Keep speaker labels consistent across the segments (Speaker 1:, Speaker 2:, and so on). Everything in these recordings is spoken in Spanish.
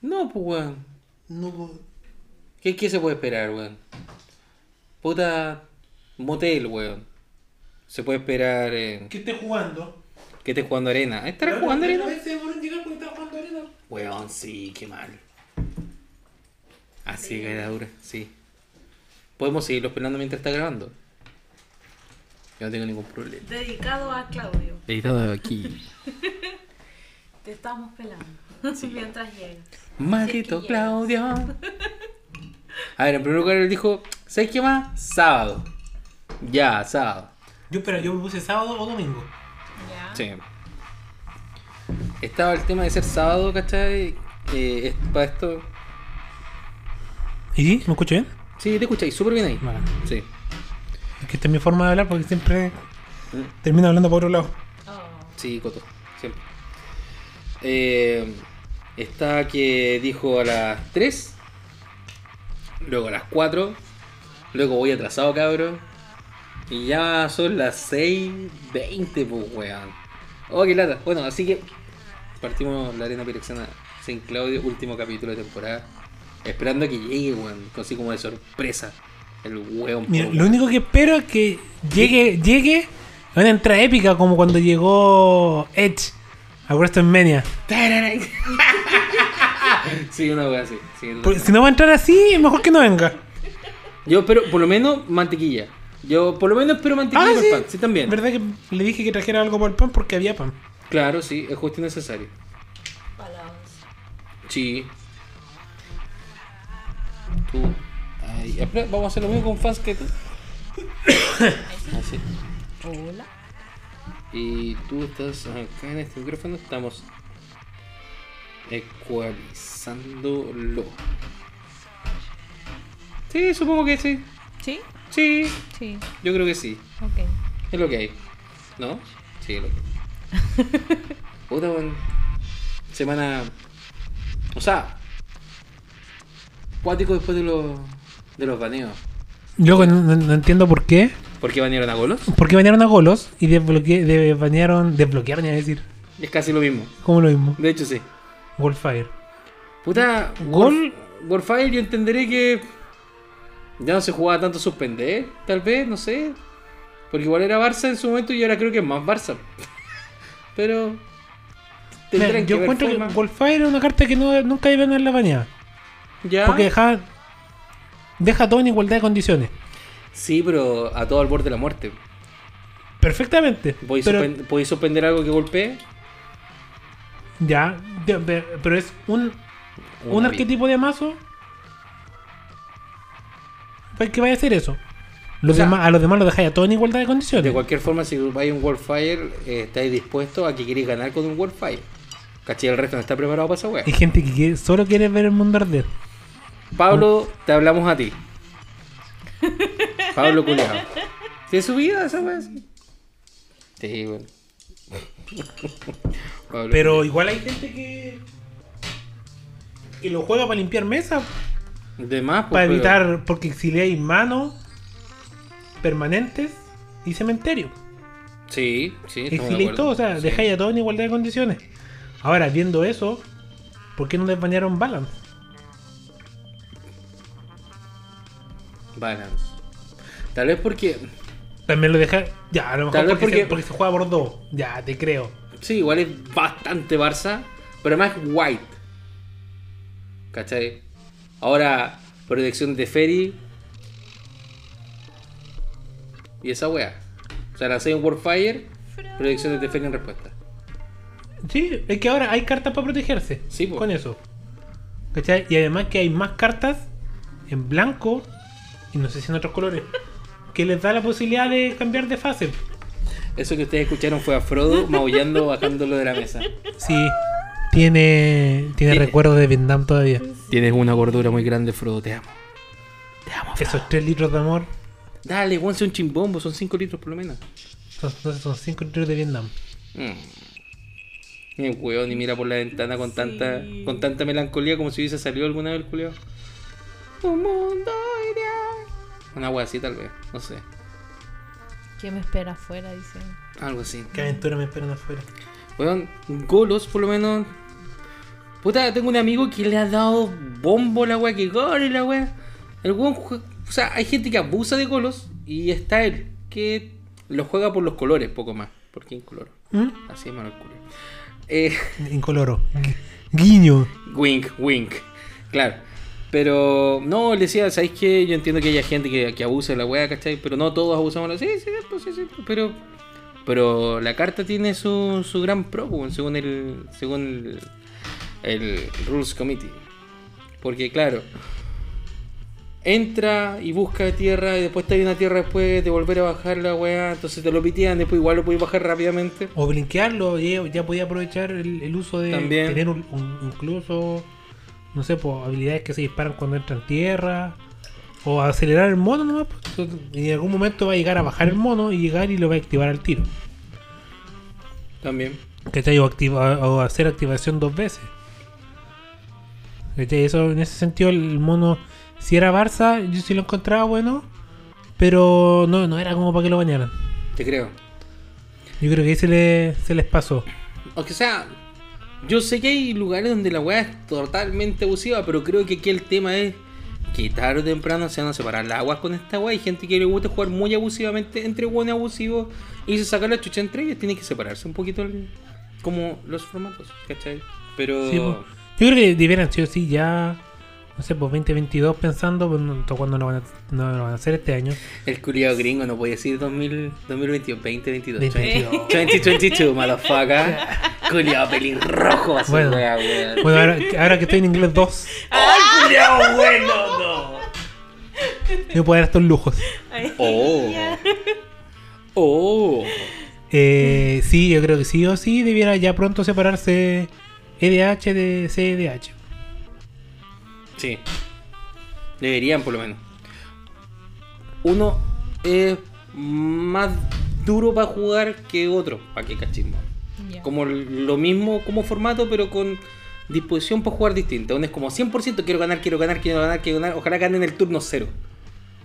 Speaker 1: No, pues, weón.
Speaker 2: No, po.
Speaker 1: ¿Qué, qué se puede esperar, weón? Puta motel, weón. Se puede esperar eh,
Speaker 2: que esté jugando.
Speaker 1: que esté jugando arena. ¿Estará
Speaker 2: La
Speaker 1: jugando
Speaker 2: otra-
Speaker 1: arena?
Speaker 2: la vez se demoró en llegar porque estaba jugando arena.
Speaker 1: Weón, sí, qué mal. Así que era dura, sí. Podemos seguirlo esperando mientras está grabando. Yo no tengo ningún problema.
Speaker 3: Dedicado a Claudio.
Speaker 1: Editado aquí.
Speaker 3: Te estamos pelando. Mientras llega.
Speaker 1: Maldito
Speaker 3: Chiquillas.
Speaker 1: Claudio. A ver, en primer lugar él dijo, ¿sabes qué más? Sábado. Ya, sábado.
Speaker 2: Yo, pero yo me puse sábado o domingo.
Speaker 3: Ya.
Speaker 1: Sí. Estaba el tema de ser sábado, ¿cachai? Eh, es- para esto.
Speaker 2: ¿Y? ¿Me escucho bien?
Speaker 1: Sí, te escucháis súper bien ahí.
Speaker 2: Vale.
Speaker 1: Sí.
Speaker 2: Es que esta es mi forma de hablar porque siempre termino hablando por otro lado.
Speaker 3: Oh.
Speaker 1: Sí, Coto, siempre. Eh, está que dijo a las 3, luego a las 4, luego voy atrasado, cabrón. Y ya son las 6.20, pues, weón. Oh, qué lata. Bueno, así que partimos la arena pirexana San Claudio, último capítulo de temporada. Esperando que llegue, weón. Así como de sorpresa. El weón.
Speaker 2: Mira,
Speaker 1: po,
Speaker 2: lo único que espero es que llegue, llegue a una entrada épica como cuando llegó Edge a WrestleMania.
Speaker 1: Tararán. sí, una wea así. sí,
Speaker 2: Porque si no va a entrar así, mejor que no venga.
Speaker 1: Yo espero, por lo menos, mantequilla. Yo por lo menos espero mantequilla
Speaker 2: Ah,
Speaker 1: por
Speaker 2: sí.
Speaker 1: pan. Sí, también.
Speaker 2: ¿Verdad que le dije que trajera algo para el pan porque había pan?
Speaker 1: Claro, sí, es justo y necesario.
Speaker 3: Palabras.
Speaker 1: Sí. Tú. Ay, espera, vamos a hacer lo mismo con fans que tú. Así.
Speaker 3: Hola.
Speaker 1: Y tú estás acá en este micrófono, estamos ecualizándolo. Sí, supongo que sí.
Speaker 3: ¿Sí?
Speaker 1: Sí,
Speaker 3: Sí.
Speaker 1: yo creo que sí.
Speaker 3: Ok.
Speaker 1: Es lo que hay. ¿No? Sí, es lo que hay. Puta, weón. Semana. O sea. Cuático después de los. de los baneos.
Speaker 2: Yo no, no- no entiendo por qué.
Speaker 1: ¿Por qué banearon a Golos?
Speaker 2: Porque banearon a Golos y desbloque, de- banearon, desbloquearon, iba a decir.
Speaker 1: Es casi lo mismo.
Speaker 2: Como lo mismo.
Speaker 1: De hecho, sí.
Speaker 2: Wolfire.
Speaker 1: Puta.
Speaker 2: Gol.
Speaker 1: Warf- Warfire, yo entenderé que. Ya no se jugaba tanto suspender, tal vez, no sé. Porque igual era Barça en su momento y ahora creo que es más Barça. Pero.
Speaker 2: Mira,
Speaker 1: tendrán
Speaker 2: yo
Speaker 1: ver
Speaker 2: encuentro que
Speaker 1: forma.
Speaker 2: Wolfire es una carta que no, nunca deben haberla baneado.
Speaker 1: Ya.
Speaker 2: Porque deja, deja todo en igualdad de condiciones.
Speaker 1: Sí, pero a todo al borde de la muerte.
Speaker 2: Perfectamente.
Speaker 1: ¿Podéis,
Speaker 2: pero,
Speaker 1: suspen- podéis suspender algo que golpee?
Speaker 2: ya, de- de- pero es un, un
Speaker 1: Una
Speaker 2: arquetipo de mazo. ¿Para qué vaya a hacer eso? Los
Speaker 1: O sea,
Speaker 2: demás- a los demás los dejáis a todos en igualdad de
Speaker 1: vida. De
Speaker 2: condiciones.
Speaker 1: cualquier forma, si vais a un Warfire, eh, estáis dispuestos a que queréis ganar con un Warfire. ¿Cachai? El resto no está preparado para esa wea.
Speaker 2: Hay gente que quiere- solo quiere ver el mundo arder.
Speaker 1: Pablo, te hablamos a ti. Pablo culiao. ¿Te su vida esa wea? Sí, sí bueno. Pablo
Speaker 2: Pero igual hay gente que. que lo juega para limpiar mesa.
Speaker 1: culiao. De más, pues,
Speaker 2: Para
Speaker 1: pero-
Speaker 2: evitar. Porque exiliáis manos permanentes y cementerio.
Speaker 1: Sí, sí, estamos de
Speaker 2: Exiliáis
Speaker 1: acuerdo.
Speaker 2: todo, o sea,
Speaker 1: Sí.
Speaker 2: dejáis a todos en igualdad de condiciones. Ahora, viendo eso, ¿por qué no desbañaron Balance?
Speaker 1: Balance. Tal vez porque.
Speaker 2: También lo deja. Ya, a lo mejor
Speaker 1: Tal vez
Speaker 2: porque, se,
Speaker 1: porque-
Speaker 2: porque se juega por dos. Ya, te creo.
Speaker 1: Sí, igual es bastante Barça, pero además es white. ¿Cachai? Ahora, protección de Ferry. Y esa wea. O sea, lancé un Warfire, protección de Ferry en respuesta.
Speaker 2: Sí, es que ahora hay cartas para protegerse.
Speaker 1: Sí, po.
Speaker 2: Con eso. ¿Cachai? Y además que hay más cartas en blanco y no sé si en otros colores. Que les da la posibilidad de cambiar de fase.
Speaker 1: Eso que ustedes escucharon fue a Frodo maullando, bajándolo de la mesa.
Speaker 2: Sí. Tiene, tiene
Speaker 1: Sí.
Speaker 2: recuerdos de Vietnam todavía.
Speaker 1: Tienes una gordura muy grande, Frodo, te amo.
Speaker 2: Esos 3 litros de amor.
Speaker 1: Dale, once un chimbombo, son 5 litros por lo menos.
Speaker 2: son- Entonces son 5 litros de Vietnam.
Speaker 1: Mm. Ni el weón, ni mira por la ventana con
Speaker 3: Sí.
Speaker 1: tanta con tanta melancolía como si hubiese salido alguna vez el culeo. Un mundo ideal. Una wea así tal vez, no sé.
Speaker 3: ¿Qué me espera afuera? Dice.
Speaker 1: Algo así.
Speaker 2: Qué aventura me esperan afuera.
Speaker 1: Weón, Golos por lo menos Puta, tengo un amigo que le ha dado bombo a la weá, que gore la weá. El weón jue- O sea, hay gente que abusa de golos y está él, que lo juega por los colores, poco más. Porque incoloro.
Speaker 2: ¿Mm?
Speaker 1: Así es malo el culo. Eh,
Speaker 2: Incoloro. Gui- Guiño.
Speaker 1: wink, wink. Claro. Pero no, le decía, ¿sabéis qué? Yo entiendo que haya gente que, que abusa de la weá, ¿cachai? Pero no todos abusamos de la Sí, sí, pues, sí, sí. Pero, pero la carta tiene su, su gran pro, pues, weón, según el. según el, el Rules Committee. Porque claro. Entra y busca tierra y después te hay una tierra después de volver a bajar la weá, entonces te lo pitean, después igual lo puedes bajar rápidamente.
Speaker 2: O blinquearlo, y ya, ya podía aprovechar el, el uso de
Speaker 1: También.
Speaker 2: tener un, un- incluso, no sé, pues, habilidades que se disparan cuando entran en tierra. O acelerar el mono nomás. pues, en algún momento va a llegar a bajar el mono y llegar y lo va a activar al tiro.
Speaker 1: También.
Speaker 2: ¿Cachai? O, activa- o hacer activación dos veces. ¿Cachai? Eso, en ese sentido, el mono, si era Barça, yo sí lo encontraba bueno. Pero no, no era como para que lo bañaran.
Speaker 1: Te creo.
Speaker 2: Yo creo que ahí se, le- se les pasó.
Speaker 1: Aunque sea, yo sé que hay lugares donde la weá es totalmente abusiva, pero creo que aquí el tema es que tarde o temprano se van a separar las aguas con esta weá. Hay gente que le gusta jugar muy abusivamente entre buenos abusivos y se saca la chucha entre ellos. Tiene que separarse un poquito el- como los formatos, ¿cachai? Pero.
Speaker 2: Sí, pues. Yo creo que debieran, sí o sí, ya, no sé, pues 2022 pensando, pues, no, cuando lo van, a, no lo van a hacer este año.
Speaker 1: El culiado gringo no puede decir 2000, 2021, 2022.
Speaker 2: 2022.
Speaker 1: 2022, motherfucker. culiado pelín rojo, así,
Speaker 2: Bueno.
Speaker 1: weá, weá.
Speaker 2: Bueno, ahora, ahora que estoy en inglés 2,
Speaker 1: ¡Ay, culiado bueno, no!
Speaker 2: yo puedo dar estos lujos.
Speaker 1: Oh. Oh.
Speaker 2: Eh, sí, yo creo que sí o sí debiera ya pronto separarse EDH de CEDH.
Speaker 1: Sí. Deberían, por lo menos. Uno es más duro para jugar que otro. ¿Para qué cachismo?
Speaker 3: Ya.
Speaker 1: Como l- lo mismo como formato, pero con disposición para jugar distinta. Uno es como 100% quiero ganar, quiero ganar, quiero ganar, quiero ganar. Ojalá gane en el turno cero.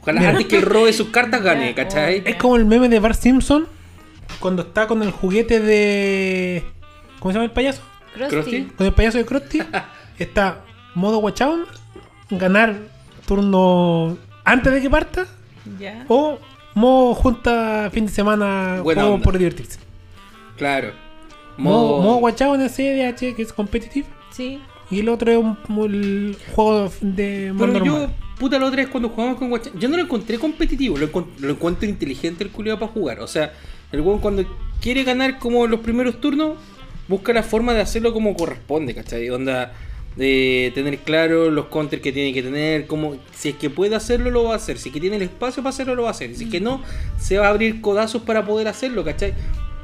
Speaker 1: Ojalá
Speaker 2: Mira.
Speaker 1: antes que robe sus cartas gane, ¿cachai?
Speaker 2: Es como el meme de Bart Simpson cuando está con el juguete de. ¿Cómo se llama el payaso?
Speaker 1: Krusty.
Speaker 3: Krusty.
Speaker 2: Con el payaso de Krusty está modo watch out, ganar turno antes de que parta
Speaker 3: Ya.
Speaker 2: o modo junta fin de semana
Speaker 1: Buena
Speaker 2: juego
Speaker 1: onda.
Speaker 2: por divertirse.
Speaker 1: Claro.
Speaker 2: Modo,
Speaker 1: Modo-
Speaker 2: modo watch out en CDH que es competitive
Speaker 3: Sí.
Speaker 2: y el otro es un, un juego de modo
Speaker 1: Pero yo,
Speaker 2: normal.
Speaker 1: puta, la otra vez cuando jugamos con Guachán, yo no lo encontré competitivo, lo, encon- lo encuentro inteligente el culiado para jugar. O sea, el weón cuando quiere ganar como los primeros turnos, busca la forma de hacerlo como corresponde, ¿cachai? Onda de tener claro los counters que tiene que tener, como si es que puede hacerlo, lo va a hacer, si es que tiene el espacio para hacerlo, lo va a hacer, y si es que
Speaker 2: Mm.
Speaker 1: no, se va a abrir codazos para poder hacerlo, ¿cachai?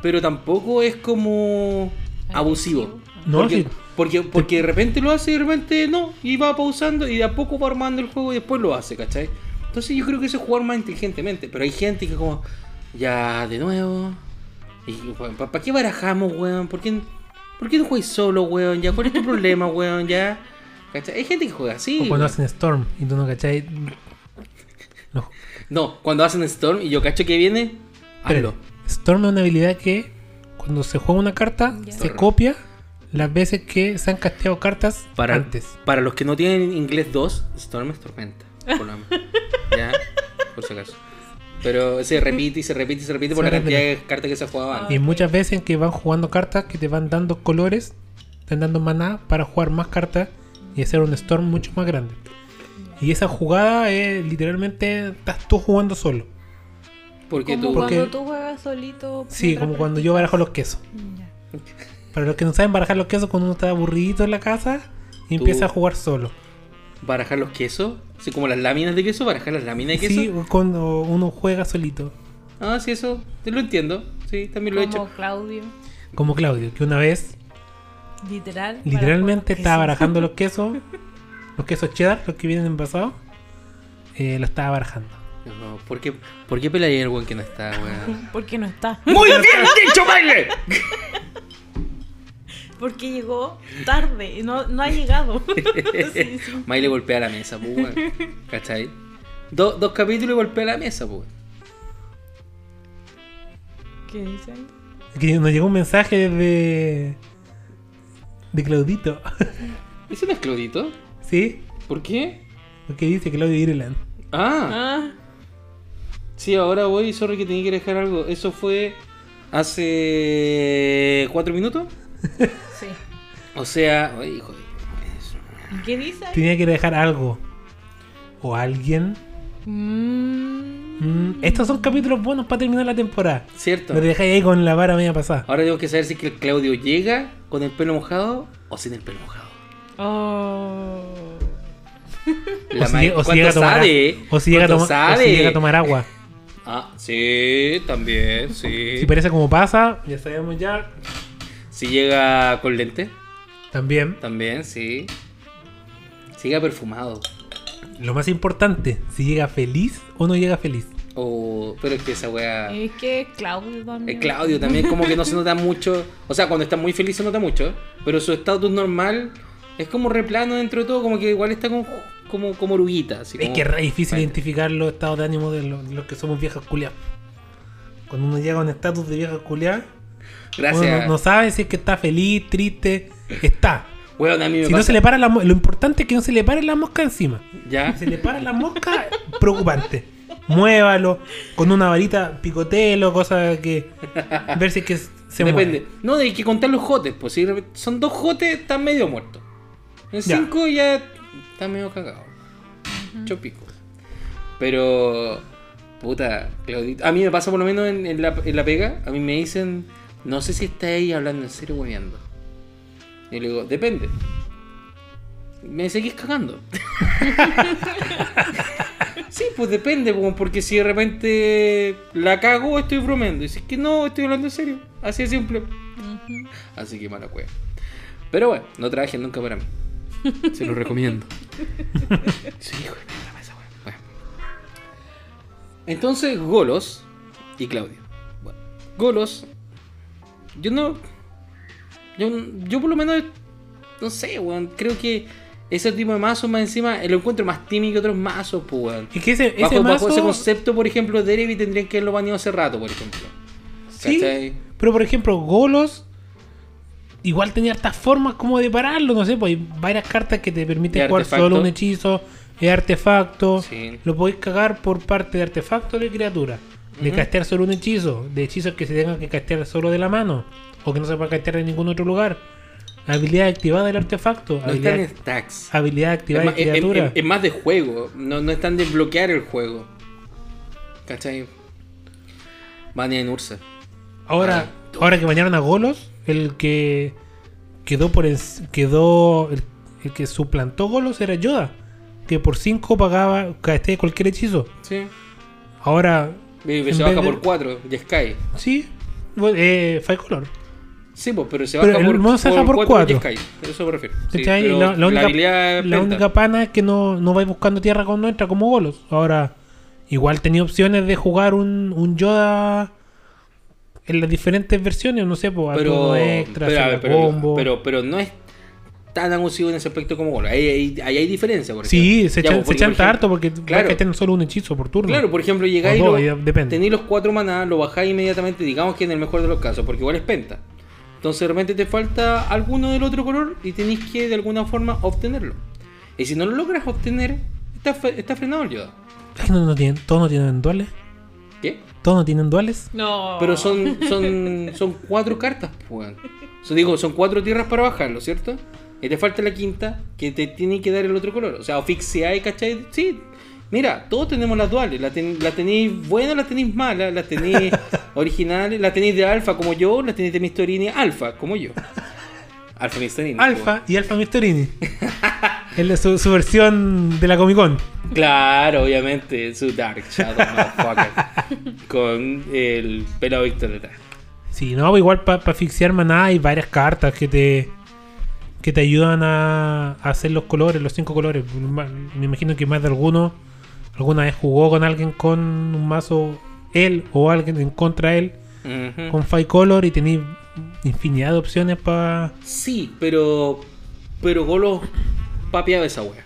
Speaker 1: Pero tampoco es como abusivo.
Speaker 2: No,
Speaker 1: porque,
Speaker 2: sí.
Speaker 1: porque, porque de repente lo hace y de repente no, y va pausando y de a poco va armando el juego y después lo hace, ¿cachai? Entonces yo creo que eso es jugar más inteligentemente, pero hay gente que como, ya, de nuevo. Y, ¿Para qué barajamos, weón? ¿Por qué, ¿Por qué no juegas solo, weón? ¿Ya? ¿Cuál es tu problema, weón? ¿Ya? ¿Cachai? Hay gente que juega así.
Speaker 2: O cuando hacen Storm y tú no cachai. No,
Speaker 1: No, cuando hacen Storm y yo cacho que viene,
Speaker 2: Pero
Speaker 1: hazlo.
Speaker 2: Storm es una habilidad que cuando se juega una carta
Speaker 3: Ya.
Speaker 2: se copia las veces que se han casteado cartas
Speaker 1: Para,
Speaker 2: antes.
Speaker 1: para los que no tienen inglés 2, Storm es tormenta. Por lo menos. ya, por si acaso. Pero se repite y se repite y se repite por
Speaker 2: Se
Speaker 1: la cantidad
Speaker 2: repite.
Speaker 1: de cartas que se jugaban.
Speaker 2: Y muchas veces en que van jugando cartas que te van dando colores, te van dando maná para jugar más cartas y hacer un Storm mucho más grande. Y esa jugada es literalmente estás tú jugando solo.
Speaker 1: Porque
Speaker 3: Como
Speaker 1: tú.
Speaker 2: Porque-
Speaker 3: cuando tú juegas solito.
Speaker 2: Sí,
Speaker 3: mientras
Speaker 2: como cuando yo barajo los quesos.
Speaker 3: Ya.
Speaker 2: Para los que no saben barajar los quesos, cuando uno está aburridito en la casa y
Speaker 1: Tú-
Speaker 2: empieza a jugar solo.
Speaker 1: Barajar los quesos. Así como las láminas de queso, barajar las láminas de queso.
Speaker 2: Sí, cuando uno juega solito.
Speaker 1: Ah, sí, eso. Te lo entiendo. Sí, también lo he hecho.
Speaker 3: Como Claudio.
Speaker 2: Como Claudio, que una vez
Speaker 3: Literal.
Speaker 2: Literalmente
Speaker 3: para-
Speaker 2: estaba barajando los quesos, los quesos cheddar, los que vienen envasados. Eh, lo estaba barajando.
Speaker 1: No, ¿por qué, ¿Por qué pelaría el weón que no está, weón?
Speaker 3: Porque no está.
Speaker 1: ¡Muy bien dicho, baile!
Speaker 3: Porque llegó tarde. No, no ha llegado. Sí, sí.
Speaker 1: Mai le golpea la mesa, pues, weón. ¿Cachai? Do- dos capítulos y golpea la mesa, pues.
Speaker 3: ¿Qué dicen?
Speaker 2: Que nos llegó un mensaje de. de Claudito.
Speaker 1: ¿Ese no es Claudito?
Speaker 2: ¿Sí?
Speaker 1: ¿Por qué?
Speaker 2: Porque dice Claudio Ireland.
Speaker 1: Ah,
Speaker 3: Ah,
Speaker 1: sí, ahora voy. Sorry que tenía que dejar algo. Eso fue hace cuatro minutos.
Speaker 3: sí.
Speaker 1: O sea, ay, hijo de- eso.
Speaker 3: ¿Y ¿Qué dice? ahí?
Speaker 2: Tenía que dejar algo. O alguien.
Speaker 3: Mm,
Speaker 2: Mm, estos son capítulos buenos para terminar la temporada.
Speaker 1: ¿Cierto?
Speaker 2: Lo dejáis ahí con la vara media pasada.
Speaker 1: Ahora tengo que saber si es que el Claudio llega con el pelo mojado o sin el pelo mojado.
Speaker 3: Oh.
Speaker 2: O si,
Speaker 1: ma-
Speaker 2: llega- o si
Speaker 1: ¿Cuánto
Speaker 2: llega a tomar,
Speaker 1: sabe? eh?
Speaker 2: o si llega a
Speaker 1: ¿Cuánto
Speaker 2: toma- o si
Speaker 1: sabe?
Speaker 2: llega a tomar agua.
Speaker 1: Ah, sí, también, sí.
Speaker 2: Si parece como pasa, ya sabemos ya.
Speaker 1: Si llega con lente,
Speaker 2: También,
Speaker 1: también, sí. Si llega perfumado.
Speaker 2: lo más importante, si llega feliz o no llega feliz.
Speaker 1: O, pero es que esa wea.
Speaker 3: Es que Claudio también.
Speaker 1: El Eh, Claudio también como que no se nota mucho. O sea, cuando está muy feliz se nota mucho. Pero su estatus normal es como replano dentro de todo, como que igual está con, como, como oruguita. Así
Speaker 2: Es
Speaker 1: como-
Speaker 2: que es re difícil
Speaker 1: Bueno.
Speaker 2: identificar los estados de ánimo de los, de los que somos viejas culiadas. Cuando uno llega a un estatus de vieja culiada, uno
Speaker 1: Gracias.
Speaker 2: no, no sabe si es que está feliz, triste, está.
Speaker 1: Weón, a mí me
Speaker 2: Si no
Speaker 1: pasa-
Speaker 2: se le para la mo- lo importante es que no se le pare la mosca encima.
Speaker 1: Ya.
Speaker 2: Si se le para la mosca, preocupante. Muévalo, con una varita picotelo, cosa que. Ver si es que se
Speaker 1: Depende.
Speaker 2: mueve.
Speaker 1: No, hay que contar los jotes, pues si de repente- son dos jotes, están medio muertos. En
Speaker 2: Ya.
Speaker 1: cinco ya está medio cagado. Chopico. Pero. Puta, Claudito. A mí me pasa por lo menos en, en la, en la pega. A mí me dicen, no sé si está ahí hablando en serio o hueveando. Y le digo, depende. Me seguís cagando. sí, pues depende, pues, porque si de repente la cago, estoy bromeando. Y si es que no, estoy hablando en serio. Así de simple. Así que mala cueva. Pero bueno, no trabajen nunca para mí. Se lo recomiendo. sí, hijo de mierda, esa wea. Bueno. Entonces, Golos y Claudio. Bueno, Golos. Yo no. Yo, yo por lo menos. No sé, weón. Creo que ese tipo de mazos más encima eh, lo encuentro más tímido que otros mazos, pues, weón.
Speaker 2: Es que ese, ese
Speaker 1: Bajo, bajo
Speaker 2: mazo.
Speaker 1: ese concepto, por ejemplo, de Derevi tendrían que haberlo baneado hace rato, por ejemplo.
Speaker 2: sí,
Speaker 1: ¿Cachai?
Speaker 2: pero por ejemplo, Golos. Igual tenía hartas formas como de pararlo, no sé, pues hay varias cartas que te permiten
Speaker 1: De
Speaker 2: jugar
Speaker 1: artefacto.
Speaker 2: solo un hechizo, de artefacto.
Speaker 1: Sí.
Speaker 2: Lo podéis cagar por parte de artefacto de criatura. De
Speaker 1: Ujú.
Speaker 2: castear solo un hechizo. De hechizos que se tengan que castear solo de la mano. O que no se pueda castear en ningún otro lugar. Habilidad activada del artefacto.
Speaker 1: No están
Speaker 2: habilidad,
Speaker 1: en stacks.
Speaker 2: habilidad
Speaker 1: Es
Speaker 2: activada
Speaker 1: más,
Speaker 2: de
Speaker 1: es-
Speaker 2: criatura.
Speaker 1: es- es más de juego, no, no están de bloquear el juego. ¿Cachai? Van en Ursa.
Speaker 2: ahora, ahora que bañaron a Golos, el que quedó por ens- quedó el, el que suplantó Golos era Yoda. Que por 5 pagaba castea cualquier hechizo.
Speaker 1: Sí.
Speaker 2: Ahora,
Speaker 1: Y
Speaker 2: En
Speaker 1: se
Speaker 2: vez
Speaker 1: baja
Speaker 2: de-
Speaker 1: por 4 y Sky.
Speaker 2: sí, bueno, eh, Five Color.
Speaker 1: Sí, pues, pero se
Speaker 2: Pero
Speaker 1: baja
Speaker 2: el
Speaker 1: por,
Speaker 2: mono se baja por
Speaker 1: y
Speaker 2: cuatro.
Speaker 1: Sky. Eso me refiero. Sí,
Speaker 2: ¿Cachai?
Speaker 1: pero
Speaker 2: la, la única,
Speaker 1: habilidad es
Speaker 2: la
Speaker 1: penta.
Speaker 2: única pana es que no, no vais buscando tierra con nuestra como golos. Ahora, igual tenía opciones de jugar un, un Yoda en las diferentes versiones, no sé, pues, a turno
Speaker 1: pero,
Speaker 2: extra,
Speaker 1: pero, a
Speaker 2: hacer
Speaker 1: ver,
Speaker 2: la
Speaker 1: pero-
Speaker 2: combo.
Speaker 1: pero- pero no es tan abusivo en ese aspecto como Golo. Ahí, ahí- ahí hay diferencia. Porque,
Speaker 2: sí, se,
Speaker 1: ya,
Speaker 2: echan-
Speaker 1: pues, porque,
Speaker 2: se
Speaker 1: por
Speaker 2: chanta
Speaker 1: ejemplo-
Speaker 2: harto porque
Speaker 1: claro.
Speaker 2: que tienen solo un hechizo por turno.
Speaker 1: Claro, por ejemplo, llegáis y
Speaker 2: O
Speaker 1: lo,
Speaker 2: dos, ya depende.
Speaker 1: tenéis los cuatro maná, lo bajáis inmediatamente, digamos que en el mejor de los casos, porque igual es penta. Entonces de repente te falta alguno del otro color y tenéis que de alguna forma obtenerlo. Y si no lo logras obtener, está, fe- está frenado el Yoda.
Speaker 2: Ay, no, no tienen, todos no tienen duales.
Speaker 1: ¿Qué?
Speaker 2: Todos no tienen duales.
Speaker 3: No.
Speaker 1: Pero son, son, son cuatro cartas, pues. weón. So, digo, son cuatro tierras para bajarlo, ¿cierto? Y te falta la quinta que te tiene que dar el otro color. O sea, y ¿cachai? Sí. Mira, todos tenemos las duales. Las ten- las tenéis buenas, las tenéis malas, las tenéis originales, las tenéis de alfa como yo, las tenéis de Mistorini alfa como yo. Alfa pues. Mistorini.
Speaker 2: Alfa y Alfa Mistorini. es la- su, su versión de la Comic Con.
Speaker 1: pues. Claro, obviamente, su Dark Shadow motherfucker, Con el pelado Víctor detrás.
Speaker 2: Sí, no, pues igual para asfixiar maná hay varias cartas que te que te ayudan a, a hacer los colores, los cinco colores. Ma- Me imagino que más de alguno alguna vez jugó con alguien con un mazo él o alguien en contra él
Speaker 1: Ujú.
Speaker 2: con five color y tenéis infinidad de opciones para
Speaker 1: Sí, pero. Pero Golo papiaba esa wea.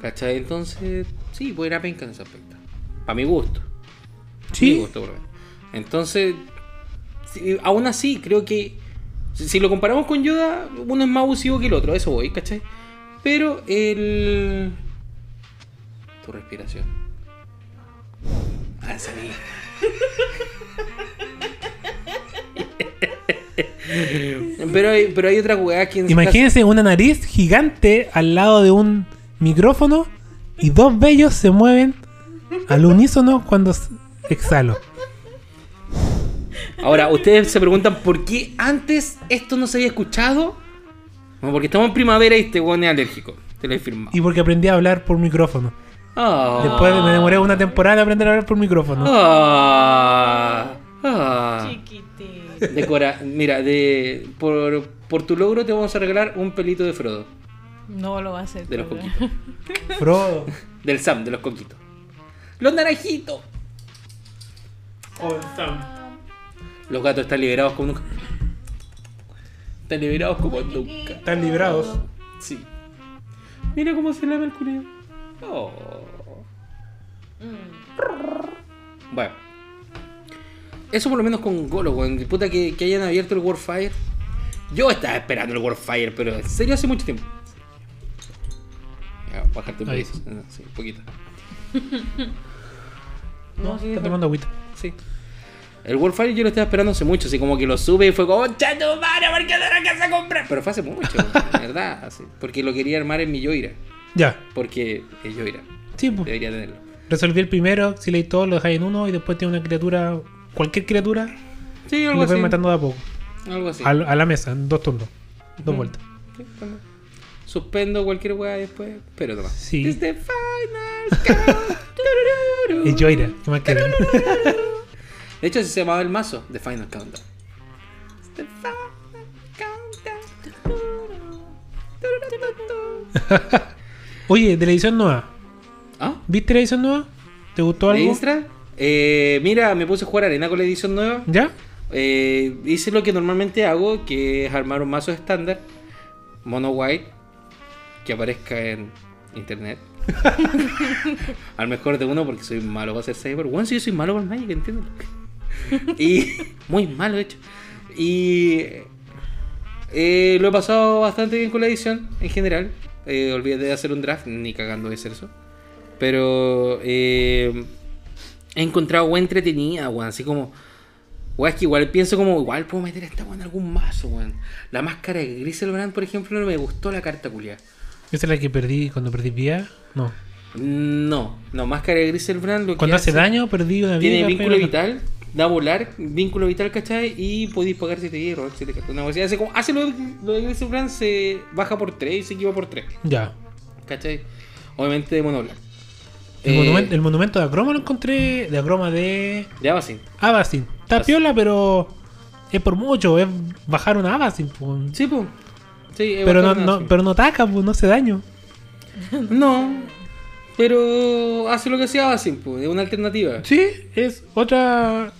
Speaker 1: ¿Cachai? Entonces, sí, pues era penca en ese aspecto. A mi gusto. A Mi
Speaker 2: Sí.
Speaker 1: pues. gusto, por lo menos. Entonces, sí, aún así, creo que Si, si lo comparamos con Yoda, uno es más abusivo que el otro, a eso voy, ¿cachai? Pero el. Tu respiración. Ah, salí. pero, hay, pero hay otra jugada que en
Speaker 2: Imagínense una nariz gigante al lado de un micrófono y dos vellos se mueven al unísono cuando s- exhalo.
Speaker 1: Ahora, ustedes se preguntan por qué antes esto no se había escuchado. Bueno, porque estamos en primavera y este weón es alérgico. Te lo he firmado.
Speaker 2: Y porque aprendí a hablar por micrófono.
Speaker 1: Ah.
Speaker 2: Después me demoré una temporada en aprender a hablar por micrófono.
Speaker 1: Ah. Ah.
Speaker 3: Chiquitín.
Speaker 1: Decora, mira, de, por, por tu logro te vamos a regalar un pelito de Frodo.
Speaker 3: No lo va a hacer.
Speaker 1: De los
Speaker 3: pero-
Speaker 1: coquitos.
Speaker 2: Frodo.
Speaker 1: Del Sam, de los coquitos. Los naranjitos. Los gatos están liberados como nunca. Están liberados como nunca.
Speaker 2: Están librados.
Speaker 1: Sí. Mira cómo se lava el culo.
Speaker 3: Mm.
Speaker 1: Oh. Bueno. Eso por lo menos con Golo, weón. Puta que, que hayan abierto el Warfire. Yo estaba esperando el Warfire, pero en serio hace mucho tiempo. Ya, bajarte un
Speaker 2: Ahí.
Speaker 1: poquito. Ah, Sí, un poquito.
Speaker 2: No, está tomando agüita.
Speaker 1: Sí. El Warfire yo lo estaba esperando hace mucho, así como que lo sube y fue como, ¡Concha tu madre, ¿por qué no la casa comprar? Pero fue hace mucho, weón, de verdad. así, porque lo quería armar en mi Yoira.
Speaker 2: Ya.
Speaker 1: Porque es Yoira,
Speaker 2: Sí, pues.
Speaker 1: debería tenerlo.
Speaker 2: Resolví el primero, si leí todo, lo dejáis en uno y después tiene una criatura, cualquier criatura,
Speaker 1: Sí,
Speaker 2: y
Speaker 1: algo
Speaker 2: lo
Speaker 1: así.
Speaker 2: voy matando de a poco.
Speaker 1: Algo así.
Speaker 2: A, a la mesa, en dos turnos. Dos
Speaker 1: Mm.
Speaker 2: vueltas.
Speaker 1: Suspendo cualquier weá después, pero toma.
Speaker 2: Sí.
Speaker 1: It's the final count. Turururu.
Speaker 2: Y Joira, ¿qué más quieres?
Speaker 1: De hecho, así se llamaba el mazo, The Final Countdown. It's the final countdown. Turururu. Turururu.
Speaker 2: Oye, de la edición nueva.
Speaker 1: ¿Ah?
Speaker 2: ¿Viste la edición nueva? ¿Te gustó
Speaker 1: ¿De
Speaker 2: algo?
Speaker 1: Instra? Eh, mira, me puse a jugar arena con la edición nueva.
Speaker 2: ¿Ya?
Speaker 1: Eh, hice lo que normalmente hago, que es armar un mazo estándar, mono white, que aparezca en internet. Al mejor de uno, porque soy malo para hacer cyber. Bueno, si yo soy malo para el Magic, entiéndelo. y muy malo, de hecho. Y eh, lo he pasado bastante bien con la edición, en general. Eh, olvidé de hacer un draft, ni cagando de hacer eso. Pero eh, he encontrado buena entretenida, weón. Así como, Weón, es que igual pienso como, igual puedo meter a esta weón en algún mazo, weón. La máscara de Griselbrand, por ejemplo, no me gustó la carta culia.
Speaker 2: ¿Esa es la que perdí cuando perdí vida? No.
Speaker 1: No, no, máscara de Griselbrand lo que
Speaker 2: Cuando hace daño, perdí una vida.
Speaker 1: tiene vínculo
Speaker 2: pero-
Speaker 1: vital, da volar, vínculo vital, ¿cachai? Y podéis pagar 7 y robar 7 cartas. Una cosa así. hace, como, hace lo, de- lo de Griselbrand, se baja por 3 y se equiva por 3,
Speaker 2: Ya.
Speaker 1: ¿cachai? Obviamente de mono blanco.
Speaker 2: El,
Speaker 1: Eh,
Speaker 2: monumento, el monumento de Acroma lo encontré. De Acroma de
Speaker 1: De Abacin.
Speaker 2: Abacin. Está
Speaker 1: Así.
Speaker 2: piola, pero es por mucho. Es bajar una Abacin. po.
Speaker 1: Sí, pues. Sí, es
Speaker 2: Pero no,
Speaker 1: bastante
Speaker 2: no,
Speaker 1: Abacin.
Speaker 2: pero no ataca, po, no hace daño.
Speaker 1: No, pero hace lo que sea Abacin, pues. Es una alternativa.
Speaker 2: Sí, es otra.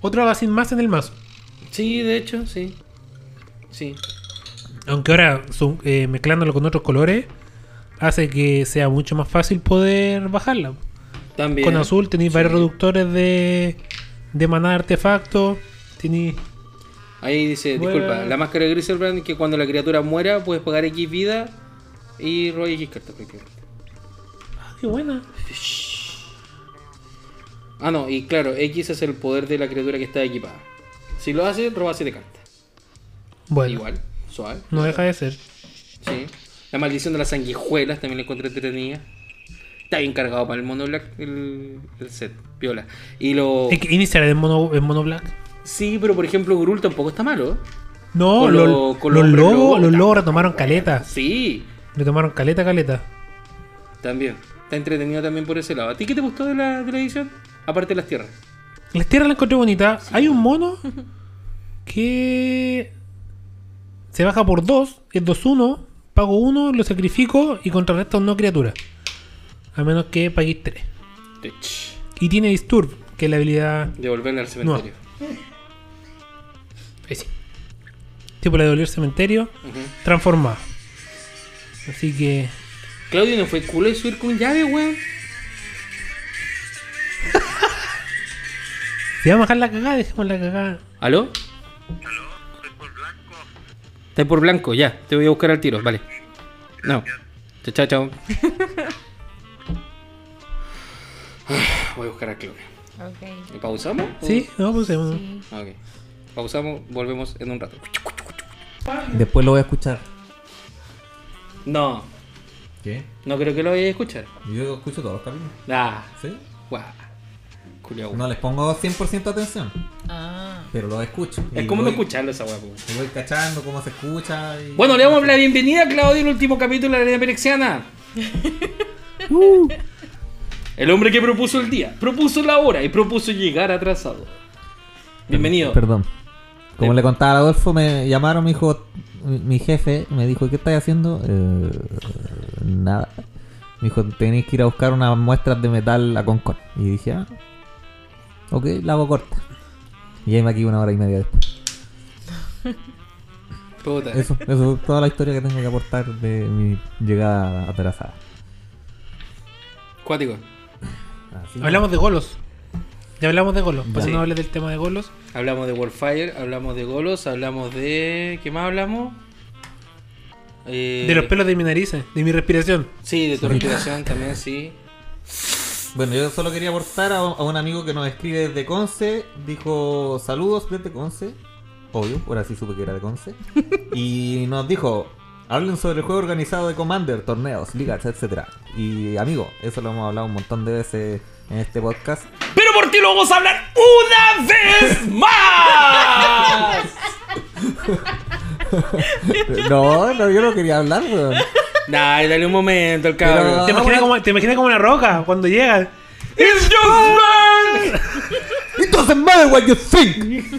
Speaker 2: Otro Abacin más en el mazo.
Speaker 1: Sí, de hecho, sí. Sí.
Speaker 2: Aunque ahora su- eh, mezclándolo con otros colores hace que sea mucho más fácil poder bajarla.
Speaker 1: También.
Speaker 2: Con azul tenéis
Speaker 1: Sí.
Speaker 2: varios reductores de, de maná de artefacto. Tenéis.
Speaker 1: Ahí dice,
Speaker 2: Bueno.
Speaker 1: disculpa, la máscara de Griselbrand que cuando la criatura muera puedes pagar X vida y robar X cartas prácticamente.
Speaker 2: Ah, qué buena.
Speaker 1: Ah, no, y claro, X es el poder de la criatura que está equipada. Si lo hace, roba 7 cartas.
Speaker 2: Bueno,
Speaker 1: Igual, suave.
Speaker 2: no deja de ser.
Speaker 1: Sí. La maldición de las sanguijuelas también la encontré entretenida. Está bien cargado para el mono black el, el set, viola. Y lo.
Speaker 2: Es que iniciar en mono, en mono black.
Speaker 1: Sí, pero por ejemplo, Grul tampoco está malo.
Speaker 2: No,
Speaker 1: Con
Speaker 2: lo-
Speaker 1: lo- con
Speaker 2: los
Speaker 1: los hombres lobo,
Speaker 2: lobos, los lobos
Speaker 1: tampoco,
Speaker 2: retomaron caleta.
Speaker 1: Ah, Sí,
Speaker 2: Retomaron caleta, caleta.
Speaker 1: También. Está entretenido también por ese lado. ¿A ti qué te gustó de la, de la edición? Aparte de las tierras.
Speaker 2: Las tierras la encontré bonita. Hay un mono que se baja por 2, es 2-1, pago 1, lo sacrifico y contrarresta una criatura. A menos que paguéis 3.
Speaker 1: Ch,
Speaker 2: Y tiene Disturb, que es la habilidad.
Speaker 1: Devolverla al cementerio.
Speaker 2: ahí sí. Tipo la de devolver cementerio,
Speaker 1: Ujú.
Speaker 2: transformada. Así que.
Speaker 1: Claudio no fue culo de subir con llave, weón.
Speaker 2: Si vamos a bajar la cagada, dejemos la cagada.
Speaker 1: ¿Aló?
Speaker 4: Aló, soy Paul Blanco.
Speaker 1: Estás por blanco, ya. Te voy a buscar al tiro, vale. No. Chao, chao, chao. Ah, voy a buscar a Claudia.
Speaker 4: Ok.
Speaker 1: ¿Y ¿Pausamos?
Speaker 5: Mm.
Speaker 2: Sí, no, pues eh,
Speaker 4: Sí.
Speaker 1: Ah, Ok. Pausamos, volvemos en un rato.
Speaker 5: Después lo voy a escuchar.
Speaker 1: No,
Speaker 5: ¿Qué?
Speaker 1: no creo que lo vayas a escuchar.
Speaker 5: Yo escucho todos los capítulos.
Speaker 1: Ah,
Speaker 5: ¿Sí?
Speaker 1: guau. Culiao.
Speaker 5: No les pongo 100% atención,
Speaker 4: Ah.
Speaker 5: pero los escucho.
Speaker 1: Es
Speaker 5: Y
Speaker 1: como no
Speaker 5: voy-
Speaker 1: escucharlo esa guapo.
Speaker 5: y voy cachando cómo se escucha. y-
Speaker 1: Bueno, le damos la bienvenida a Claudio, el último capítulo de la Arena Perexiana. El hombre que propuso el día, propuso la hora y propuso llegar atrasado. Bienvenido.
Speaker 5: Perdón. Como
Speaker 1: Eh.
Speaker 5: le contaba a Adolfo, me llamaron, me dijo, mi, mi jefe me dijo, ¿qué estás haciendo? Eh, nada. Me dijo, tenéis que ir a buscar unas muestras de metal a Concord. Y dije, ah, ok, la hago corta. Y ahí me aquí una hora y media después.
Speaker 1: Puta.
Speaker 5: Eso, eso es toda la historia que tengo que aportar de mi llegada atrasada.
Speaker 1: Cuático.
Speaker 5: Así.
Speaker 2: hablamos de golos. Ya hablamos de golos.
Speaker 5: Ya.
Speaker 2: Pues
Speaker 1: Sí.
Speaker 2: no hables del tema de golos.
Speaker 1: Hablamos de Warfire, hablamos de Golos, hablamos de. ¿Qué más hablamos? Eh,
Speaker 2: De los pelos de mi nariz, eh, de mi respiración.
Speaker 1: Sí, de tu respiración también, sí.
Speaker 5: Bueno, yo solo quería aportar a un, a un amigo que nos escribe desde Conce. Dijo saludos desde Conce. Obvio, ahora sí supe que era de Conce. Y nos dijo, hablen sobre el juego organizado de Commander, torneos, ligas, etcétera. Y amigo, eso lo hemos hablado un montón de veces en este podcast.
Speaker 1: Pero por ti lo vamos a hablar una vez más.
Speaker 5: No, no, yo no quería hablar, weón.
Speaker 1: Dale, dale un momento al cabrón.
Speaker 5: Pero-
Speaker 2: ¿Te
Speaker 5: Ah,
Speaker 2: imaginas,
Speaker 5: bueno.
Speaker 2: como, te imaginas como una roca cuando llega.
Speaker 1: It's just man.
Speaker 5: It doesn't matter what you think.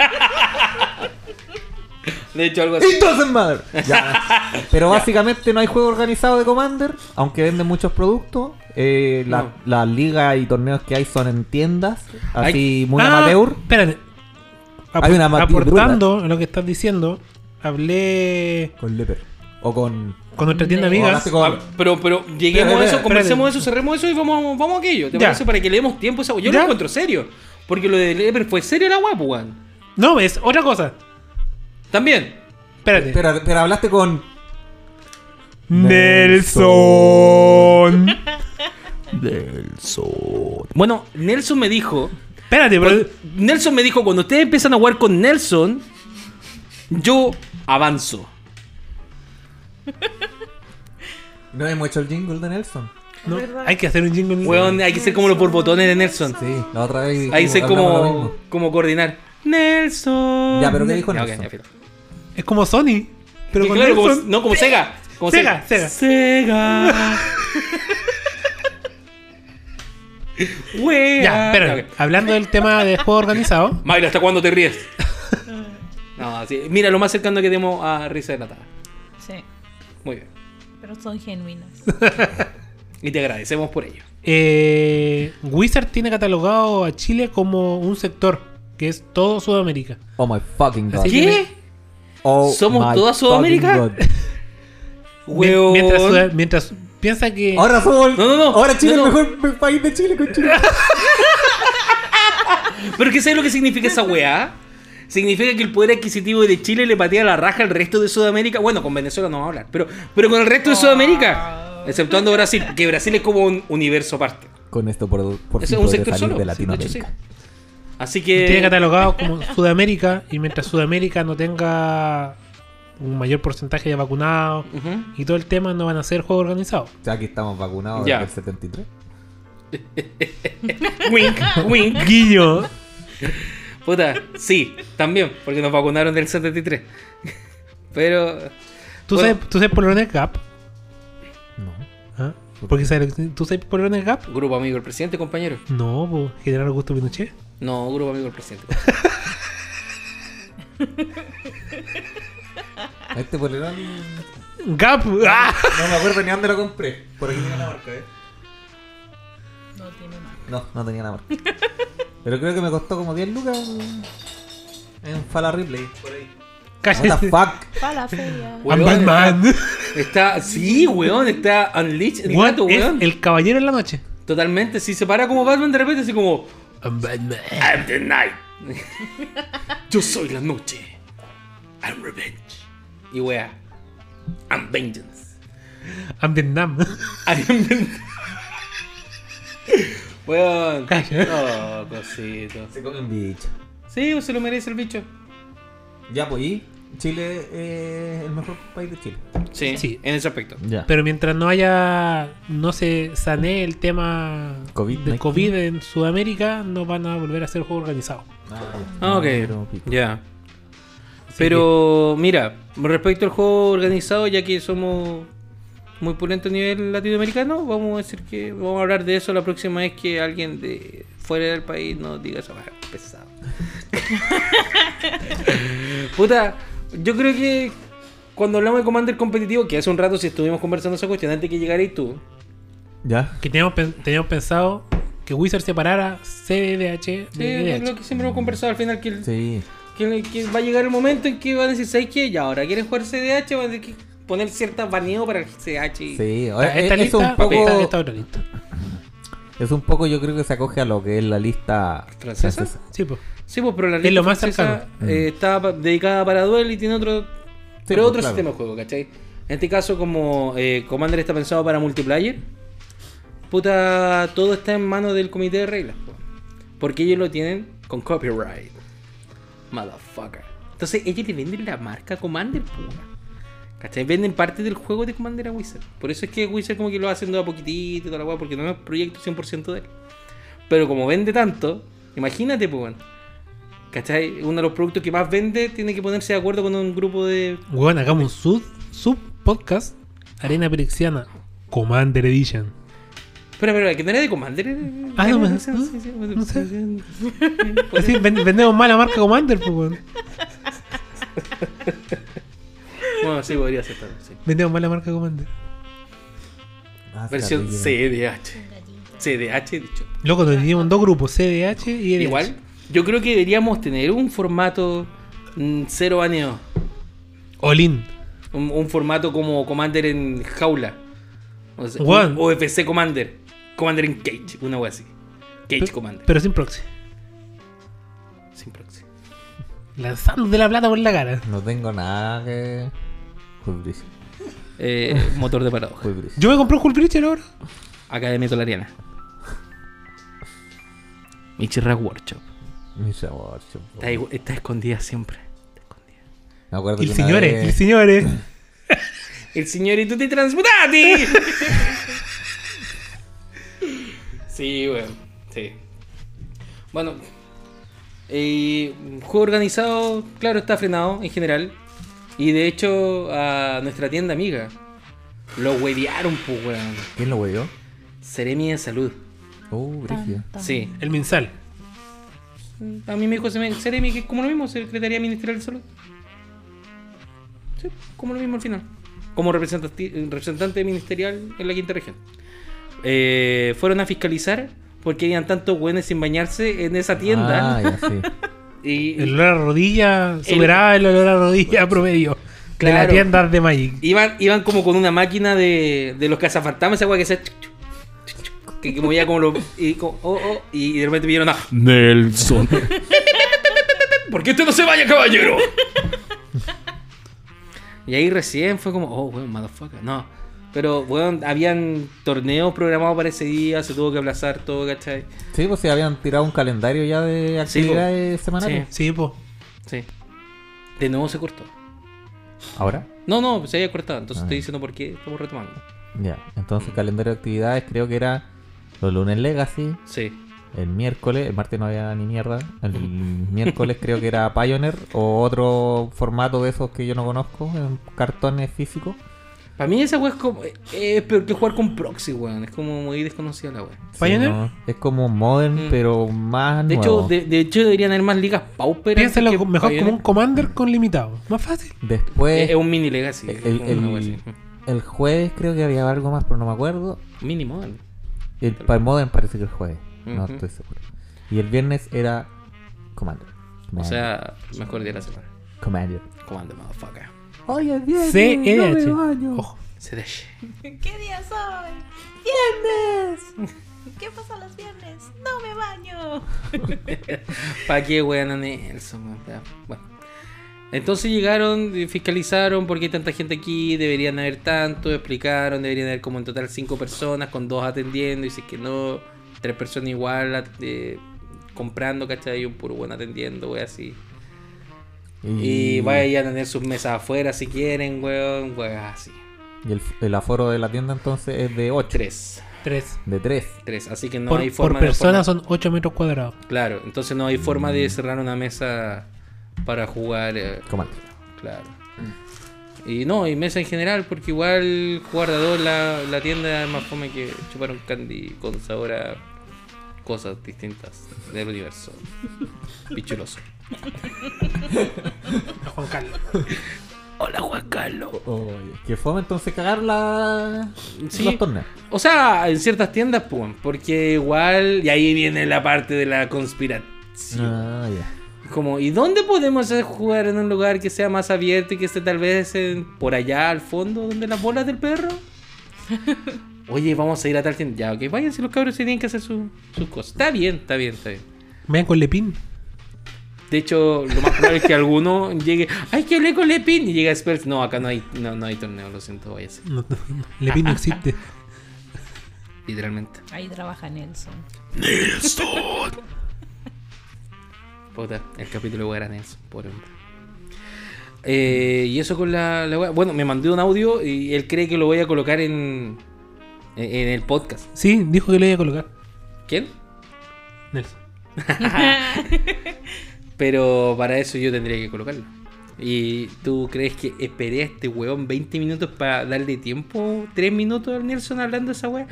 Speaker 1: De hecho, algo así.
Speaker 5: It doesn't matter. Ya. Pero básicamente no hay juego organizado de Commander, aunque venden muchos productos. Eh, la-
Speaker 1: No.
Speaker 5: Las ligas y torneos que hay son en tiendas, así muy
Speaker 2: Ah,
Speaker 5: amateur.
Speaker 2: Espérate.
Speaker 5: Hay una amateur
Speaker 2: aportando a lo que estás diciendo, hablé
Speaker 5: Con Leper. O con.
Speaker 2: con nuestra tienda
Speaker 4: No,
Speaker 2: amiga.
Speaker 5: ahora sí con-
Speaker 1: Pero, pero lleguemos
Speaker 5: Espera,
Speaker 1: a eso,
Speaker 5: espera,
Speaker 1: conversemos eso, cerremos eso y vamos, vamos a aquello. ¿Te
Speaker 2: Ya.
Speaker 1: parece? Para que le demos tiempo a esa- Yo lo
Speaker 2: Ya.
Speaker 1: encuentro serio. Porque lo de Leper fue serio la guapo, weón.
Speaker 2: No, es otra cosa.
Speaker 1: También.
Speaker 2: Espérate.
Speaker 5: Pero, pero hablaste con.
Speaker 2: Nelson.
Speaker 1: Bueno, Nelson me dijo.
Speaker 2: Espérate, pero.
Speaker 1: Nelson me dijo, cuando ustedes empiezan a jugar con Nelson, yo avanzo.
Speaker 5: No hemos hecho el jingle de Nelson.
Speaker 2: no,
Speaker 3: ¿Verdad?
Speaker 2: hay que hacer un jingle.
Speaker 1: Weón, hay que ser como los borbotones de Nelson.
Speaker 5: Sí, la otra vez.
Speaker 1: Ahí
Speaker 5: dijimos-
Speaker 1: sé
Speaker 5: hablamos lo
Speaker 1: cómo,
Speaker 5: mismo.
Speaker 1: cómo coordinar. Nelson.
Speaker 5: Ya, pero ¿qué dijo
Speaker 1: Ya, ok,
Speaker 5: Nelson?
Speaker 1: ya, filo.
Speaker 2: Es como Sony. Pero
Speaker 1: Sí,
Speaker 2: con
Speaker 1: claro, como-
Speaker 2: Nelson.
Speaker 1: no, como Sega. Como
Speaker 2: Sega, Sega.
Speaker 1: Sega. Wea.
Speaker 2: Ya, espérate.
Speaker 1: Ah, ok.
Speaker 2: Hablando del tema de juego organizado.
Speaker 1: Mayra, ¿hasta cuándo te ríes? no, sí. Mira, lo más cercano que tenemos a risa de Natada.
Speaker 4: Sí.
Speaker 1: Muy bien.
Speaker 4: Pero son genuinas.
Speaker 1: Y te agradecemos por ello.
Speaker 2: eh, Wizard tiene catalogado a Chile como un sector que es todo Sudamérica.
Speaker 5: Oh my fucking god.
Speaker 2: Así que
Speaker 1: ¿Qué?
Speaker 5: Oh
Speaker 1: ¿Somos
Speaker 5: my
Speaker 1: toda
Speaker 5: fucking
Speaker 1: Sudamérica?
Speaker 5: god.
Speaker 2: Mien-
Speaker 1: Weón.
Speaker 2: Mientras, Suda- mientras piensa que.
Speaker 5: Ahora somos. el-
Speaker 1: No, no, no.
Speaker 5: Ahora Chile
Speaker 1: No,
Speaker 5: es
Speaker 1: no.
Speaker 5: el mejor país de Chile, con
Speaker 1: Pero ¿qué sabes lo que significa esa weá? Significa que el poder adquisitivo de Chile le patea la raja al resto de Sudamérica. Bueno, con Venezuela no vamos a hablar, pero, pero con el resto
Speaker 2: Ah.
Speaker 1: de Sudamérica. Exceptuando Brasil, que Brasil es como un universo aparte.
Speaker 5: Con esto por, por
Speaker 1: Es
Speaker 5: fin
Speaker 1: un
Speaker 5: podré
Speaker 1: sector
Speaker 5: salir
Speaker 1: solo.
Speaker 5: de
Speaker 1: sí, de hecho, sí.
Speaker 5: Latinoamérica.
Speaker 1: Así
Speaker 2: tiene
Speaker 1: que.
Speaker 2: catalogado como Sudamérica y mientras Sudamérica no tenga un mayor porcentaje de vacunados
Speaker 1: Ujú.
Speaker 2: y todo el tema no van a ser juegos organizados.
Speaker 5: O sea, aquí estamos vacunados
Speaker 1: Ya.
Speaker 5: desde el 73.
Speaker 1: Wink, wink.
Speaker 2: Guiño.
Speaker 1: Puta, sí, también, porque nos vacunaron del 73. Pero.
Speaker 2: ¿Tú,
Speaker 1: Bueno.
Speaker 2: sabes, ¿Tú sabes Polones Gap?
Speaker 5: No.
Speaker 2: ¿Ah? Porque sabes, lo que- ¿Tú sabes Polones Gap?
Speaker 1: Grupo amigo del presidente, compañero.
Speaker 2: No, po, General Augusto Pinochet.
Speaker 1: No, grupo amigo del presidente.
Speaker 5: Este polerón
Speaker 2: Gap. ¡Ah!
Speaker 5: no me acuerdo ni dónde lo compré. Por aquí tenía la marca, eh.
Speaker 4: No tiene nada.
Speaker 5: No, no tenía la marca. Pero creo que me costó como 10 lucas en, en Fala Ripley. Por ahí. What the
Speaker 2: Cállate.
Speaker 5: fuck?
Speaker 4: Para la feria.
Speaker 2: I'm
Speaker 1: Weón,
Speaker 2: Batman.
Speaker 1: Está, sí, weón, está Unleashed el
Speaker 2: What
Speaker 1: gato,
Speaker 2: es
Speaker 1: weón.
Speaker 2: el caballero en la noche.
Speaker 1: Totalmente, si se para como Batman de repente, así como
Speaker 2: I'm Batman.
Speaker 1: I'm the night. Yo soy la noche. I'm revenge. y wea. And vengeance.
Speaker 2: I'm Vietnam.
Speaker 1: I am vengeance. Weón.
Speaker 2: Calla.
Speaker 1: Oh, cosito.
Speaker 5: Se come un bicho.
Speaker 1: Sí, se lo merece el bicho.
Speaker 5: Ya, pues, y Chile es el mejor país de Chile.
Speaker 1: Sí,
Speaker 2: Sí.
Speaker 1: en ese aspecto.
Speaker 5: Ya.
Speaker 2: Pero mientras no haya, no se sanee el tema
Speaker 5: COVID,
Speaker 2: del
Speaker 5: ¿no?
Speaker 2: COVID en Sudamérica, no van a volver a hacer juego organizado.
Speaker 1: Ah, ok. Ya. Pero mira, respecto al juego organizado, ya que somos muy ponentes a nivel latinoamericano, vamos a decir que vamos a hablar de eso la próxima vez que alguien de fuera del país nos diga esa baja pesado. Puta, yo creo que cuando hablamos de Commander competitivo, que hace un rato si estuvimos conversando esa cuestión antes que llegarais tú,
Speaker 5: Ya.
Speaker 2: Que teníamos, pen- teníamos pensado que Wizard separara CDDH
Speaker 1: sí,
Speaker 2: de
Speaker 1: es lo
Speaker 2: DDH.
Speaker 1: que siempre hemos conversado al final que el,
Speaker 5: Sí.
Speaker 1: que, que va a llegar el momento en que van a decir, ¿sabes qué? Y ahora quieren jugar CDH, van a tener que poner ciertas baneo para el CDH. y-
Speaker 5: Sí.
Speaker 2: Esta,
Speaker 5: Ahora,
Speaker 2: esta
Speaker 5: Eh, es,
Speaker 2: lista,
Speaker 5: un poco,
Speaker 2: esta, esta otra lista.
Speaker 5: es un poco, yo creo que se acoge a lo que es la lista
Speaker 1: ¿Francesa?
Speaker 2: Sí, pues.
Speaker 1: Sí, pues, pero la
Speaker 2: Es
Speaker 1: lista
Speaker 2: lo más
Speaker 1: francesa,
Speaker 2: cercano.
Speaker 1: eh, está pa- dedicada para duel y tiene otro, pero
Speaker 5: pues,
Speaker 1: otro
Speaker 5: claro.
Speaker 1: sistema de juego, ¿cachai? En este caso, como eh, Commander está pensado para multiplayer, puta, todo está en manos del comité de reglas, po. porque ellos lo tienen con copyright. Motherfucker. Entonces, ellos le venden la marca Commander, po, weón. ¿Cachai? Venden parte del juego de Commander a Wizard. Por eso es que Wizard como que lo va haciendo a poquitito, y toda la weá, porque no es proyecto 100% de él. Pero como vende tanto, imagínate, pues, weón. ¿Cachai? Uno de los productos que más vende tiene que ponerse de acuerdo con un grupo de.
Speaker 2: Weón, hagamos un sub, sub podcast Arena Pirexiana Commander Edition.
Speaker 1: Espera, espera, que no era de Commander.
Speaker 2: Ah, no, me-
Speaker 1: Sí, sí, sí.
Speaker 2: no sé. Así Pues ven- vendemos más la marca Commander, pues, weón.
Speaker 1: Bueno, sí, podría ser, claro, sí.
Speaker 2: Vendemos más la marca Commander.
Speaker 5: Ah, sí,
Speaker 1: Versión
Speaker 5: sí.
Speaker 1: CDH. CDH, dicho.
Speaker 2: Loco, nos dividimos en dos grupos, CDH y E EDH.
Speaker 1: Igual, yo creo que deberíamos tener un formato mm, cero baneo.
Speaker 2: Olin.
Speaker 1: Un, un formato como Commander en jaula. O sea,
Speaker 2: Weón.
Speaker 1: un OFC Commander. Commander en Cage, una wea así. Cage
Speaker 2: pe-
Speaker 1: Commander.
Speaker 2: Pero sin proxy.
Speaker 1: Sin proxy.
Speaker 2: Lanzando de la plata por la cara.
Speaker 5: No tengo nada que. Julbris.
Speaker 1: Eh, motor de paradoja.
Speaker 5: Julbris.
Speaker 2: Yo me compré un Hulk Breacher ahora.
Speaker 1: Academia Tolariana. Michirra Workshop.
Speaker 5: Mi sabor, chupo.
Speaker 1: Está, ahí- está escondida siempre. Está escondida.
Speaker 5: Me acuerdo
Speaker 2: Y
Speaker 5: que una
Speaker 2: señores,
Speaker 5: vez-
Speaker 2: y señores.
Speaker 1: El señor y tú te transmutaste. sí, bueno. Sí. Bueno. eh, juego organizado, claro, está frenado en general. Y de hecho, a nuestra tienda amiga. Lo huevearon, pues, weón.
Speaker 5: ¿Quién lo huevió?
Speaker 1: Seremi de salud.
Speaker 5: Uh, brígido.
Speaker 4: Tan, tan.
Speaker 1: Sí.
Speaker 2: El Minsal.
Speaker 1: Mm, A mí me dijo Seme- Seremi que es como lo mismo, Secretaría Ministerial de Salud. Sí, como lo mismo al final. Como representati- representante ministerial en la quinta región. Eh, fueron a fiscalizar porque habían tantos güenes sin bañarse en esa tienda.
Speaker 5: Ah, ya, sí.
Speaker 1: y
Speaker 2: El olor a rodilla superaba el, olor a rodilla promedio de las
Speaker 1: Claro.
Speaker 2: tiendas de Magic.
Speaker 1: iban, iban como con una máquina de, de los cazafantasmas, esa weá que se. Que, que movía como los. Y, como, oh, oh, y de repente vieron a.
Speaker 2: Nelson.
Speaker 1: ¿Por qué usted no se vaya, caballero? y ahí recién fue como, oh, weón, motherfucker. No. Pero, weón, habían torneos programados para ese día, se tuvo que aplazar todo, ¿cachai?
Speaker 5: Sí, pues sí, habían tirado un calendario ya de
Speaker 1: Sí, pues, po.
Speaker 5: actividades semanales.
Speaker 2: Sí, po.
Speaker 1: Sí. De nuevo se cortó.
Speaker 5: ¿Ahora?
Speaker 1: No, no, se había cortado, entonces
Speaker 5: Ah.
Speaker 1: estoy diciendo por qué estamos retomando.
Speaker 5: Ya. Entonces, calendario de actividades creo que era los lunes Legacy,
Speaker 1: Sí.
Speaker 5: el miércoles, el martes no había ni mierda, el miércoles creo que era Pioneer o otro formato de esos que yo no conozco, en cartones físicos.
Speaker 1: Para mí esa weá es como. eh, Es peor que jugar con proxy, weón. Es como muy desconocida la weá.
Speaker 5: Sí,
Speaker 2: ¿Pioneer?
Speaker 5: ¿no? Es como modern,
Speaker 1: Mm.
Speaker 5: pero más
Speaker 1: De
Speaker 5: nuevo.
Speaker 1: hecho, de, de hecho deberían haber más ligas pauper.
Speaker 2: Piénsalo
Speaker 1: antes que
Speaker 2: mejor como
Speaker 1: Pioneer.
Speaker 2: un Commander con limitado. Más fácil.
Speaker 1: Eh,
Speaker 5: Después,
Speaker 1: Es un mini legacy.
Speaker 5: el,
Speaker 1: es
Speaker 5: el-
Speaker 1: como una weá así.
Speaker 5: el jueves creo que había algo más, pero no me acuerdo.
Speaker 1: Mini model.
Speaker 5: El, para el modem parece que el jueves, no
Speaker 1: Ujú.
Speaker 5: estoy seguro. Y el viernes era Commander.
Speaker 1: O
Speaker 5: Commander.
Speaker 1: sea, mejor día de la semana.
Speaker 5: Commander.
Speaker 1: Comando, motherfucker.
Speaker 5: Oye, el
Speaker 1: eh,
Speaker 2: CEDH. Ojo.
Speaker 1: CDH.
Speaker 4: ¿Qué día soy? ¡Viernes! ¿Qué pasa los viernes? ¡No me baño!
Speaker 1: ¿Para qué weón a Nelson? weón? Ya, Bueno. Entonces llegaron, eh, fiscalizaron por qué hay tanta gente aquí, deberían haber tanto, explicaron, deberían haber como en total cinco personas, con dos atendiendo, y si es que no, tres personas igual at- eh, comprando, ¿cachai? Y un puro bueno atendiendo, wey, así. Y
Speaker 2: Mm.
Speaker 1: vayan a tener sus mesas afuera si quieren, weón, weón, así.
Speaker 5: Y el, el aforo de la tienda entonces es de 8.
Speaker 1: Tres,
Speaker 2: Tres.
Speaker 5: De 3.
Speaker 1: tres, así que no
Speaker 2: por
Speaker 1: hay
Speaker 2: por
Speaker 1: forma
Speaker 2: persona
Speaker 1: de...
Speaker 2: son 8 metros cuadrados.
Speaker 1: Claro, entonces no hay forma
Speaker 2: Mm.
Speaker 1: de cerrar una mesa para jugar... eh,
Speaker 5: Comando.
Speaker 1: Claro. Y no, y mesa en general, porque igual jugar de a dos la, la tienda es más fome que chupar un candy con sabor a cosas distintas del universo. Pichuloso.
Speaker 2: Juan Carlos.
Speaker 1: Hola Juan Carlos.
Speaker 5: que fome entonces cagar la...
Speaker 1: Oh, Sí.
Speaker 5: los torneos.
Speaker 1: O sea, en ciertas tiendas, pum, porque igual, y ahí viene la parte de la conspiración.
Speaker 5: Ah, ya.
Speaker 1: Como, ¿y dónde podemos hacer jugar en un lugar que sea más abierto y que esté tal vez en- por allá al fondo, donde las bolas del perro? Oye, vamos a ir a tal tienda. Ya, ok, váyanse los cabros si tienen que hacer su- sus cosas. Está bien, está bien, está bien.
Speaker 2: Vean con Lepín.
Speaker 1: De hecho, lo más probable es que alguno llegue. ¡Ay, que hablé con Lepin! Y llega Spurs. No, acá no hay, no, no hay torneo, lo siento, váyase.
Speaker 2: No, no, no. Lepín no existe.
Speaker 1: Literalmente.
Speaker 4: Ahí trabaja Nelson.
Speaker 1: Puta, el capítulo de Guaranés, por hombre. Eh, y eso con la, la wea- Bueno, me mandó un audio y él cree que lo voy a colocar en, en, en el podcast.
Speaker 2: Sí, dijo que le iba a colocar.
Speaker 1: ¿Quién?
Speaker 2: Nelson.
Speaker 1: Pero para eso yo tendría que colocarlo. ¿Y tú crees que esperé a este weón 20 minutos para darle tiempo? ¿3 minutos al Nelson hablando de esa weá?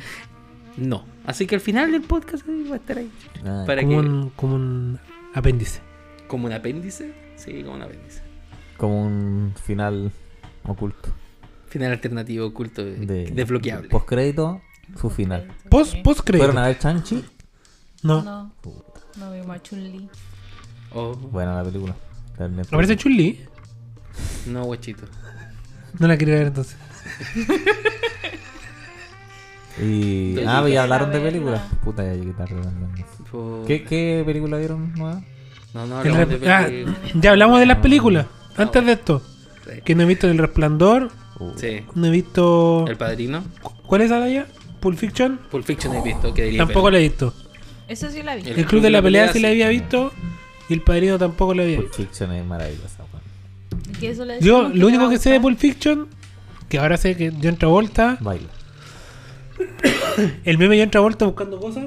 Speaker 1: No. Así que al final del podcast eh, va a estar ahí.
Speaker 5: Ah,
Speaker 1: Para
Speaker 2: Como
Speaker 1: que-
Speaker 2: un, como un apéndice.
Speaker 1: ¿Como un apéndice? Sí, como un apéndice.
Speaker 5: Como un final oculto.
Speaker 1: Final alternativo oculto, eh,
Speaker 5: De,
Speaker 1: desbloqueable.
Speaker 5: Postcrédito, su final.
Speaker 2: Post,
Speaker 4: Ok.
Speaker 2: post
Speaker 5: ¿Fueron a ver Chanchi?
Speaker 2: No.
Speaker 4: No, no vimos a Chun-Li.
Speaker 1: Oh,
Speaker 5: Buena la película. Realmente.
Speaker 2: ¿Aparece Chun-Li?
Speaker 1: no, guachito.
Speaker 2: No la quería ver entonces.
Speaker 5: Y...
Speaker 1: Entonces,
Speaker 5: Ah,
Speaker 1: sí,
Speaker 5: y hablaron de
Speaker 4: verla.
Speaker 5: películas. Puta, ya llegué tarde también.
Speaker 1: Por-
Speaker 5: ¿Qué, ¿Qué película vieron nueva?
Speaker 1: No, no,
Speaker 2: El
Speaker 1: hablamos de
Speaker 2: re- ah,
Speaker 1: películas.
Speaker 2: ya hablamos de las películas. Antes de esto.
Speaker 1: Sí.
Speaker 2: Que no he visto El Resplandor.
Speaker 5: Uh,
Speaker 1: Sí.
Speaker 2: No he visto...
Speaker 1: El Padrino.
Speaker 2: ¿Cu- ¿Cuál es la de allá? ¿Pulp Fiction?
Speaker 1: Pulp Fiction he visto, que diría
Speaker 2: Tampoco la he visto.
Speaker 4: Eso sí la vi.
Speaker 1: El
Speaker 2: El Club de la Pelea sí la había visto. Y El Padrino tampoco la había
Speaker 5: Pulp
Speaker 2: visto.
Speaker 5: Fiction es maravillosa, weón.
Speaker 4: ¿Y qué eso le decimos
Speaker 2: Yo, lo
Speaker 4: le va
Speaker 2: único
Speaker 4: a
Speaker 2: que sé de
Speaker 4: gustar?
Speaker 2: Pulp Fiction... Que ahora sé que John Travolta...
Speaker 5: Baila.
Speaker 2: El meme John Travolta buscando cosas.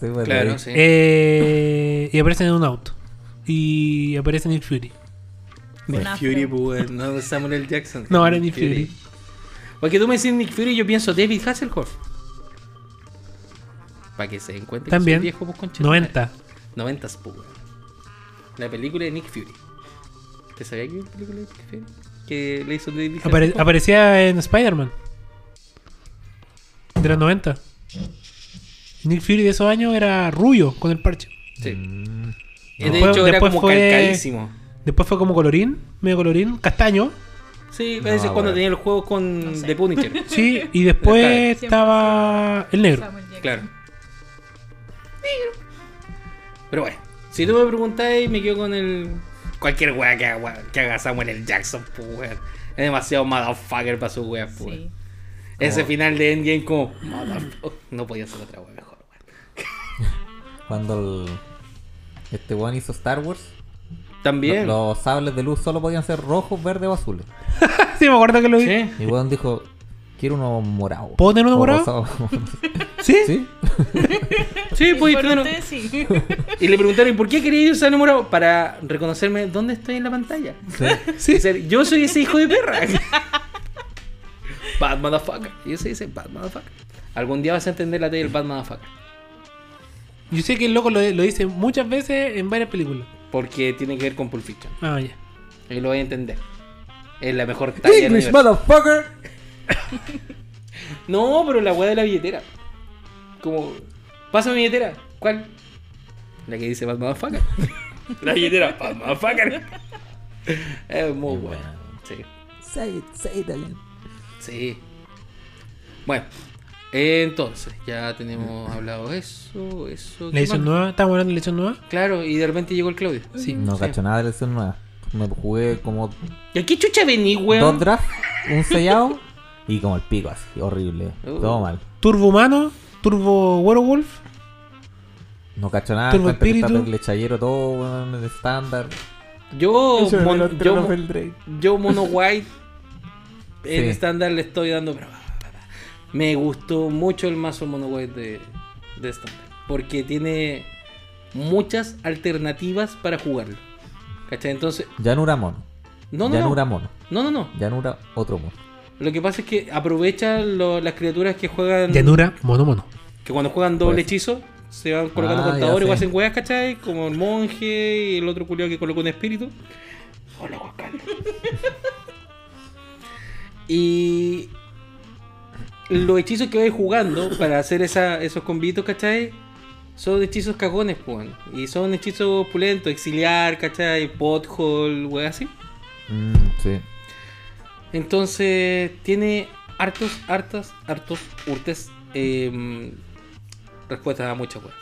Speaker 5: Sí, bueno,
Speaker 1: Claro,
Speaker 5: ahí.
Speaker 1: sí.
Speaker 2: Eh, y aparecen en un auto. Y aparecen en Fury.
Speaker 1: Nick
Speaker 4: Con
Speaker 1: Fury,
Speaker 4: afro.
Speaker 1: pues, weón, no Samuel L. Jackson.
Speaker 2: No, ahora Nick Fury.
Speaker 1: Porque tú me decís Nick Fury, yo pienso David Hasselhoff. Para que se den cuenta
Speaker 2: También.
Speaker 1: que soy viejo, pues, concha.
Speaker 2: 90.
Speaker 1: 90 pues, weón. La película de Nick Fury. ¿Te sabías que había una película de Nick Fury? Que le hizo David
Speaker 2: Apare-
Speaker 1: Hasselhoff.
Speaker 2: aparecía en Spider-Man. De los 90. Nick Fury de esos años era rubio con el parche.
Speaker 1: Sí.
Speaker 5: Mm.
Speaker 1: Y De
Speaker 2: Después-
Speaker 1: hecho, era
Speaker 2: después
Speaker 1: como
Speaker 2: fue-
Speaker 1: calcadísimo.
Speaker 2: Después fue como colorín, medio colorín, castaño.
Speaker 1: Sí,
Speaker 5: No,
Speaker 1: ese es cuando
Speaker 5: weón.
Speaker 1: tenía el juego con
Speaker 4: No sé.
Speaker 1: The Punisher.
Speaker 2: Sí, y después
Speaker 4: Siempre
Speaker 2: estaba el negro.
Speaker 4: Samuel Jackson.
Speaker 1: Claro. Pero bueno, si tú me preguntáis, me quedo con el. Cualquier weá que haga, que haga Samuel L. Jackson, pues weón. Es demasiado motherfucker para su weá, pues.
Speaker 4: Sí.
Speaker 1: Ese final de Endgame, como. motherfucker. No podía ser otra weá mejor, weón.
Speaker 5: Cuando el- este weón hizo Star Wars,
Speaker 1: También.
Speaker 5: lo- los sables de luz solo podían ser rojos, verdes o azules.
Speaker 2: sí, me acuerdo que lo vi. Sí,
Speaker 1: Sí.
Speaker 5: Y el weón dijo, quiero uno morado.
Speaker 2: ¿Puedo tener uno
Speaker 5: O
Speaker 2: morado?
Speaker 5: rosado.
Speaker 2: sí.
Speaker 5: ¿Sí?
Speaker 1: Sí,
Speaker 4: Y
Speaker 1: pues,
Speaker 4: por
Speaker 1: claro.
Speaker 4: ustedes sí.
Speaker 1: Y le preguntaron, ¿y por qué quería irse a enamorado? Para reconocerme dónde estoy en la pantalla. O sea, yo soy ese hijo de perra. bad motherfucker. Yo soy ese bad motherfucker. Algún día vas a entender la teoría del bad motherfucker.
Speaker 2: Yo sé que el loco lo, lo dice muchas veces en varias películas.
Speaker 1: Porque tiene que ver con Pulp Fiction.
Speaker 2: Ah, ya.
Speaker 1: Y lo voy a entender. Es la mejor talla del
Speaker 5: English
Speaker 1: universo.
Speaker 5: motherfucker.
Speaker 1: No, pero la weá de la billetera. Como, pásame mi billetera. ¿Cuál? La que dice Bad Motherfucker. la billetera Bad Motherfucker. es muy buena.
Speaker 5: Es buena.
Speaker 1: Sí.
Speaker 5: Say it, say it again.
Speaker 1: Sí. Bueno, entonces, ya tenemos hablado eso, eso.
Speaker 2: La
Speaker 1: ¿qué
Speaker 2: edición
Speaker 1: más?
Speaker 2: nueva, estamos hablando de la edición nueva.
Speaker 1: Claro, y de repente llegó el Claudio.
Speaker 2: Sí.
Speaker 5: No cacho nada de lección nueva. me jugué como
Speaker 1: ¿Y a qué chucha vení,
Speaker 5: dos
Speaker 1: weón?
Speaker 5: drafts, un sellado y como el pico así, horrible.
Speaker 1: Uh.
Speaker 5: Todo mal.
Speaker 2: Turbo Humano, Turbo Werewolf.
Speaker 5: No cacho nada,
Speaker 2: Turbo
Speaker 5: encuentro que está
Speaker 2: Espíritu.
Speaker 5: el lechallero todo weón, el estándar.
Speaker 1: Yo,
Speaker 5: Eso era
Speaker 1: mon-
Speaker 5: el otro
Speaker 1: yo,
Speaker 5: Novel Drake.
Speaker 1: yo mono white en
Speaker 5: Sí.
Speaker 1: estándar le estoy dando. pero- Me gustó mucho el mazo mono white de, de estándar. Porque tiene muchas alternativas para jugarlo. ¿Cachai? Entonces.
Speaker 5: Llanura mono.
Speaker 1: No, no,
Speaker 5: Llanura
Speaker 1: no.
Speaker 5: mono.
Speaker 1: No, no, no.
Speaker 5: Llanura otro mono.
Speaker 1: Lo que pasa es que aprovecha lo- las criaturas que juegan.
Speaker 2: Llanura, mono, mono.
Speaker 1: Que cuando juegan doble
Speaker 5: Pues.
Speaker 1: hechizo, se van colocando
Speaker 5: Ah, ya
Speaker 1: contadores o
Speaker 5: sé.
Speaker 1: hacen weas, ¿cachai? Como el monje y el otro culiao que colocó un espíritu. Hola, Juan Carlos. y los hechizos que vais jugando para hacer esa- esos combitos, ¿cachai? Son hechizos cagones, pues. Y son hechizos opulentos, exiliar, ¿cachai? Pothole, weas así.
Speaker 5: Mm, sí.
Speaker 1: Entonces tiene hartos, hartas, hartos, hurtes eh, respuestas a muchas cosas.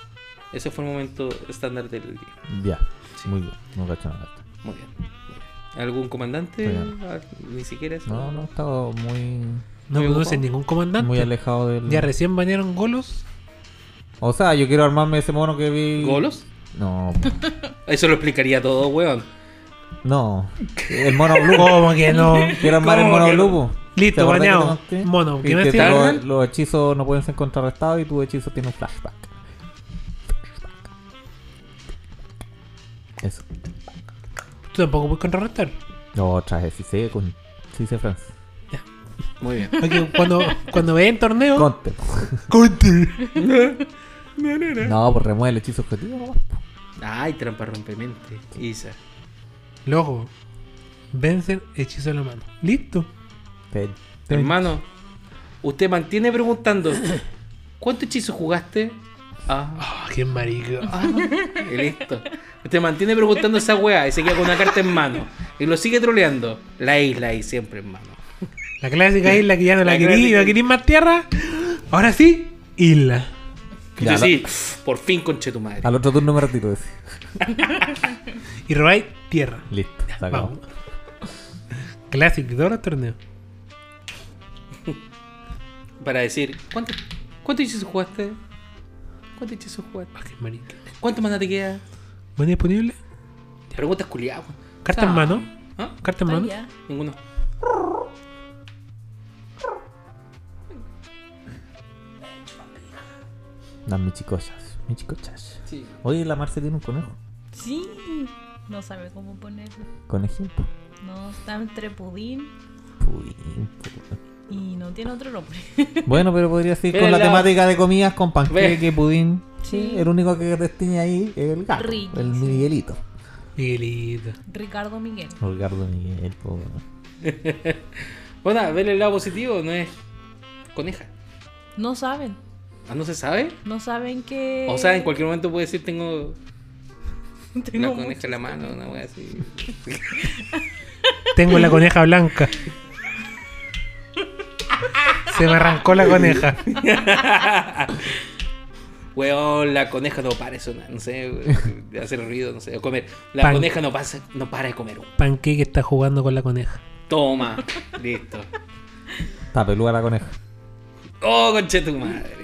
Speaker 1: Ese fue el momento estándar del día.
Speaker 5: Ya. Muy bien. No cacho nada.
Speaker 1: Muy bien. ¿Algún comandante?
Speaker 5: Muy
Speaker 1: Ah, Ni siquiera eso.
Speaker 5: No, no he estado muy,
Speaker 2: No
Speaker 1: Muy
Speaker 2: conoce
Speaker 1: ocupado.
Speaker 2: ningún comandante.
Speaker 5: muy alejado del.
Speaker 2: Ya recién bañaron golos.
Speaker 5: O sea, yo quiero armarme ese mono que vi.
Speaker 1: ¿Golos?
Speaker 5: No,
Speaker 1: Eso lo explicaría todo, weón.
Speaker 5: no. El mono blue.
Speaker 2: ¿Cómo que no?
Speaker 5: Quiero armar el
Speaker 1: ¿Cómo
Speaker 5: mono
Speaker 1: que no?
Speaker 5: blue. po.
Speaker 2: Listo,
Speaker 5: ¿Te acordás que
Speaker 2: bañado.
Speaker 5: te conté?
Speaker 2: Mono,
Speaker 5: Y
Speaker 2: ¿qué me
Speaker 5: que
Speaker 2: hacía
Speaker 5: te-
Speaker 2: armar?
Speaker 5: los, los hechizos no pueden ser contrarrestados y tu hechizo tiene un flashback. Eso.
Speaker 2: Tú tampoco puedes contrarrestar.
Speaker 5: No, traje, sí sé, con. Sí sé, Franz.
Speaker 1: Muy bien.
Speaker 2: Porque cuando, cuando vean torneo.
Speaker 5: Conte.
Speaker 2: Conte.
Speaker 5: No, pues remueve el hechizo objetivo. pues, nomás, po.
Speaker 1: Ay, trampa rompemente. Isa.
Speaker 2: Loco. Vencer hechizo en la mano. Listo.
Speaker 5: Te- te-
Speaker 1: Hermano, usted mantiene preguntando: ¿Cuánto hechizo jugaste? Ah.
Speaker 2: Ah, qué marico.
Speaker 1: Y listo. Te mantiene preguntando esa weá y se queda con una carta en mano. Y lo sigue troleando. La isla ahí siempre en mano.
Speaker 2: La clásica isla que ya no la,
Speaker 1: La
Speaker 2: querí,
Speaker 1: clásica.
Speaker 2: no querí más tierra. Ahora sí, isla.
Speaker 1: Y
Speaker 5: Ya,
Speaker 1: tú
Speaker 5: lo-
Speaker 1: sí, por fin conche tu madre.
Speaker 5: Al otro turno me retiro, ese.
Speaker 2: Y robáis tierra.
Speaker 5: Listo, sacamos.
Speaker 2: Vamos. Clásico, de todos los torneos.
Speaker 1: Para decir, ¿cuánto, cuánto hechizos jugaste? ¿Cuánto hechizos jugaste?
Speaker 2: Ah, qué marico.
Speaker 1: ¿Cuánto mana te queda?
Speaker 2: ¿Bueno disponible?
Speaker 1: Te preguntas culiado.
Speaker 2: Carta en mano.
Speaker 1: ¿Ah?
Speaker 2: Carta en
Speaker 3: Ah,
Speaker 2: mano.
Speaker 3: ya.
Speaker 1: Ninguno.
Speaker 5: Las michicochas. Michicochas.
Speaker 1: Sí.
Speaker 5: Oye, la Marce tiene un conejo.
Speaker 3: Sí. No sabe cómo ponerlo.
Speaker 5: Conejín, po.
Speaker 3: No, está entre pudín
Speaker 5: Pudín, po.
Speaker 3: y no tiene otro nombre.
Speaker 5: Bueno, pero podría ser con
Speaker 1: Ve
Speaker 5: la,
Speaker 1: la-
Speaker 5: temática de comidas, con panqueque, pudín.
Speaker 3: Sí.
Speaker 5: El único que destiñe ahí es el gato.
Speaker 3: Ricky,
Speaker 5: el
Speaker 3: sí.
Speaker 5: Miguelito.
Speaker 2: Miguelito.
Speaker 3: Ricardo Miguel.
Speaker 5: El gato de Miguel, po.
Speaker 1: Bueno, ver el lado positivo, no es coneja.
Speaker 3: No saben.
Speaker 1: Ah, no se sabe.
Speaker 3: No saben que.
Speaker 1: O sea, en cualquier momento puede decir tengo una
Speaker 3: Tengo
Speaker 1: coneja en la mano, una wea así.
Speaker 2: Tengo la coneja blanca. Se me arrancó la coneja.
Speaker 1: Weón, la coneja no para eso, no sé, weón, de hacer ruido, no sé, o comer. La
Speaker 2: Pan.
Speaker 1: coneja no pasa, no para de comer. weón.
Speaker 2: Panqueque está jugando con la coneja.
Speaker 1: Toma, listo.
Speaker 5: Está peluda la coneja.
Speaker 1: Oh, conche tu madre.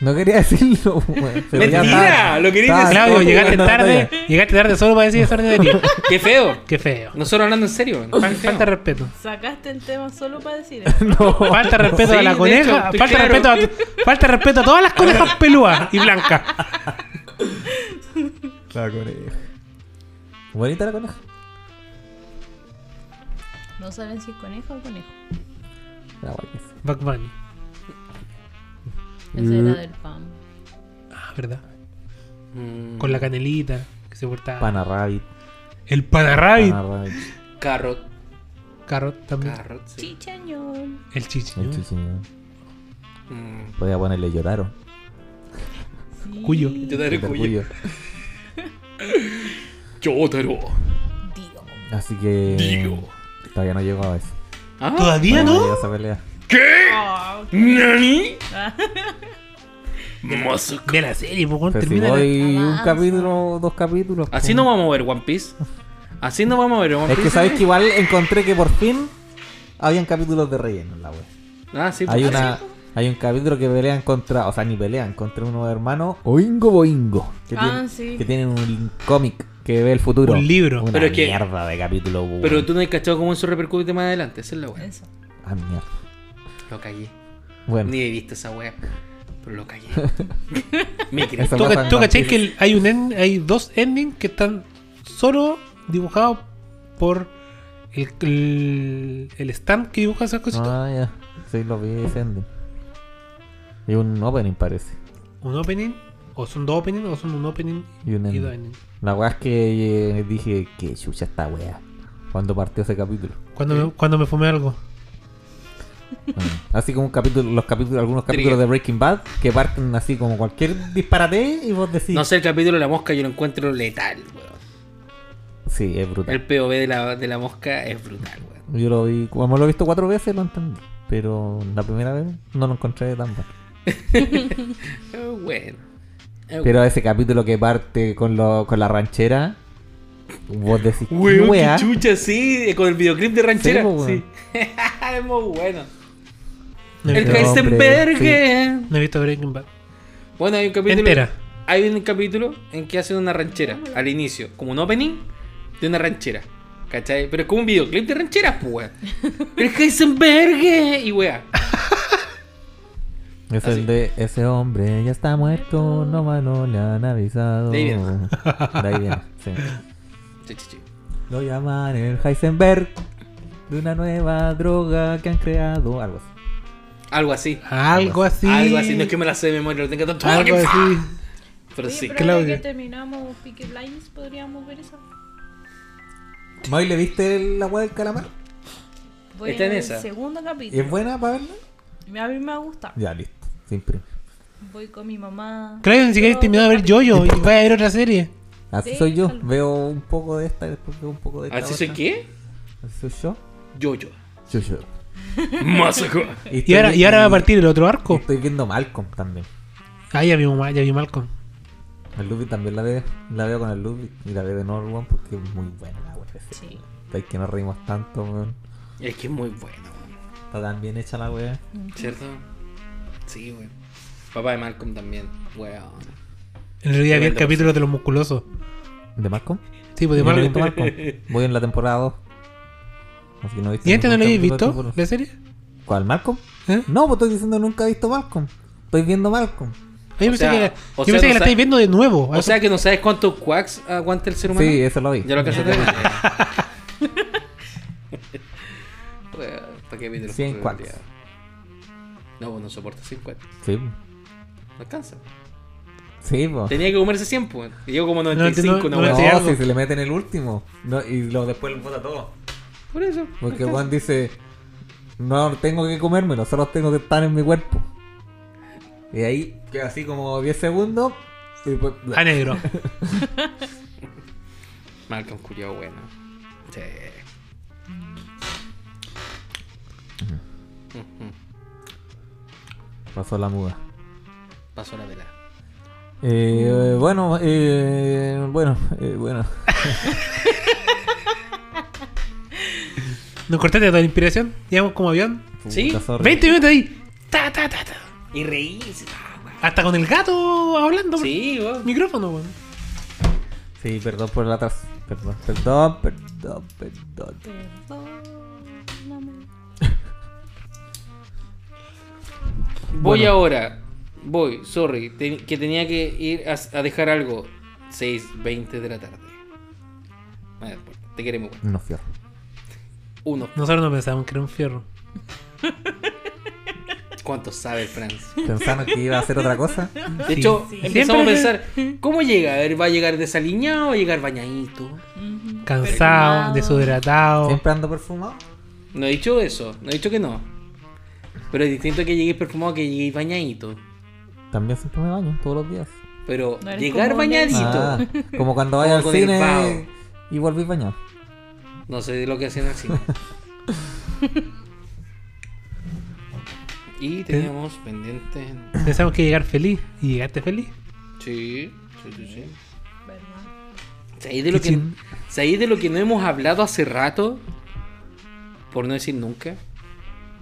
Speaker 5: No quería decirlo, weón, pero ya
Speaker 1: Mentira,
Speaker 5: estaba-
Speaker 1: lo quería
Speaker 5: estaba-
Speaker 1: decir.
Speaker 2: Claro,
Speaker 5: estaba
Speaker 2: llegaste
Speaker 5: jugando
Speaker 2: tarde.
Speaker 5: todavía.
Speaker 2: Llegaste tarde solo para decir tarde de ti.
Speaker 1: Qué feo.
Speaker 2: Qué feo.
Speaker 1: Nosotros hablando en serio, weón.
Speaker 2: Fal- Falta de respeto.
Speaker 3: Sacaste el tema solo para decir eso.
Speaker 2: Falta de respeto
Speaker 1: Sí,
Speaker 2: a
Speaker 1: de
Speaker 2: la
Speaker 1: hecho,
Speaker 2: coneja.
Speaker 1: estoy
Speaker 2: falta, de respeto
Speaker 1: claro.
Speaker 2: a, falta de respeto a todas las conejas pelúas y blancas.
Speaker 5: La coneja. Bonita la coneja.
Speaker 3: No saben si es conejo o conejo.
Speaker 5: La guay que es.
Speaker 2: Back Bunny.
Speaker 3: Esa era del pan.
Speaker 2: Ah, verdad.
Speaker 1: Mm,
Speaker 2: Con la canelita que se portaba.
Speaker 5: Pana Rabbit.
Speaker 2: El panarrabbit.
Speaker 5: Pana Rabbit.
Speaker 1: carrot,
Speaker 2: Carrot también.
Speaker 1: carrot, sí.
Speaker 3: Chichañón.
Speaker 2: El chichi.
Speaker 5: El
Speaker 2: ¿no?
Speaker 5: chichiñón.
Speaker 1: Mm.
Speaker 5: Voy a ponerle oh. lloraron.
Speaker 3: Sí.
Speaker 2: Cuyo.
Speaker 1: Yo te daré cuyo. Yo te lo
Speaker 3: Digo.
Speaker 5: Así que.
Speaker 1: digo.
Speaker 5: Todavía no llegó a eso.
Speaker 1: ¿Ah?
Speaker 2: ¿Todavía
Speaker 5: Todavía
Speaker 2: no?
Speaker 5: no llegó a esa pelea.
Speaker 3: Ah, ok.
Speaker 1: ¿Nani? Mazo-
Speaker 2: Ve la serie, po, weón,
Speaker 5: Pero si
Speaker 2: termina la-
Speaker 5: voy un
Speaker 3: Avanza.
Speaker 5: capítulo, dos capítulos.
Speaker 1: Así
Speaker 5: pues.
Speaker 1: no vamos a ver One Piece. Así nos vamos a ver. One
Speaker 5: Es que
Speaker 1: Piece.
Speaker 5: sabes que igual encontré que por fin habían capítulos de relleno en la web.
Speaker 1: Ah, sí,
Speaker 5: Hay
Speaker 1: pues.
Speaker 5: una hay un capítulo que pelean contra, o sea, ni pelean contra unos hermanos Oingo Boingo, que,
Speaker 3: Ah,
Speaker 5: tienen,
Speaker 3: sí.
Speaker 5: que tienen un cómic que ve el futuro.
Speaker 2: Un libro.
Speaker 5: Una
Speaker 1: Pero es que-
Speaker 5: mierda de capítulo. weón.
Speaker 1: Pero tú no has cachado cómo eso repercute más adelante. Esa es la weá.
Speaker 3: Eso.
Speaker 5: Ah, mierda.
Speaker 1: Lo callé.
Speaker 5: Bueno, Ah,
Speaker 1: Ni he visto esa weá. Pero lo callé. Me creí.
Speaker 5: eso
Speaker 2: ¿Tú,
Speaker 5: pasa en
Speaker 2: tú
Speaker 5: One
Speaker 2: cachai que
Speaker 5: Piece.
Speaker 2: el- hay, un en- hay dos endings que están solo dibujados por el, el, el stand que dibuja esas cositas?
Speaker 5: Ah, ya. Sí, lo vi ese ending. Y un opening parece.
Speaker 2: ¿Un opening? ¿O son dos openings? ¿O son un opening
Speaker 5: Ah. Y un
Speaker 2: y dos
Speaker 5: ending.
Speaker 2: endings?
Speaker 5: La weá es que eh, dije, que chucha esta weá. Cuando partió ese capítulo.
Speaker 2: Cuando, me, cuando me fumé algo.
Speaker 5: Mm. Así como un capítulo, los capítulos, algunos capítulos
Speaker 1: Trigger.
Speaker 5: de Breaking Bad que parten así como cualquier disparate y vos decís.
Speaker 1: No sé, el capítulo de la mosca yo lo encuentro letal, weón.
Speaker 5: Sí, es brutal.
Speaker 1: El POV de la, de la mosca es brutal, weón.
Speaker 5: Yo lo vi, como lo he visto cuatro veces, lo entendí. Pero la primera vez no lo encontré tan bueno.
Speaker 1: Es bueno. Es
Speaker 5: Pero ese capítulo que parte con, lo, con la ranchera, vos decís. ¿qué
Speaker 1: Weón, qué
Speaker 5: weá?
Speaker 1: chucha, sí, eh, con el videoclip de ranchera.
Speaker 5: Sí, po,
Speaker 1: Sí,
Speaker 5: weón.
Speaker 1: es muy bueno.
Speaker 2: No he
Speaker 1: El
Speaker 5: Pero,
Speaker 2: visto-
Speaker 5: hombre,
Speaker 1: Heisenberg. eh.
Speaker 2: no he visto Breaking Bad.
Speaker 1: Bueno, hay un capítulo.
Speaker 2: Entera.
Speaker 1: Hay un capítulo en que hacen una ranchera al inicio, como un opening de una ranchera. ¿Cachai? Pero es como un videoclip de rancheras, pues, weón. El Heisenberg eh, y weá.
Speaker 5: Es el de ese hombre ya está muerto, no mano le han avisado.
Speaker 1: De ahí viene.
Speaker 5: De ahí viene, sí.
Speaker 1: Chi, chi, chi.
Speaker 5: Lo llaman el Heisenberg de una nueva droga que han creado. Algo así.
Speaker 1: Algo así.
Speaker 2: Algo así.
Speaker 1: Algo así. No es que me la sé de memoria, lo tenga tanto.
Speaker 2: Algo así.
Speaker 1: Pero sí.
Speaker 4: pero ahora
Speaker 2: Claudia.
Speaker 4: que terminamos Peaky Blinders, podríamos ver esa.
Speaker 5: Moy, ¿le viste la weá del calamar?
Speaker 4: Voy
Speaker 1: Está en
Speaker 4: en el
Speaker 1: esa.
Speaker 4: segundo
Speaker 5: ¿Es
Speaker 4: capítulo.
Speaker 5: buena para verla?
Speaker 4: A mí me gusta.
Speaker 5: Ya, listo. Siempre.
Speaker 4: Voy con mi mamá.
Speaker 2: Claro, ni siquiera he terminado de ver Jojo y voy a ver otra serie.
Speaker 5: Así
Speaker 4: Sí,
Speaker 5: soy yo.
Speaker 4: tal-
Speaker 5: Veo un poco de esta y después veo un poco de esta.
Speaker 1: ¿Así soy
Speaker 5: otra.
Speaker 1: qué?
Speaker 5: Así soy yo.
Speaker 1: Yo, yo.
Speaker 5: Yo, yo.
Speaker 1: Masacre.
Speaker 2: Y ahora, y ahora va a partir el otro
Speaker 5: y
Speaker 2: arco.
Speaker 5: Estoy viendo Malcolm también.
Speaker 2: Ah, ya vi, Ma- ya vi Malcolm.
Speaker 5: El Ludwig también la veo. La veo con el Ludwig y la veo de nuevo weón, porque es muy buena la weá.
Speaker 4: Sí.
Speaker 5: Es que nos reímos tanto, weón.
Speaker 1: Es que es muy bueno, weón.
Speaker 5: Está tan bien hecha la weá.
Speaker 1: ¿Cierto? Sí, weón. Papá de Malcolm también, weón.
Speaker 2: El otro día vi el
Speaker 1: Tremendo
Speaker 2: capítulo de los musculosos.
Speaker 5: ¿De Malcolm?
Speaker 2: Sí, pues de
Speaker 5: Yo no he visto
Speaker 2: Malcolm.
Speaker 5: Malcolm. Voy en la temporada 2. Así que no he visto
Speaker 2: ¿Y este no lo
Speaker 5: ningún
Speaker 2: habéis
Speaker 5: capítulo
Speaker 2: visto?
Speaker 5: de
Speaker 2: ¿La serie?
Speaker 5: Malcolm. ¿Cuál, Malcolm?
Speaker 2: ¿Eh?
Speaker 5: No, pues estoy diciendo nunca he visto Malcolm. Estoy viendo Malcolm.
Speaker 2: Ah, Yo pensé
Speaker 1: sea,
Speaker 2: que, la-
Speaker 1: o
Speaker 2: yo
Speaker 1: sea, no
Speaker 2: pensé que la
Speaker 1: sa-
Speaker 2: estáis viendo de nuevo.
Speaker 1: O sea que no sabes cuántos quacks aguanta el ser humano.
Speaker 5: Sí, eh. eso lo vi.
Speaker 1: Ya lo alcanzaste.
Speaker 5: Ya.
Speaker 1: Weón, ¿para qué viste los
Speaker 5: Cien
Speaker 1: cuatro del
Speaker 5: quacks.
Speaker 1: día? No, pues no soporta 100 quacks.
Speaker 5: Sí,
Speaker 1: No alcanza.
Speaker 5: sí, po.
Speaker 1: Tenía que comerse 100, pues. Y yo como 95, una
Speaker 2: no,
Speaker 1: weá.
Speaker 5: No,
Speaker 2: sí, algo.
Speaker 5: si se le mete en el último. No, y lo, después lo bota todo.
Speaker 1: Por eso.
Speaker 5: Porque
Speaker 1: no alcanza.
Speaker 5: Juan dice: No tengo que comérmelo, solo tengo que estar en mi cuerpo. Y ahí, queda así como 10 segundos. Y después,
Speaker 1: ah,
Speaker 2: a negro.
Speaker 1: Malcolm culiao bueno. Sí. Ujú.
Speaker 5: pasó la muda.
Speaker 1: Pasó la vela.
Speaker 5: Eh, bueno, eh, bueno, eh, bueno.
Speaker 2: Nos cortaste toda la inspiración. Llevamos como avión.
Speaker 1: ¿Sí?
Speaker 5: Puta, sorry.
Speaker 2: 20 minutos ahí. Ta, ta, ta, ta.
Speaker 1: Y reírse. ah, weón.
Speaker 2: Hasta con el gato hablando. por
Speaker 1: Sí,
Speaker 2: el
Speaker 1: weón.
Speaker 2: Micrófono, weón.
Speaker 5: Sí, perdón por el atraso. Perdón, perdón, perdón, perdón.
Speaker 4: Perdóname.
Speaker 1: Voy
Speaker 5: Bueno.
Speaker 1: ahora. Voy, sorry. te- que tenía que ir a, a dejar algo. 6.20 de la tarde. A ver, te queremos. weón.
Speaker 5: No fierro.
Speaker 1: Uno.
Speaker 2: Nosotros no pensábamos que era un fierro.
Speaker 1: ¿Cuánto sabe el Franz?
Speaker 5: Pensaron que iba a hacer otra cosa.
Speaker 1: De hecho,
Speaker 2: Sí.
Speaker 1: empezamos
Speaker 2: Siempre-
Speaker 1: a pensar, ¿cómo llega? A ver, ¿va a llegar desaliñado o va a llegar bañadito?
Speaker 4: Ujú.
Speaker 2: Cansado,
Speaker 4: Perfumado.
Speaker 2: deshidratado.
Speaker 5: Siempre ando perfumado.
Speaker 1: No he dicho eso, no he dicho que no. Pero es distinto que llegues perfumado que llegues bañadito.
Speaker 5: También siempre me baño todos los días.
Speaker 1: Pero
Speaker 4: No eres
Speaker 1: llegar
Speaker 4: como un
Speaker 1: bañadito.
Speaker 5: Ah, como cuando vaya
Speaker 1: Como
Speaker 5: al
Speaker 1: con el
Speaker 5: cine
Speaker 1: vago.
Speaker 5: y volví bañado.
Speaker 1: No sé lo que hacen así. y teníamos pendiente.
Speaker 2: Pensamos que iba a llegar feliz. Y llegaste feliz.
Speaker 1: Sí, sí, sí, sí.
Speaker 4: Verdad.
Speaker 1: ¿Sabéis de, lo que,
Speaker 2: Kitchen.
Speaker 1: ¿Sabéis de lo que no hemos hablado hace rato? Por no decir nunca.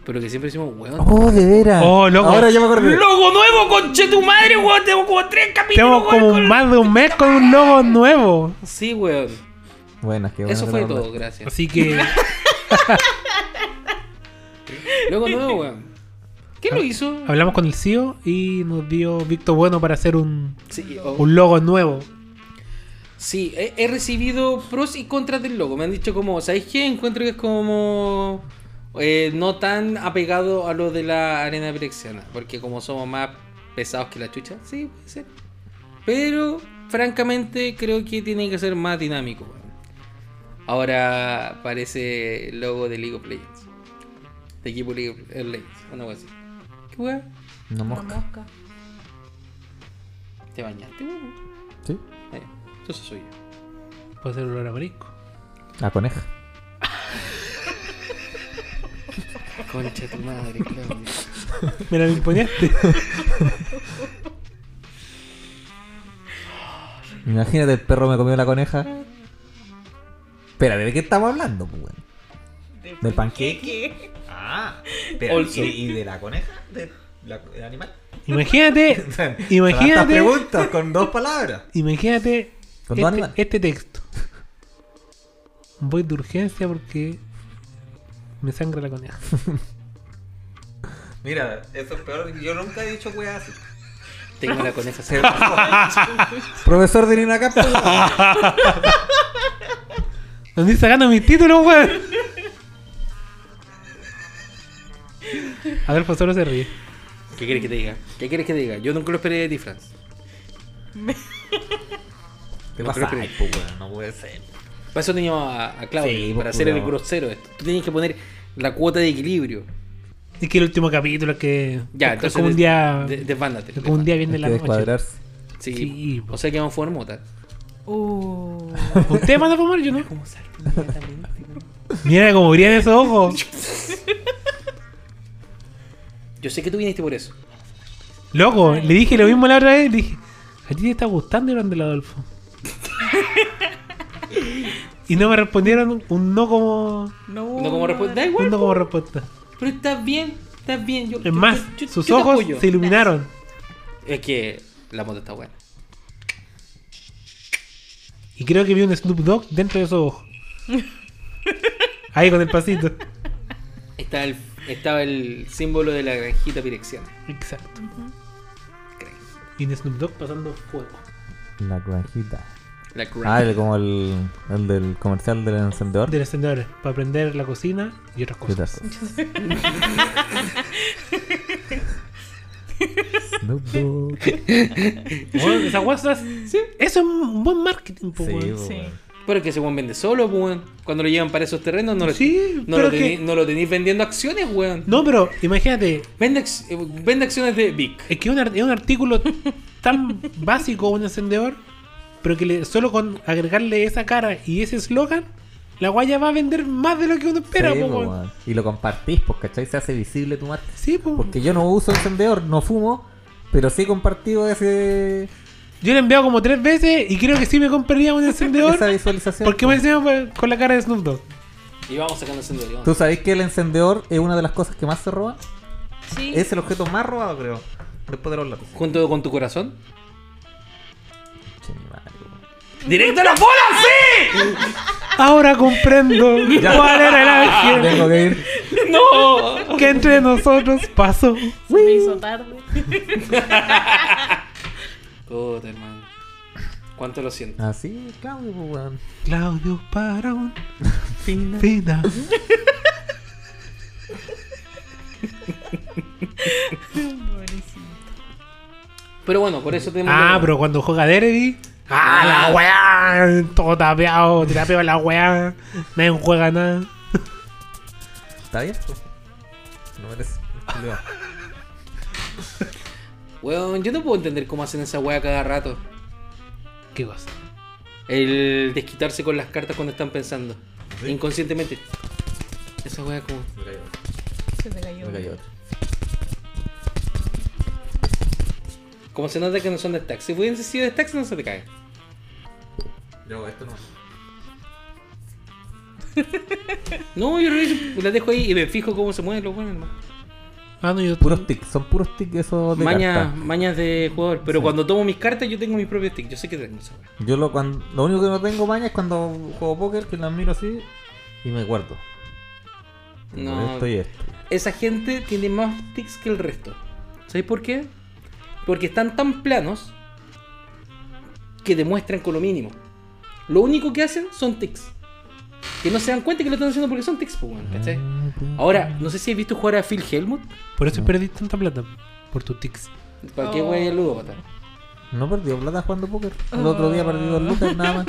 Speaker 1: Pero que siempre decimos, weón.
Speaker 5: Oh, de veras.
Speaker 2: Oh, loco.
Speaker 5: Ahora ya me acordé.
Speaker 1: ¡Logo nuevo, conche tu madre, weón! Tengo como tres capítulos,
Speaker 2: Tenemos
Speaker 1: weón.
Speaker 2: como
Speaker 1: con-
Speaker 2: más de un mes con un logo nuevo.
Speaker 1: Sí, weón.
Speaker 5: Buenas, qué
Speaker 1: Eso
Speaker 5: buenas
Speaker 1: fue
Speaker 5: rondas.
Speaker 1: todo, gracias.
Speaker 2: Así que
Speaker 1: Logo nuevo, weón. ¿Qué lo hizo?
Speaker 2: hablamos con el CEO y nos dio Víctor Bueno para hacer un,
Speaker 1: Sí, oh. o-
Speaker 2: un logo nuevo.
Speaker 1: Sí, he, he recibido pros y contras del logo. Me han dicho como, ¿sabéis qué? Encuentro que es como eh, no tan apegado a lo de la arena pirexiana. Porque como somos más pesados que la chucha, sí, puede ser. Pero, francamente, creo que tiene que ser más dinámico. weón. Ahora parece logo de League of Legends. De equipo League of Legends, una cosa así. ¿Qué weón?
Speaker 5: No
Speaker 3: Una
Speaker 5: mosca.
Speaker 3: mosca.
Speaker 1: ¿Te bañaste, weón?
Speaker 5: Sí.
Speaker 1: Eh, entonces soy yo.
Speaker 2: Puede ser olor a marisco.
Speaker 5: La coneja.
Speaker 1: Concha tu madre, Claudio.
Speaker 2: Me este. la imponiste.
Speaker 5: Imagínate, el perro me comió la coneja. Espérate, ¿de qué estamos hablando, pues, weón? ¿Del panqueque? Ah, pero
Speaker 1: Also.
Speaker 5: ¿y, y de la coneja? ¿De la- ¿Del animal?
Speaker 2: Imagínate,
Speaker 5: Tantas
Speaker 2: imagínate,
Speaker 5: preguntas con dos palabras.
Speaker 2: imagínate
Speaker 5: Con dos
Speaker 2: este,
Speaker 5: animales.
Speaker 2: este texto. Voy de urgencia porque me sangra la coneja.
Speaker 5: Mira, eso es peor. Yo nunca he dicho weá así.
Speaker 1: Tengo la coneja cerrada.
Speaker 5: Profesor de Nina Capa.
Speaker 2: Me estoy sacando mis títulos, weón. Adolfo solo se ríe.
Speaker 1: ¿Qué quieres que te diga? ¿Qué quieres que te diga? Yo nunca lo esperé de ti, Franz.
Speaker 5: ¿Qué
Speaker 1: No
Speaker 5: pasa?
Speaker 1: creo que-
Speaker 5: Ay, pues, weón, no puede ser.
Speaker 1: Para eso teníamos a, a Claudio,
Speaker 5: Sí,
Speaker 1: para
Speaker 5: pues,
Speaker 1: hacer el
Speaker 5: culiao.
Speaker 1: grosero esto. Tú tienes que poner la cuota de equilibrio.
Speaker 2: Es que el último capítulo es que.
Speaker 1: Ya,
Speaker 2: es
Speaker 1: entonces.
Speaker 2: como un
Speaker 1: des-
Speaker 2: día.
Speaker 1: de- desbándate.
Speaker 2: es como un día
Speaker 5: Hay
Speaker 2: viene
Speaker 5: que
Speaker 2: la noche.
Speaker 5: descuadrarse.
Speaker 1: Sí.
Speaker 2: Sí, po.
Speaker 1: o sea que vamos a fumar mota.
Speaker 3: Uh.
Speaker 2: ¿Ustedes van a fumar? Yo no. Mira cómo brillan esos ojos.
Speaker 1: Yo sé que tú viniste por eso.
Speaker 2: Loco, le dije lo mismo la otra vez. Le dije, ¿a ti te está gustando el del Adolfo? y no me respondieron un no como,
Speaker 3: No,
Speaker 1: No como respuesta. Da
Speaker 2: un
Speaker 1: igual,
Speaker 2: no como respuesta.
Speaker 1: pero estás bien, estás bien. Yo, yo-
Speaker 2: Es más,
Speaker 1: yo- yo-
Speaker 2: sus
Speaker 1: yo te
Speaker 2: ojos
Speaker 1: apoyo.
Speaker 2: se iluminaron.
Speaker 1: Es que la mota está buena.
Speaker 2: Y creo que vi un Snoop Dogg dentro de esos ojos. Ahí con el pasito.
Speaker 1: Estaba el, estaba el símbolo de la granjita pirexiana.
Speaker 2: Exacto. Y un Snoop Dogg pasando fuego.
Speaker 5: La granjita.
Speaker 1: La
Speaker 5: Ah,
Speaker 1: granjita.
Speaker 5: el, como el, el del comercial del encendedor.
Speaker 2: Del encendedor para prender la cocina y otras
Speaker 5: ¿Qué tal?
Speaker 2: cosas.
Speaker 5: Snoop Dogg.
Speaker 2: Bueno, Oh, esas guasas. Eso es un buen marketing, po,
Speaker 5: Sí,
Speaker 2: weón.
Speaker 5: po,
Speaker 3: Sí.
Speaker 5: weón.
Speaker 1: Pero es que ese weón vende solo, weón. Cuando lo llevan para esos terrenos, no lo,
Speaker 2: Sí,
Speaker 1: no
Speaker 2: pero
Speaker 1: lo,
Speaker 2: que-
Speaker 1: tení- no lo tenéis vendiendo acciones, weón.
Speaker 2: No, pero imagínate,
Speaker 1: Vende, ac- eh, vende acciones de Vic.
Speaker 2: Es que es un, ar- es un artículo tan básico, un encendedor, pero que le- solo con agregarle esa cara y ese eslogan, la guaya va a vender más de lo que uno espera.
Speaker 5: Sí,
Speaker 2: po,
Speaker 5: po,
Speaker 2: weón.
Speaker 5: weón. Y lo compartís, pues, ¿cachai? Se hace visible tu marca.
Speaker 2: Sí, po.
Speaker 5: Porque yo no uso encendedor, no fumo, pero sí he compartido ese,
Speaker 2: Yo le he enviado como tres veces y creo que sí me compraría un encendedor.
Speaker 5: esa visualización.
Speaker 2: Porque me encima pues, con la cara de Snoop Dogg.
Speaker 1: Y vamos sacando encendedor. y vamos.
Speaker 5: ¿Tú sabés que el encendedor es una de las cosas que más se roban?
Speaker 3: Sí.
Speaker 5: Es el objeto más robado, creo. Después de los lápices.
Speaker 1: Junto con tu corazón.
Speaker 5: Che, mi madre, weón.
Speaker 1: ¡Directo a la bolas!
Speaker 2: Ahora comprendo cuál era el
Speaker 5: Ah,
Speaker 2: ángel
Speaker 5: Tengo que ir.
Speaker 1: ¡No!
Speaker 2: que entre nosotros pasó.
Speaker 3: Se me hizo tarde.
Speaker 1: Puta, hermano. ¿Cuánto lo siento?
Speaker 5: Así, Ah, Claudio, pues, weón.
Speaker 2: Claudio para un final.
Speaker 3: Buenísimo.
Speaker 1: Pero bueno, por eso tenemos.
Speaker 2: Ah, pero cuando juega Derby. ¡Ah, la weá! Todo tapeado, tapeado la weá. Nadie juega nada.
Speaker 5: Está abierto. No merece. Culeado.
Speaker 1: Weón, yo no puedo entender cómo hacen esa wea cada rato.
Speaker 2: ¿Qué cosa?
Speaker 1: El desquitarse con las cartas cuando están pensando. Inconscientemente. Esa wea como.
Speaker 5: Me cayó otro,
Speaker 3: Se te cayó.
Speaker 5: me cayó otro.
Speaker 1: Como se nota que no son de stacks. Si hubiesen sido de stacks, no se te cae.
Speaker 5: Yo hago esto no.
Speaker 1: No, yo reviso, la dejo ahí y me fijo cómo se mueven los buenos. hermano.
Speaker 2: Ah, no, yo.
Speaker 5: Puros tics, son puros tics esos de
Speaker 1: Mañas,
Speaker 5: carta.
Speaker 1: mañas de jugador. Pero cuando tomo mis cartas, yo tengo mis propios tics. Yo sé que tengo esa weá.
Speaker 5: Yo lo, cuando, lo único que no tengo maña es cuando juego póker, que las miro así y me guardo. Tengo
Speaker 1: No.
Speaker 5: Esto y esto.
Speaker 1: Esa gente tiene más tics que el resto. ¿Sabéis por qué? Porque están tan planos que demuestran con lo mínimo. Lo único que hacen son tics. Que no se dan cuenta que lo están haciendo porque son tics, pues, weón, ¿cachai?
Speaker 3: Mm.
Speaker 5: Mm, Oh.
Speaker 1: Ahora, no sé si has visto jugar a Phil Helmut.
Speaker 2: Por eso perdí tanta plata. Por tus tics.
Speaker 1: ¿Para qué weón es
Speaker 3: Oh.
Speaker 1: ludópata?
Speaker 5: No perdió plata jugando póker. El
Speaker 1: Oh.
Speaker 5: otro día perdí dos lucas nada más.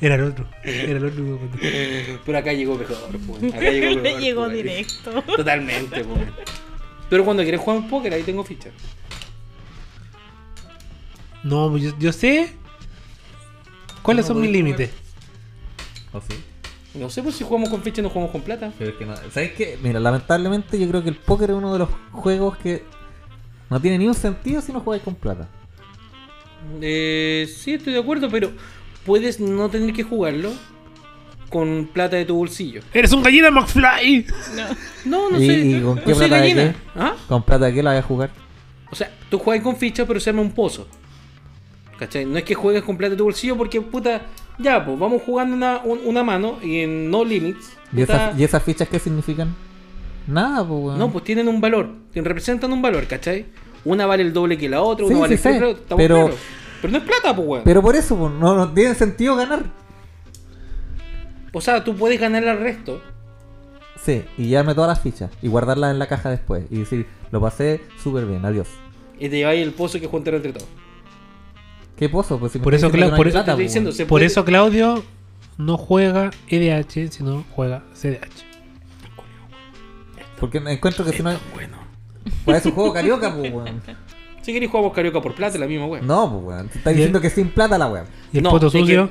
Speaker 2: Era el otro. Era el otro. pues,
Speaker 1: Pero acá llegó mejor, pues. Acá llegó mejor.
Speaker 3: Le llegó
Speaker 1: pues.
Speaker 3: directo.
Speaker 1: Totalmente, pues. Pero cuando quieres jugar un póker, ahí tengo fichas.
Speaker 2: No, pues, yo, yo sé. ¿Cuáles
Speaker 5: No
Speaker 2: son mis
Speaker 5: podéis
Speaker 2: límites?
Speaker 5: ¿O Oh, sí?
Speaker 1: No sé por si jugamos con fichas o no jugamos con plata.
Speaker 5: Pero es que no- ¿Sabes qué? Mira, lamentablemente yo creo que el póker es uno de los juegos que no tiene ni un sentido si no jugáis con plata.
Speaker 1: Eh, sí, estoy de acuerdo, pero puedes no tener que jugarlo con plata de tu bolsillo.
Speaker 2: ¡Eres un gallina McFly!
Speaker 1: No, no
Speaker 5: ¿Y-
Speaker 1: sé.
Speaker 5: y con
Speaker 1: no
Speaker 5: qué
Speaker 1: soy
Speaker 5: plata de
Speaker 1: gallina.
Speaker 5: qué?
Speaker 1: ¿Ah?
Speaker 5: ¿Con plata de qué la vais a jugar?
Speaker 1: O sea, tú juegas con fichas, pero se arma un pozo. ¿Cachai? No es que juegues con plata de tu bolsillo porque, puta, ya, pues vamos jugando una, un- una mano y en no limits.
Speaker 5: ¿Y,
Speaker 1: puta,
Speaker 5: esas, ¿Y esas fichas qué significan? Nada, pues weón.
Speaker 1: No, pues tienen un valor, te- representan un valor, ¿cachai? Una vale el doble que la otra,
Speaker 5: Sí,
Speaker 1: una vale
Speaker 5: sí,
Speaker 1: el
Speaker 5: sé,
Speaker 1: triple, estamos
Speaker 5: pero-
Speaker 1: claros. Pero no es plata, pues, weón.
Speaker 5: Pero por eso, pues, no, no tiene sentido ganar.
Speaker 1: O sea, tú puedes ganar al resto.
Speaker 5: Sí, y llevarme todas las fichas y guardarlas en la caja después. Y decir, lo pasé súper bien, adiós.
Speaker 1: Y te lleváis el pozo que juntaron entre todos.
Speaker 5: ¿Qué pozo? Pues si me
Speaker 2: Por
Speaker 5: estás
Speaker 2: eso,
Speaker 5: diciendo
Speaker 2: claro, por
Speaker 5: que
Speaker 2: eso
Speaker 5: no hay plata,
Speaker 1: te estoy
Speaker 5: pues,
Speaker 1: diciendo,
Speaker 5: weón.
Speaker 1: se
Speaker 2: Por
Speaker 1: puede-
Speaker 2: eso Claudio no juega EDH, sino juega CDH.
Speaker 5: Porque me encuentro que si no. Bueno. Pues es un juego carioca, pues, weón.
Speaker 1: Si queréis jugamos carioca por plata, la misma weón.
Speaker 5: No, pues, weón. Te estás
Speaker 2: Bien.
Speaker 5: diciendo que sin plata la weón.
Speaker 2: ¿Y el
Speaker 1: No,
Speaker 2: poto
Speaker 1: es que-
Speaker 2: sucio?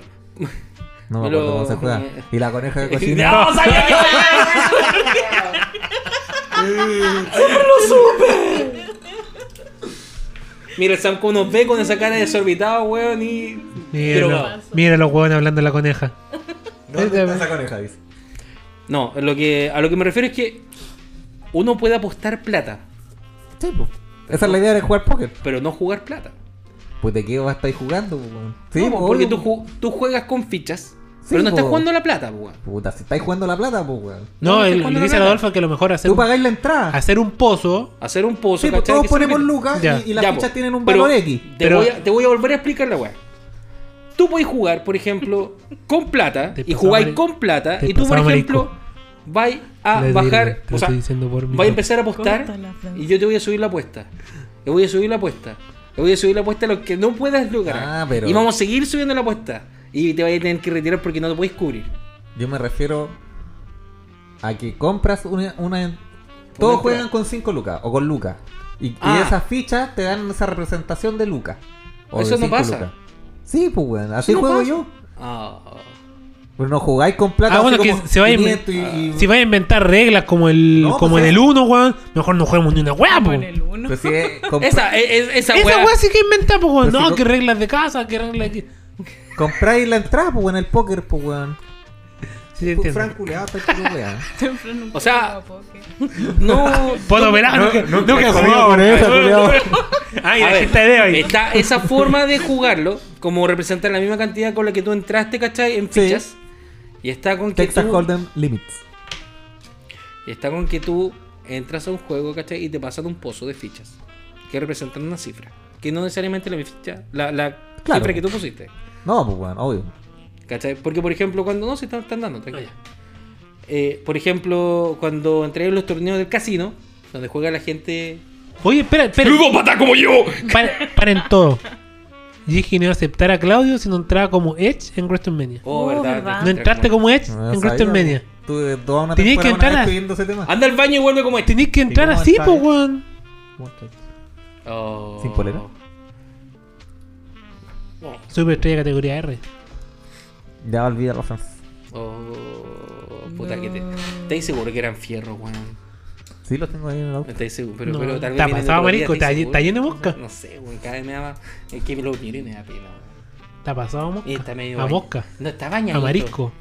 Speaker 5: No me
Speaker 1: Pero-
Speaker 5: acuerdo cómo se juega. Y la coneja de cocina.
Speaker 1: ¡No, sabía que lo supe! Mira, el Samco nos ve con esa cara de desorbitado, weón, y...
Speaker 2: Mira,
Speaker 1: drogado.
Speaker 2: mira los huevones hablando de la coneja.
Speaker 5: ¿Dónde está esa coneja? Dice.
Speaker 1: No, lo que, a lo que me refiero es que uno puede apostar plata,
Speaker 5: Sí, pues. Esa es la idea de jugar póker.
Speaker 1: pero no jugar plata.
Speaker 5: Pues de qué vas a estar jugando, pues, weón. Sí,
Speaker 1: No,
Speaker 5: pues,
Speaker 1: porque
Speaker 5: obvio,
Speaker 1: tú,
Speaker 5: pues.
Speaker 1: ju- tú juegas con fichas,
Speaker 5: Sí,
Speaker 1: pero no estás
Speaker 5: po.
Speaker 1: jugando la plata, po, weón.
Speaker 5: Puta, si estáis jugando la plata, pues, weón.
Speaker 1: No,
Speaker 2: No,
Speaker 1: estoy
Speaker 2: el-
Speaker 1: jugando
Speaker 2: le
Speaker 1: la
Speaker 2: dice a
Speaker 1: plata.
Speaker 2: Adolfo que lo mejor hacer
Speaker 5: Tú
Speaker 2: un,
Speaker 5: pagáis la entrada.
Speaker 2: hacer un pozo.
Speaker 1: Hacer un pozo,
Speaker 5: Sí, pues
Speaker 1: ¿cachai?
Speaker 5: todos
Speaker 1: Que se
Speaker 5: ponemos
Speaker 1: meten.
Speaker 5: lucas
Speaker 2: Ya.
Speaker 5: y, y las
Speaker 1: Ya,
Speaker 5: fichas
Speaker 1: po.
Speaker 5: tienen un
Speaker 1: Pero
Speaker 5: valor X.
Speaker 1: Te,
Speaker 2: Pero-
Speaker 1: voy a, te voy a volver a explicar la weá. Tú puedes jugar, por ejemplo, con plata
Speaker 2: Te
Speaker 1: y
Speaker 2: pasaba
Speaker 1: jugáis
Speaker 2: mari-
Speaker 1: con plata
Speaker 2: te
Speaker 1: y tú, por
Speaker 2: pasaba
Speaker 1: ejemplo, vais a
Speaker 2: Le diré,
Speaker 1: bajar,
Speaker 2: te lo
Speaker 1: o sea,
Speaker 2: estoy diciendo por mi
Speaker 1: vais a
Speaker 2: cuenta.
Speaker 1: empezar a apostar
Speaker 3: Córtala, Fran.
Speaker 1: y yo te voy a subir la apuesta. Te voy a subir la apuesta. Te voy a subir la apuesta a lo que no puedas lograr.
Speaker 5: Ah, pero-
Speaker 1: Y vamos a seguir subiendo la apuesta. Y te vas a tener que retirar porque no te puedes cubrir.
Speaker 5: Yo me refiero a que compras una. una-
Speaker 1: entrada.
Speaker 5: todos juegan con 5 lucas o con lucas. Y, y
Speaker 1: Ah.
Speaker 5: esas fichas te dan esa representación de lucas. o de
Speaker 1: Eso no
Speaker 5: cinco
Speaker 1: pasa.
Speaker 5: Sí, pues, weón. Así
Speaker 1: no
Speaker 5: juego
Speaker 1: pasa.
Speaker 5: yo.
Speaker 1: Ah.
Speaker 5: Pero no jugáis con plata.
Speaker 2: Ah,
Speaker 5: así
Speaker 2: bueno, que
Speaker 5: como
Speaker 2: se va a Ah.
Speaker 5: 500 y- y-
Speaker 2: Si vas a inventar reglas como el
Speaker 5: No,
Speaker 2: como
Speaker 5: pues,
Speaker 2: en el
Speaker 5: sí.
Speaker 2: 1, weón, mejor no juguemos ni una weá, Ah, po.
Speaker 3: Con el uno.
Speaker 1: Pues,
Speaker 5: Pero si es- comp-
Speaker 1: Esa, es- esa,
Speaker 2: Esa
Speaker 1: weá-
Speaker 2: weá sí que inventa, po, weón.
Speaker 5: Pero si
Speaker 2: No,
Speaker 5: no-
Speaker 2: que reglas de casa, que reglas de...
Speaker 5: compráis la entrada, pues, weón, el póker, pues, weón.
Speaker 2: Sí, te
Speaker 5: Pues,
Speaker 2: entiendo.
Speaker 5: Frank, culiao, está hecho una weá.
Speaker 3: Siempre nunca
Speaker 1: O sea-
Speaker 3: jugaba póker.
Speaker 1: No.
Speaker 2: Poto verano, que- nunca he jugado con
Speaker 5: eso, culiao.
Speaker 2: Ay,
Speaker 1: A
Speaker 2: la
Speaker 1: ver,
Speaker 2: gente de hoy.
Speaker 1: Está esa forma de jugarlo, como representar la misma cantidad con la que tú entraste, ¿cachai? En
Speaker 5: Sí.
Speaker 1: fichas. Y está con que
Speaker 5: Texas
Speaker 1: tú,
Speaker 5: Hold'em Limits.
Speaker 1: y está con que tú entras a un juego, ¿cachai? Y te pasan un pozo de fichas que representan una cifra. Que no necesariamente la, ficha- la, la
Speaker 5: Claro.
Speaker 1: cifra que tú pusiste.
Speaker 5: No, pues, weón, obvio.
Speaker 1: ¿Cachai? Porque, por ejemplo, cuando. No, se están, están dando, tranquilo. Eh, por ejemplo, cuando entré en los torneos del casino, donde juega la gente.
Speaker 2: Oye, espera, espera.
Speaker 1: ¡Ludópata como yo!
Speaker 2: Paren, paren todo. Gigi no iba a aceptar a Claudio si no entraba como Edge en WrestleMania.
Speaker 1: Oh,
Speaker 3: Oh,
Speaker 1: verdad. tenés
Speaker 3: verdad.
Speaker 2: No
Speaker 1: que
Speaker 2: entraste
Speaker 1: entrar como-
Speaker 2: como Edge
Speaker 5: No,
Speaker 2: en
Speaker 5: sabía,
Speaker 2: WrestleMania.
Speaker 5: weón. Tuve toda una
Speaker 2: Tenías que
Speaker 5: temporada
Speaker 2: entrar
Speaker 5: una vez
Speaker 2: a-
Speaker 5: pidiendo ese tema.
Speaker 1: Anda al baño y vuelve como este.
Speaker 2: Tenías que entrar
Speaker 5: ¿Y cómo
Speaker 2: así,
Speaker 5: está
Speaker 2: po,
Speaker 5: Edge?
Speaker 2: weón.
Speaker 1: Oh.
Speaker 5: ¿Sin polera?
Speaker 2: Superestrella categoría R.
Speaker 5: Ya olvidé la frase.
Speaker 1: Oh, puta que te. ¿Estáis seguro que eran fierro, weón?
Speaker 5: Sí, los tengo ahí en el auto.
Speaker 1: ¿Estáis seguro? Pero,
Speaker 2: No,
Speaker 1: pero tal vez.
Speaker 2: está
Speaker 1: vienen
Speaker 2: pasado,
Speaker 1: otro día,
Speaker 2: marico,
Speaker 1: ¿estáis
Speaker 2: está lle-
Speaker 1: seguro?
Speaker 2: está lleno de mosca.
Speaker 1: No sé, weón, cada vez me da más. Es que me lo miro y me da pena, weón.
Speaker 2: Está pasado a mosca.
Speaker 1: Y está medio
Speaker 2: a
Speaker 1: bañ-
Speaker 2: mosca.
Speaker 1: No está bañadito.
Speaker 2: A marisco.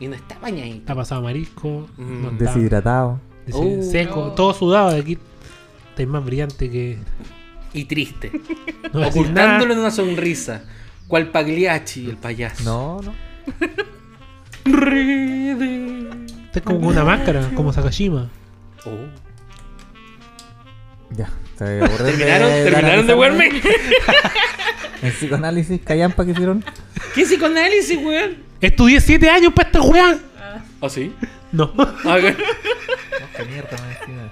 Speaker 1: Y no está bañadito.
Speaker 2: Está pasado a marisco.
Speaker 1: Mm.
Speaker 2: no está-
Speaker 5: Deshidratado.
Speaker 2: desi-
Speaker 1: Uh,
Speaker 2: seco.
Speaker 1: no.
Speaker 2: Todo sudado de aquí. Estáis más brillante que.
Speaker 1: Y triste.
Speaker 2: No voy a decir nada.
Speaker 1: Ocultándolo en una sonrisa. Cual Pagliacci, el payaso.
Speaker 5: No, no.
Speaker 2: Está como con una máscara, como Sakashima.
Speaker 1: Oh.
Speaker 5: Ya. se aburren de-
Speaker 1: ¿Terminaron,
Speaker 5: de
Speaker 1: ¿terminaron de
Speaker 5: analizar
Speaker 1: verme?
Speaker 5: El psicoanálisis callampa que hicieron.
Speaker 1: ¿Qué psicoanálisis, weón?
Speaker 2: Estudié 7 años para esta weá.
Speaker 1: ¿Ah, sí?
Speaker 2: No.
Speaker 1: Ah, ok.
Speaker 5: Qué mierda, más encima.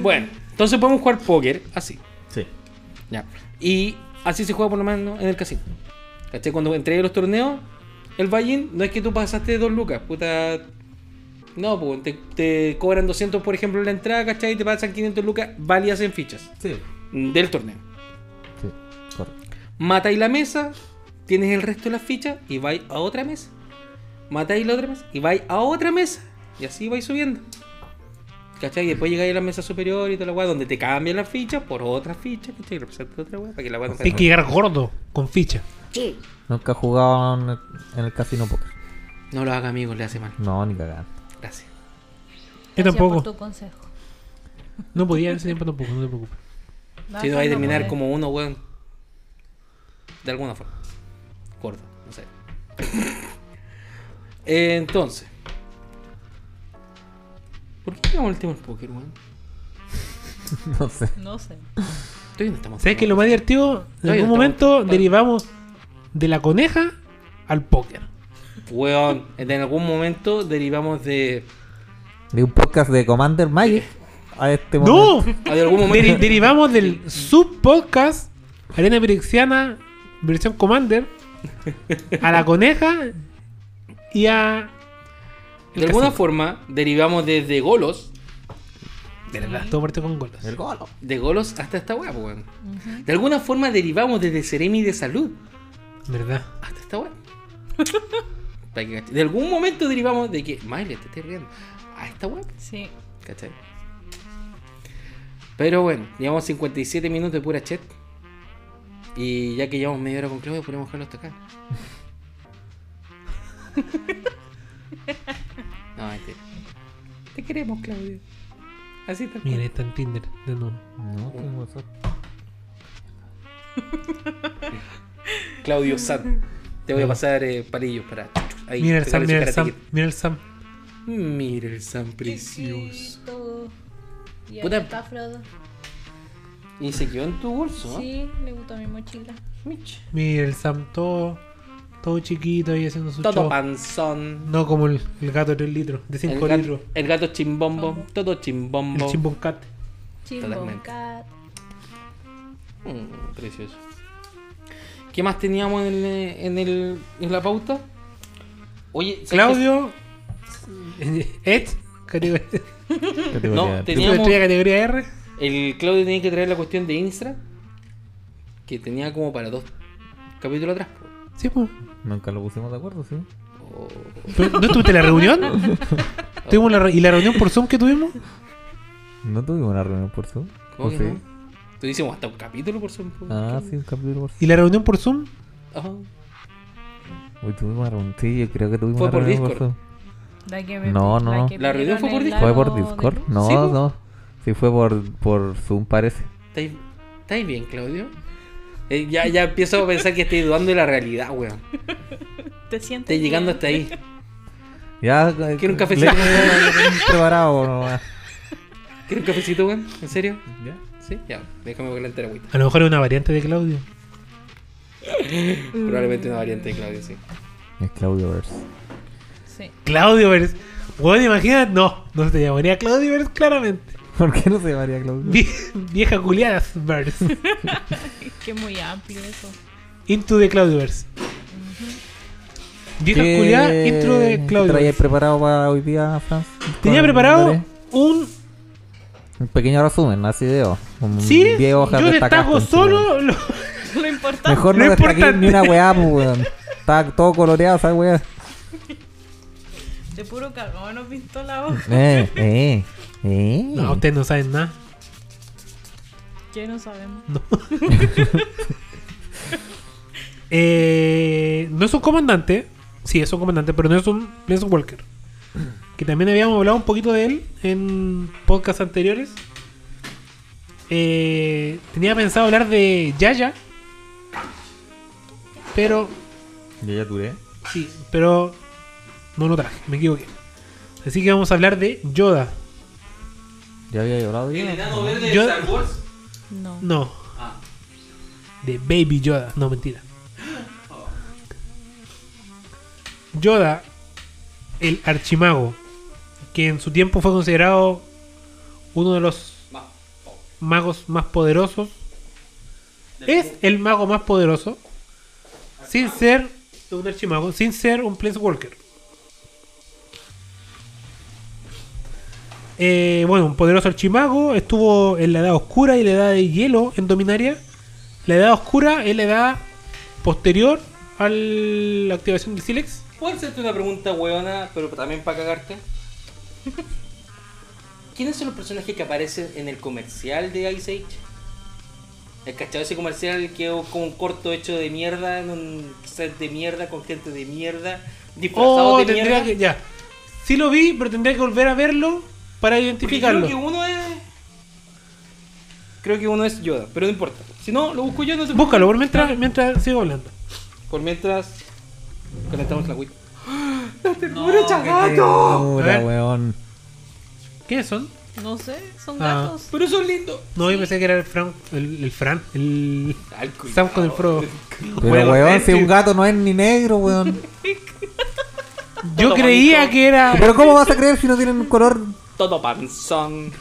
Speaker 1: Bueno, entonces podemos jugar póker así.
Speaker 5: Sí.
Speaker 1: Ya. Y así se juega por lo menos en el casino. ¿Cachai? Cuando entregué los torneos, el buy-in no es que tú pasaste dos lucas, puta. No, pues te, te cobran 200, por ejemplo, en la entrada, ¿cachai? Y te pasan 500 lucas válidas en fichas
Speaker 5: Sí.
Speaker 1: del torneo.
Speaker 5: Sí. Correcto.
Speaker 1: Matáis la mesa, tienes el resto de las fichas y vais a otra mesa. Matáis la otra mesa y vais a otra mesa. Y así vais subiendo. ¿Cachai? Y después llegáis a la mesa superior y toda la weá, donde te cambian las fichas por otras fichas, ¿cachai? Y representas otra weá para que la weá no
Speaker 2: Tienes que llegar gordo, con ficha.
Speaker 5: Nunca he jugado en el, en el casino poker.
Speaker 1: No lo haga, amigos, le hace mal.
Speaker 5: No, ni cagando.
Speaker 1: Gracias.
Speaker 2: Yo
Speaker 4: Gracias
Speaker 2: tampoco.
Speaker 4: por tu consejo.
Speaker 2: No podía en ese tiempo tampoco, no te preocupes.
Speaker 1: si no, vais a terminar
Speaker 4: podés.
Speaker 1: como uno, weón. De alguna forma. Gordo, no sé. Entonces. ¿Por qué llegamos al tema del póker, weón?
Speaker 5: No sé.
Speaker 4: No sé.
Speaker 1: Todavía no estamos.
Speaker 2: ¿Sabes que lo más divertido?
Speaker 1: No,
Speaker 2: En
Speaker 1: yo
Speaker 2: algún
Speaker 1: estaba-
Speaker 2: momento
Speaker 1: estaba-
Speaker 2: derivamos de la coneja al póker.
Speaker 1: Weón, en algún momento derivamos de.
Speaker 5: De un podcast de Commander Magic a este
Speaker 2: ¡No!
Speaker 5: momento.
Speaker 1: ah, De algún
Speaker 2: Deri-
Speaker 1: momento.
Speaker 2: derivamos del subpodcast Arena Pirexiana versión Commander a la coneja y a.
Speaker 1: De alguna
Speaker 2: Casino.
Speaker 1: forma derivamos desde golos.
Speaker 2: De verdad, todo parte con golos.
Speaker 5: El golo.
Speaker 1: De golos hasta esta weá, weón. De alguna forma derivamos desde Seremi de salud.
Speaker 2: ¿Verdad?
Speaker 1: Hasta esta weá. Para que cache. De algún momento derivamos de que, Maile, te estoy riendo. A esta weá,
Speaker 4: Sí.
Speaker 1: ¿cachai? Pero bueno, llevamos 57 minutos de pura chat. Y ya que llevamos media hora con Claudio, podemos dejarlo hasta acá. no, mentira. Te queremos, Claudio. Así tal cual.
Speaker 2: Mira, está en Tinder de nuevo.
Speaker 5: No, tengo WhatsApp.
Speaker 1: Mm. Claudio San. Te voy a pasar eh, palillos para. Ahí,
Speaker 2: Mira el Sam,
Speaker 1: pegarle su
Speaker 2: mira el Sam,
Speaker 1: karateki.
Speaker 2: mira el Sam.
Speaker 1: Mira el Sam precioso.
Speaker 4: Chiquito. Y ahí
Speaker 1: Puta.
Speaker 4: está Frodo.
Speaker 1: Y se quedó en tu bolso. ¿eh?
Speaker 4: Sí, le gustó mi mochila.
Speaker 1: Mich.
Speaker 2: Mira el Sam todo, todo chiquito ahí haciendo su
Speaker 1: Todo
Speaker 2: show.
Speaker 1: panzón.
Speaker 2: No como el, el gato de 3 litros, de 5
Speaker 1: el, gat-
Speaker 2: litros.
Speaker 1: el gato chimbombo. Todo chimbombo.
Speaker 2: El chimboncat.
Speaker 4: Chimbom
Speaker 1: Totalmente.
Speaker 4: Cat.
Speaker 1: Mm, precioso. ¿Qué más teníamos en, el- en, el, en la pauta? Oye, ¿sabes
Speaker 2: Claudio. Ed. Categoría,
Speaker 1: No,
Speaker 5: te...
Speaker 1: Teníamos-
Speaker 2: estrella categoría R.
Speaker 1: que El Claudio tenía que traer la cuestión de Instra. Que tenía como para dos capítulos atrás. po.
Speaker 2: Sí, pues.
Speaker 5: Nunca lo pusimos de acuerdo, sí.
Speaker 1: Oh,
Speaker 2: ¿No estuviste en la reunión? ¿Tuvimos la re- ¿Y la reunión por Zoom que tuvimos?
Speaker 5: No tuvimos una reunión por Zoom.
Speaker 1: ¿Cómo
Speaker 5: ¿O
Speaker 1: que
Speaker 5: sí?
Speaker 1: no? Tú hicimos hasta un capítulo por su.
Speaker 5: Ah, sí, un capítulo por Zoom.
Speaker 2: ¿Y la reunión por Zoom?
Speaker 1: Ajá.
Speaker 5: Uy, tuvimos una reunión. Sí, yo creo que tuvimos
Speaker 1: Fue
Speaker 5: una
Speaker 1: por
Speaker 5: reunión
Speaker 1: Discord.
Speaker 5: Zoom.
Speaker 4: La que me-
Speaker 5: No, no.
Speaker 4: que
Speaker 1: La reunión fue por
Speaker 4: pidieron
Speaker 1: Discord.
Speaker 5: ¿Fue
Speaker 4: el
Speaker 5: por
Speaker 4: lado
Speaker 5: Discord?
Speaker 4: de-
Speaker 5: No,
Speaker 1: Sí, po.
Speaker 5: no. Sí, fue por, por Zoom, parece.
Speaker 1: ¿Estáis estáis bien, Claudio? Eh, ya, ya empiezo a pensar que estoy dudando de la realidad, weón.
Speaker 3: ¿Te sientes?
Speaker 1: Estoy llegando
Speaker 3: bien?
Speaker 1: hasta ahí.
Speaker 5: Ya, eh,
Speaker 1: Quiero un cafecito.
Speaker 5: preparado nomás.
Speaker 1: ¿Quieres un cafecito, weón? ¿En serio?
Speaker 5: ¿Ya?
Speaker 1: ¿Sí? Ya, déjame ver la entera agüita.
Speaker 2: A lo mejor es una variante de Claudio.
Speaker 1: Probablemente una variante de Claudio, sí.
Speaker 5: Es Claudio Verse.
Speaker 4: Sí.
Speaker 2: Claudio Vers. Bueno, imagínate. No, no se llamaría Claudio Vers claramente.
Speaker 5: ¿Por qué no se llamaría Claudio?
Speaker 2: Vie- vieja culiada Vers.
Speaker 4: Que muy amplio eso.
Speaker 2: Into the Claudioverse. Vieja
Speaker 5: ¿Qué
Speaker 2: culiada, intro de
Speaker 5: traías
Speaker 2: Claudioverse.
Speaker 5: preparado para hoy día, Franz?
Speaker 2: Tenía
Speaker 5: Con-
Speaker 2: preparado
Speaker 5: Andrés.
Speaker 2: un
Speaker 5: Un pequeño resumen, así de o- un
Speaker 2: Sí,
Speaker 5: 10 hojas
Speaker 2: yo
Speaker 5: de esta
Speaker 2: destaco
Speaker 5: caja, así,
Speaker 2: solo lo-
Speaker 4: Lo importante.
Speaker 5: weón. Mejor
Speaker 2: lo
Speaker 5: no, destaqué
Speaker 2: importante.
Speaker 5: ni una weá, pues, weón. Está todo coloreado, esa weá.
Speaker 4: De puro cagón nos pintó la hoja.
Speaker 5: Eh, eh, eh.
Speaker 2: No, ustedes no saben nada.
Speaker 4: Que no sabemos.
Speaker 2: No. Eh, no es un comandante. Sí, es un comandante, pero no es un Lance Walker. Que también habíamos hablado un poquito de él en podcasts anteriores. Eh, tenía pensado hablar de Yaya. Pero
Speaker 5: Yo ya turé.
Speaker 2: Sí, pero no lo traje, me equivoqué. Así que vamos a hablar de Yoda.
Speaker 5: Ya había llorado
Speaker 6: ¿El
Speaker 5: ya.
Speaker 6: enano verde de
Speaker 2: Yo-
Speaker 6: Star Wars?
Speaker 3: No.
Speaker 2: No,
Speaker 6: Ah,
Speaker 2: de Baby Yoda. No, mentira. Yoda, el archimago, que en su tiempo fue considerado uno de los
Speaker 6: más.
Speaker 2: magos más poderosos.
Speaker 6: Del
Speaker 2: Es el mago más poderoso. Sin ser un archimago, sin ser un Prince Walker. Eh, bueno, un poderoso archimago. Estuvo en la edad oscura y la edad de hielo en Dominaria. La edad oscura es la edad posterior a la activación del Silex.
Speaker 1: ¿Puedo hacerte una pregunta huevona, pero también para cagarte? ¿Quiénes son los personajes que aparecen en el comercial de Ice Age? ¿El cachado ese comercial que es como un corto hecho de mierda, en un set de mierda, con gente de mierda, disfrazado
Speaker 2: Oh,
Speaker 1: de
Speaker 2: tendría
Speaker 1: mierda?
Speaker 2: que. Ya. Sí lo vi, pero tendría que volver a verlo para
Speaker 1: Porque creo
Speaker 2: identificarlo.
Speaker 1: que uno es... Creo que uno es Yoda, pero no importa. Si no, lo busco yo, no se
Speaker 2: Búscalo por mientras, mientras sigo hablando.
Speaker 1: Por mientras conectamos la Wii.
Speaker 6: No, que-
Speaker 5: Ternura,
Speaker 2: A ver.
Speaker 5: weón.
Speaker 2: ¿Quiénes son?
Speaker 3: No sé, son
Speaker 2: Ah.
Speaker 3: gatos.
Speaker 1: Pero son lindos.
Speaker 2: No, yo pensé que era el Fran. El, el Fran. El.
Speaker 1: Al cuidado.
Speaker 2: Sam con el Frodo.
Speaker 5: Pero
Speaker 2: Bueno, eh,
Speaker 5: weón,
Speaker 2: es
Speaker 5: si
Speaker 2: que-
Speaker 5: un gato no es ni negro, weón.
Speaker 2: Yo creía que era.
Speaker 5: Pero ¿cómo vas a creer si no tienen color?
Speaker 1: Todo panzón.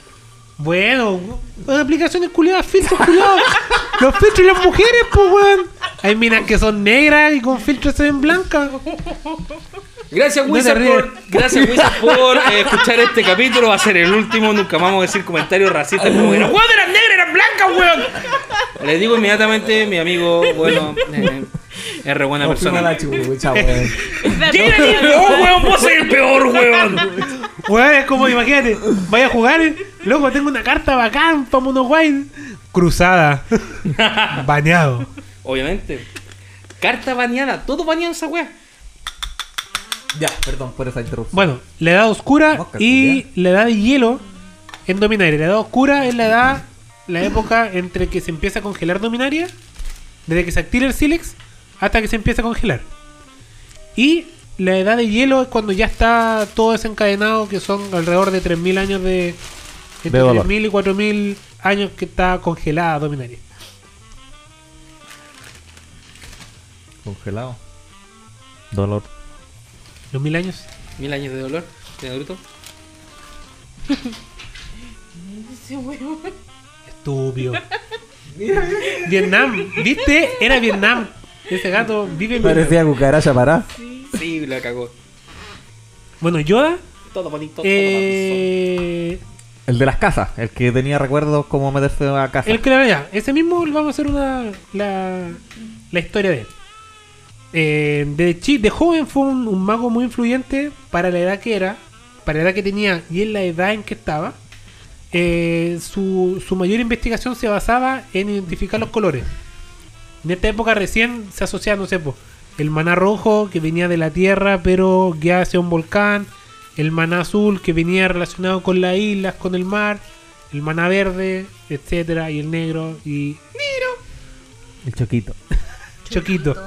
Speaker 2: Bueno, las aplicaciones culiadas, filtros culiados. Los filtros y las mujeres, pues, weón. Hay minas que son negras y con filtros se ven blancas.
Speaker 1: Gracias,
Speaker 2: No
Speaker 1: Wizard,
Speaker 2: te rías.
Speaker 1: por, gracias, Wizard, por eh, escuchar este capítulo. Va a ser el último. Nunca más vamos a decir comentarios racistas como que, ¡Weón, eran negras, eran blancas, weón! Les digo inmediatamente, mi amigo, bueno, eh, es re buena
Speaker 5: No, fui
Speaker 1: persona.
Speaker 5: mala chucha, weón.
Speaker 1: ¡Llega el peor, weón! ¡Vos sois el peor, weón!
Speaker 2: Weón, es como, imagínate, vaya a jugar, eh, loco, tengo una carta bacán para Mono White. Cruzada. Bañado.
Speaker 1: Obviamente. Carta baneada. Todo baneado esa weá.
Speaker 5: Ya, perdón por esa interrupción.
Speaker 2: Bueno, la edad oscura
Speaker 5: Mosca,
Speaker 2: y la edad de hielo en Dominaria. La edad oscura es la edad, la época entre que se empieza a congelar Dominaria, desde que se activa el Silex hasta que se empieza a congelar. Y la edad de hielo es cuando ya está todo desencadenado, que son alrededor de 3.000 años de... Entre
Speaker 5: De dolor.
Speaker 2: 3.000 y 4.000 años que está congelada Dominaria.
Speaker 5: Congelado. Dolor.
Speaker 2: Los mil años.
Speaker 1: Mil años de dolor. ¿Tiene Naruto?
Speaker 2: Estúpido. Vietnam, ¿viste? Era Vietnam. Ese gato vive en Vietnam.
Speaker 5: Parecía cucaracha pará.
Speaker 1: Sí, la cagó.
Speaker 2: Bueno, Yoda.
Speaker 1: Todo bonito, todo
Speaker 2: eh,
Speaker 5: El de las casas, el que tenía recuerdos como meterse a casa.
Speaker 2: el que la ya, ese mismo le vamos a hacer una la, la historia de él. Eh, de, chi- de joven fue un, un mago muy influyente para la edad que era, para la edad que tenía y en la edad en que estaba. Eh, su, su mayor investigación se basaba en identificar los colores. En esta época recién se asociaba, no sé, po, el maná rojo que venía de la tierra pero guiaba hacia un volcán, el maná azul que venía relacionado con las islas, con el mar, el maná verde, etcétera, y el negro y
Speaker 5: El choquito.
Speaker 2: choquito.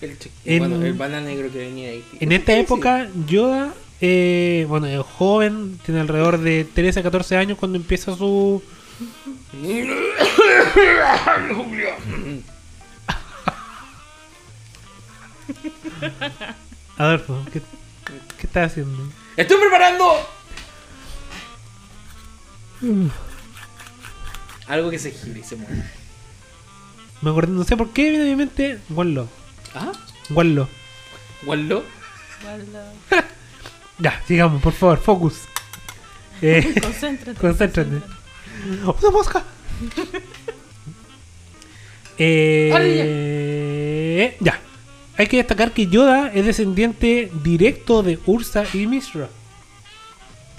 Speaker 1: El chico.
Speaker 2: En-
Speaker 1: Bueno, el banana negro que venía ahí. tío.
Speaker 2: En esta época, Yoda, eh, bueno, es joven, tiene alrededor de 13 a 14 años cuando empieza su. Adolfo, ¿qué, qué estás haciendo?
Speaker 1: ¡Estoy preparando! Mm. Algo que se gira y se mueve.
Speaker 2: Me acordé, no sé por qué viene a mi mente Wanlo.
Speaker 1: ¿Ah?
Speaker 2: Wanlo.
Speaker 1: ¿Waldo?
Speaker 3: Guarda.
Speaker 2: Ya, sigamos, por favor, focus. Eh,
Speaker 3: Concéntrate.
Speaker 2: Concéntrate. ¡Una mosca! eh, ya. Hay que destacar que Yoda es descendiente directo de Ursa y Mishra.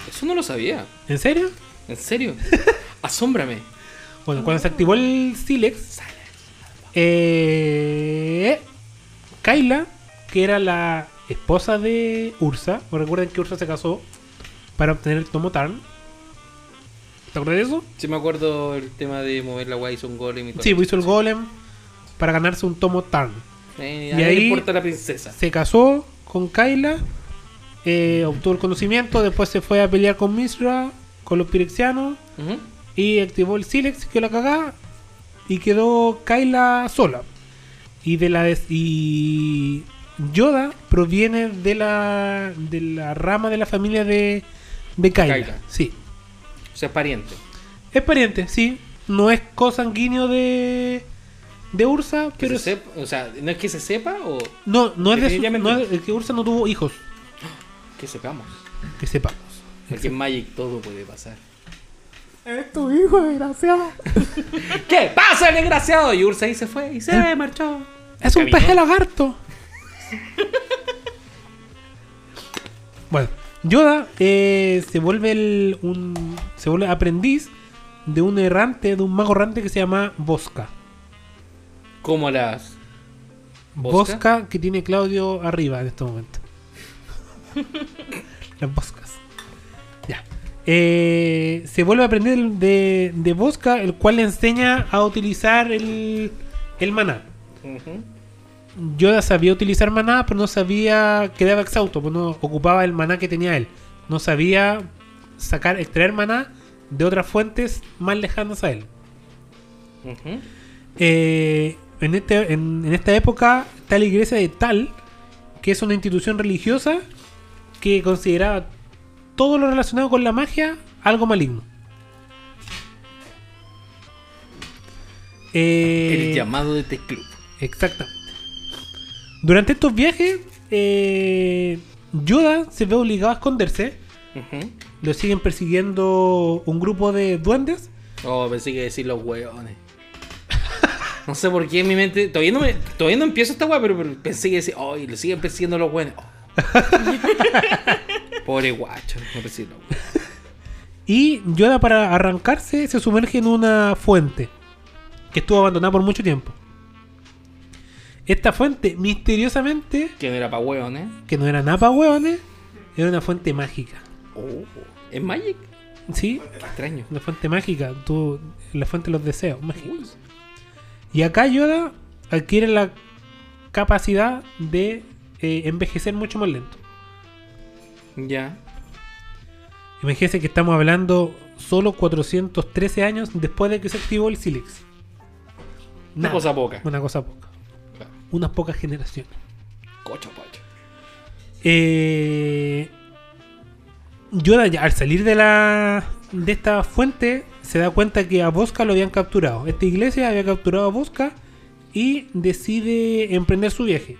Speaker 1: Eso no lo sabía.
Speaker 2: ¿En serio?
Speaker 1: ¿En serio? Asómbrame.
Speaker 2: Bueno, cuando se activó el Silex, eh, Kyla, que era la esposa de Ursa, ¿o recuerden que Ursa se casó para obtener el tomo Tarn. ¿Te acuerdas de eso?
Speaker 1: Sí me acuerdo el tema de mover la guay hizo un golem y todo.
Speaker 2: Sí, hizo el golem para ganarse un tomo Tarn.
Speaker 1: Eh,
Speaker 2: y
Speaker 1: a nadie
Speaker 2: ahí-
Speaker 1: le importa la princesa.
Speaker 2: Se casó con Kyla, eh, obtuvo el conocimiento, después se fue a pelear con Misra, con los pirexianos.
Speaker 1: Ujú.
Speaker 2: Y activó el Silex, que la cagá. Y quedó Kyla sola. Y de la des- y Yoda proviene de la de la rama de la familia de, de Kyla.
Speaker 1: Kyla.
Speaker 2: Sí.
Speaker 1: O sea, pariente.
Speaker 2: Es pariente, sí. No es cosanguíneo de de Ursa,
Speaker 1: Que
Speaker 2: pero
Speaker 1: se sepa- o sea, no es que se sepa o
Speaker 2: no no es de su-
Speaker 1: Definitivamente.
Speaker 2: no es- es que Ursa no tuvo hijos,
Speaker 1: que sepamos.
Speaker 2: que sepamos.
Speaker 1: Porque en Magic todo puede pasar.
Speaker 5: Es tu hijo, desgraciado.
Speaker 1: ¿Qué pasa, desgraciado? Y Ursa ahí se fue y
Speaker 5: Eh.
Speaker 1: se marchó.
Speaker 2: Es un
Speaker 1: Caminó.
Speaker 2: peje lagarto. bueno, Yoda eh, se vuelve el- un se vuelve aprendiz de un errante, de un mago errante que se llama Bosca.
Speaker 1: Como las.
Speaker 2: Bosca,
Speaker 1: ¿Bosca?
Speaker 2: que tiene Claudio arriba en este momento. Las Boscas. Ya. Eh, se vuelve a aprender de, de Bosca, el cual le enseña a utilizar el, el maná.
Speaker 1: Ujú.
Speaker 2: Yoda sabía utilizar maná, pero no sabía. Quedaba exhausto, pues no ocupaba el maná que tenía él. No sabía sacar, extraer maná de otras fuentes más lejanas a él.
Speaker 1: Ujú.
Speaker 2: Eh, en, este, en, en esta época está la iglesia de Tal, que es una institución religiosa que consideraba todo lo relacionado con la magia algo maligno. Eh,
Speaker 1: El llamado de este club.
Speaker 2: Exactamente. Durante estos viajes, eh, Yoda se ve obligado a esconderse.
Speaker 1: Ujú.
Speaker 2: Lo siguen persiguiendo un grupo de duendes.
Speaker 1: Oh, pensé que decir los hueones. No sé por qué en mi mente. Todavía no, me, todavía no empiezo esta hueá, pero, pero pensé que decir. Oh, y lo siguen persiguiendo los hueones. Oh. Pobre guacho, no persiguen los hueones.
Speaker 2: Y Yoda para arrancarse se sumerge en una fuente que estuvo abandonada por mucho tiempo. Esta fuente misteriosamente,
Speaker 1: Que no era para hueones.
Speaker 2: que no era nada pa' hueones, era una fuente mágica.
Speaker 1: Oh, ¿es Magic?
Speaker 2: ¿Sí?
Speaker 1: Qué extraño.
Speaker 2: La fuente mágica, tú, la fuente de los deseos mágicos. Y acá Yoda adquiere la capacidad de eh, envejecer mucho más lento.
Speaker 1: Ya.
Speaker 2: Envejece que estamos hablando solo 413 años después de que se activó el Silex.
Speaker 1: Una
Speaker 2: Nada,
Speaker 1: cosa poca.
Speaker 2: Una cosa poca.
Speaker 1: Claro.
Speaker 2: Unas pocas generaciones.
Speaker 1: Cocho, cocho.
Speaker 2: Eh, Yoda ya, al salir de la de esta fuente se da cuenta que a Bosca lo habían capturado. Esta iglesia había capturado a Bosca y decide emprender su viaje.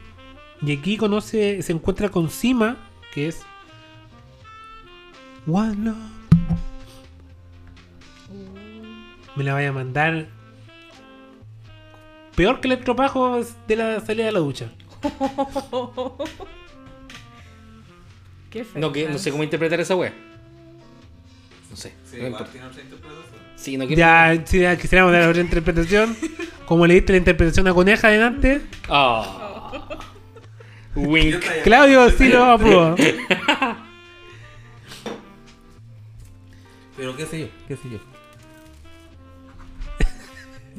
Speaker 2: Y aquí conoce, se encuentra con Sima, que es One Love. Me la vaya a mandar peor que el estropajo de la salida de la ducha.
Speaker 3: Qué feo.
Speaker 1: No, que, no sé cómo interpretar esa wea. No sé.
Speaker 5: Sí,
Speaker 1: no me
Speaker 5: igual
Speaker 1: importa.
Speaker 5: tiene otra interpretación.
Speaker 1: Sí, no quiero.
Speaker 2: Ya, sí, ya quisiéramos dar otra interpretación. Como le diste la interpretación a Coneja delante,
Speaker 1: Ah.
Speaker 5: Yo
Speaker 1: Wink.
Speaker 5: traía-
Speaker 2: Claudio sí lo aprobó.
Speaker 5: Pero qué sé yo, qué sé yo.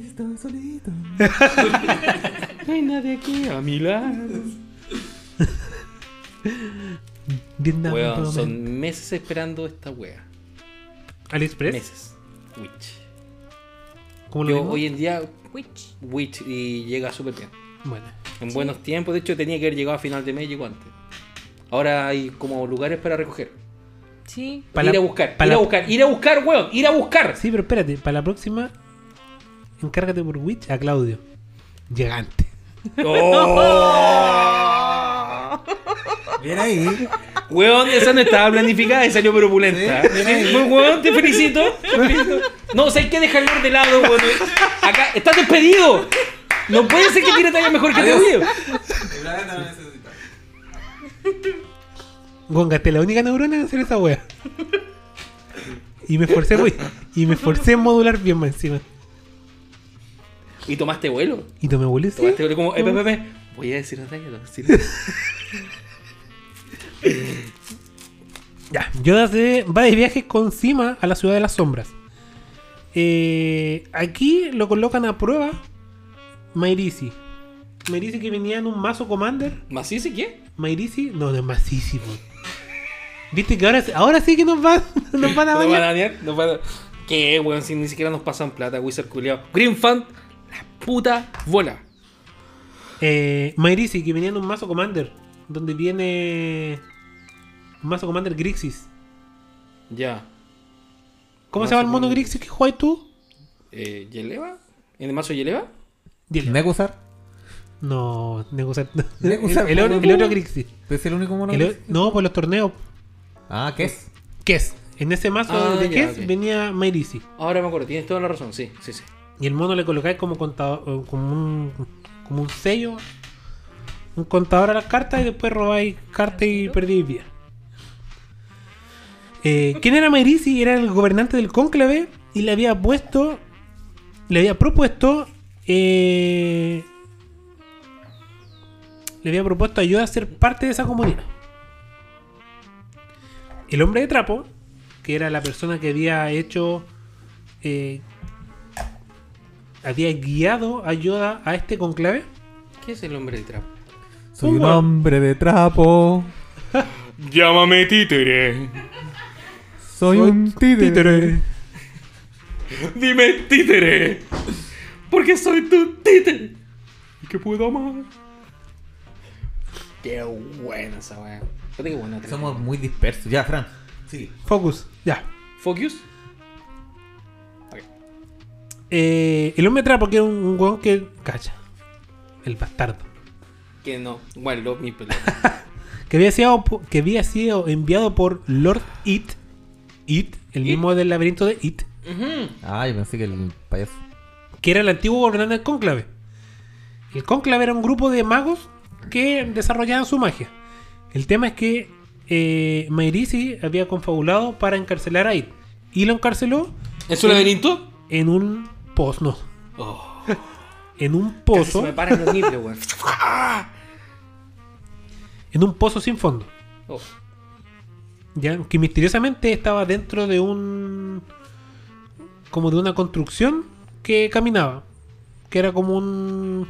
Speaker 5: Estoy solito.
Speaker 1: No hay nadie aquí a mi lado.
Speaker 2: Vietnam,
Speaker 1: Weón,
Speaker 2: todo bien.
Speaker 1: son meses esperando esta wea.
Speaker 2: AliExpress,
Speaker 1: Meses. Witch.
Speaker 2: como lo
Speaker 1: Yo
Speaker 2: digo?
Speaker 1: hoy en día,
Speaker 3: Witch.
Speaker 1: Witch y llega súper bien.
Speaker 2: Bueno,
Speaker 1: En buenos tiempos, de hecho, tenía que haber llegado a final de mes, llegó antes. Ahora hay como lugares para recoger.
Speaker 3: Sí.
Speaker 2: Pa'
Speaker 1: ir
Speaker 2: la-
Speaker 1: a buscar,
Speaker 2: pa'
Speaker 1: ir
Speaker 2: la-
Speaker 1: a buscar, ir a buscar, weón, ir a buscar.
Speaker 2: sí, pero espérate, para la próxima, encárgate por Witch a Claudio. Llegante.
Speaker 5: Bien ahí.
Speaker 1: Weón, esa no estaba planificada y salió propulenta.
Speaker 5: Sí, sí.
Speaker 1: Muy weón, te felicito. te felicito. No, o sea, hay que dejarlo de lado, weón. Acá, estás despedido. No puede ser que tire talla mejor que te
Speaker 5: Adiós.
Speaker 1: odio.
Speaker 5: El planeta lo necesita.
Speaker 2: Góngate, la única neurona en hacer esa wea. Y me esforcé, muy- y me esforcé en modular bien más encima.
Speaker 1: Y tomaste vuelo.
Speaker 2: ¿Y tomé vuelo? Sí.
Speaker 1: Tomaste vuelo como, eh, pe, pe, pe, Voy a decir ataque, no, sí, no.
Speaker 2: Ya, Yoda se va de viaje con Cima a la ciudad de las sombras. Eh, aquí lo colocan a prueba Mairisi. Mairisi que venía en un mazo commander.
Speaker 1: ¿Más sí, sí, qué?
Speaker 2: Mairisi, no, no es macizo. Viste que ahora, ahora sí que nos, va, nos van a
Speaker 1: No van a
Speaker 2: bañar.
Speaker 1: dañar, no van a... ¿Qué, weón? Si ni siquiera nos pasan plata, Wizard culiao. Green Fund, la puta bola.
Speaker 2: Eh, Mairisi que venía en un mazo commander. Donde viene. Un mazo commander Grixis.
Speaker 1: Ya.
Speaker 2: ¿Cómo
Speaker 1: Mazo
Speaker 2: se llama el mono
Speaker 1: Commander.
Speaker 2: Grixis que juegas tú?
Speaker 1: Eh, ¿Yeleva? ¿En el mazo Yeleva?
Speaker 2: Dile.
Speaker 5: Negusar.
Speaker 2: No, negociar.
Speaker 5: Negusar,
Speaker 2: el, el otro- el otro Grixis.
Speaker 5: ¿Es el único mono?
Speaker 2: El
Speaker 5: que
Speaker 2: o-
Speaker 5: existe?
Speaker 2: no, por los torneos.
Speaker 5: Ah, ¿qué es?
Speaker 2: ¿Qué es? En ese mazo
Speaker 1: Ah,
Speaker 2: de
Speaker 1: ya,
Speaker 2: ¿qué es?
Speaker 1: ok.
Speaker 2: venía Mairisi.
Speaker 1: Ahora me acuerdo, tienes toda la razón, sí, sí, sí.
Speaker 2: Y el mono le colocáis como contador, eh, como un, como un sello, un contador a las cartas y después robáis cartas y perdís vida. Eh, ¿Quién era Mairisi? Era el gobernante del cónclave y le había puesto, le había propuesto, eh, le había propuesto ayuda a ser parte de esa comunidad. El hombre de trapo, que era la persona que había hecho eh, había guiado a Yoda a este conclave.
Speaker 1: ¿Qué es el hombre del trapo?
Speaker 5: Soy un hombre de trapo.
Speaker 1: Llámame títere.
Speaker 5: Soy un títere.
Speaker 1: Dime títere. Porque soy tu títere. Y que puedo amar. Qué buena esa weá. Fíjate qué buena.
Speaker 5: Somos muy dispersos. Ya, Fran. Sí.
Speaker 2: Focus, ya.
Speaker 1: Focus.
Speaker 2: Eh, el hombre trapo que era un, un weón que. Cacha. El bastardo.
Speaker 1: Que no. Bueno, lo mi pelo.
Speaker 2: Que había sido, po- que había sido enviado por Lord It. It, el mismo del laberinto de It.
Speaker 1: Ujú.
Speaker 5: Ah, yo pensé que el payaso.
Speaker 2: que era el antiguo gobernante del cónclave. El cónclave era un grupo de magos que desarrollaban su magia. El tema es que eh, Mairisi había confabulado para encarcelar a It. Y lo encarceló
Speaker 1: ¿Es un laberinto?
Speaker 2: en un pozo. No,
Speaker 1: Oh,
Speaker 2: en un
Speaker 1: casi se
Speaker 2: pozo.
Speaker 1: me paran los nipples, weón.
Speaker 2: En un pozo sin fondo.
Speaker 1: Oh.
Speaker 2: ¿ya? Que misteriosamente estaba dentro de un. como de una construcción que caminaba. Que era como un.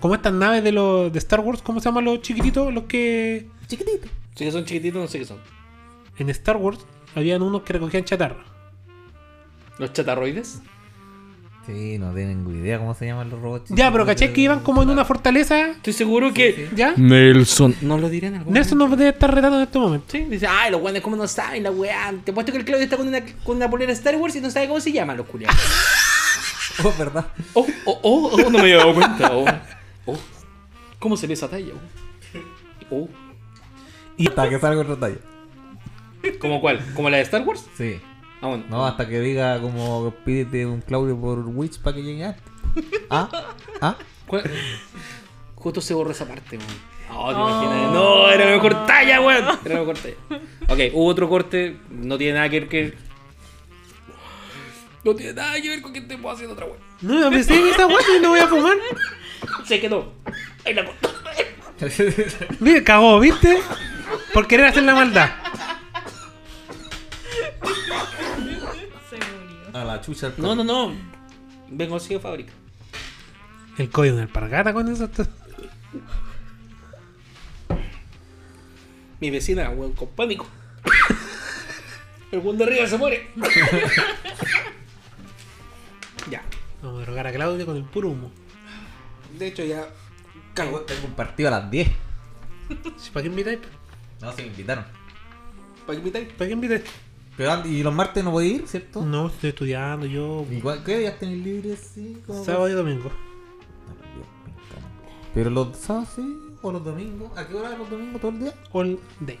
Speaker 2: como estas naves de los. de Star Wars, ¿cómo se llaman los chiquititos? Los que.
Speaker 4: Eh,
Speaker 1: Si que son chiquititos, no sé qué son.
Speaker 2: En Star Wars habían unos que recogían chatarra.
Speaker 1: ¿Los chatarroides?
Speaker 5: Sí, no tengo idea cómo se llaman los robots.
Speaker 2: Ya, pero caché que iban como en una fortaleza.
Speaker 1: Estoy seguro que.
Speaker 2: ¿Ya?
Speaker 1: Nelson. No lo diré en algún
Speaker 2: Nelson nos debe estar retando en este momento.
Speaker 1: Sí, dice, ay, los guanes, ¿cómo no saben la weá? Te puesto que el Claudio está con una, con una polera Star Wars y no sabe cómo se llaman los culiados.
Speaker 5: Oh, verdad.
Speaker 1: Oh, oh, oh, oh, no me había dado cuenta. Oh, oh. ¿Cómo se ve esa talla? Oh.
Speaker 5: Hasta que salga otra talla.
Speaker 1: Oh. ¿Cómo cuál? ¿Como la de Star Wars?
Speaker 5: Sí.
Speaker 1: Ah, bueno.
Speaker 5: No, hasta que diga como pídete un Claudio por Witch para que llegue antes. Ah, ah.
Speaker 1: ¿Cuál? Justo se borró esa parte, weón. No, te imaginas. No, era la mejor talla, weón. Era la mejor talla. Ok, hubo otro corte. No tiene nada que ver que. No tiene nada que ver con que estemos haciendo otra weón.
Speaker 2: No, me pensé en esa guay y no voy a fumar.
Speaker 1: Se quedó. Ahí la corto.
Speaker 2: Mire, cagó, ¿viste? Por querer hacer la maldad.
Speaker 3: Se murió.
Speaker 5: A la chucha. el
Speaker 1: No, no, no. Vengo así de fábrica.
Speaker 2: El código de alpargata con eso. esto-
Speaker 1: Mi vecina, weón, con pánico. El weón de arriba se muere. ya.
Speaker 2: Vamos a drogar a Claudio con el puro humo.
Speaker 1: De hecho, ya.
Speaker 5: Cago, Tengo un partido a las 10.
Speaker 2: Sí, ¿Para qué invitáis?
Speaker 5: No, se me invitaron.
Speaker 1: ¿Para qué me
Speaker 2: ¿Para qué invitáis?
Speaker 5: Pero, antes- y los martes no podía ir, ¿cierto?
Speaker 2: No, estoy estudiando yo.
Speaker 5: ¿Y cuál- qué días tenéis libres? Sí, como-
Speaker 2: Sábado y domingo.
Speaker 5: Pero los sábados sí, o los domingos. ¿A qué hora los domingos todo el día?
Speaker 2: All day.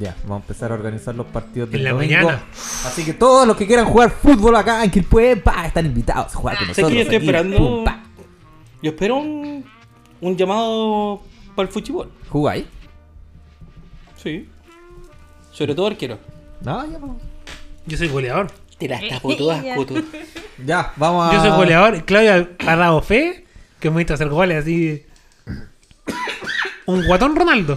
Speaker 5: Ya, vamos a empezar a organizar los partidos
Speaker 2: En
Speaker 5: del
Speaker 2: la
Speaker 5: domingo.
Speaker 2: mañana.
Speaker 5: Así que todos los que quieran jugar fútbol acá en Quilpue, pa, están invitados a jugar con
Speaker 1: Sé
Speaker 5: nosotros.
Speaker 1: que yo estoy
Speaker 5: aquí.
Speaker 1: esperando.
Speaker 5: Pum, pa.
Speaker 1: Yo espero un, un llamado para el fútbol.
Speaker 5: ¿Jugáis?
Speaker 1: Sí. Sobre todo arquero.
Speaker 5: No, ya vamos.
Speaker 2: Yo soy goleador.
Speaker 1: Te las
Speaker 3: Eh,
Speaker 1: tapo todas,
Speaker 3: ya.
Speaker 1: Coto.
Speaker 5: Ya, vamos a.
Speaker 2: Yo soy goleador. Claudia ha dado fe que me visto hacer goles así. Un guatón Ronaldo.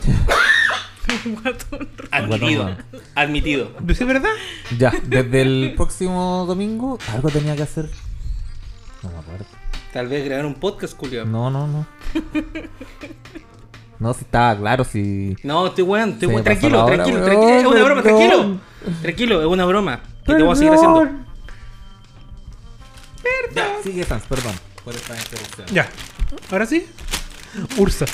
Speaker 1: Admitido. Admitido.
Speaker 2: ¿Sí es verdad?
Speaker 5: Ah, Ya, desde el próximo domingo algo tenía que hacer. No me acuerdo.
Speaker 1: Tal vez grabar un podcast, Julio. No,
Speaker 5: No, no, no. No, si estaba claro, si.
Speaker 1: estoy weón, estoy
Speaker 5: Se
Speaker 1: weón.
Speaker 5: me pasó
Speaker 1: Tranquilo,
Speaker 5: la hora,
Speaker 1: tranquilo,
Speaker 5: weón,
Speaker 1: tranquilo. Es una broma,
Speaker 5: perdón.
Speaker 1: tranquilo. Tranquilo, es una broma. Que te voy a seguir haciendo.
Speaker 5: Perdón. Ya, sigue Sans, perdón por esta interrupción.
Speaker 2: Ya. Ahora sí. Ursa.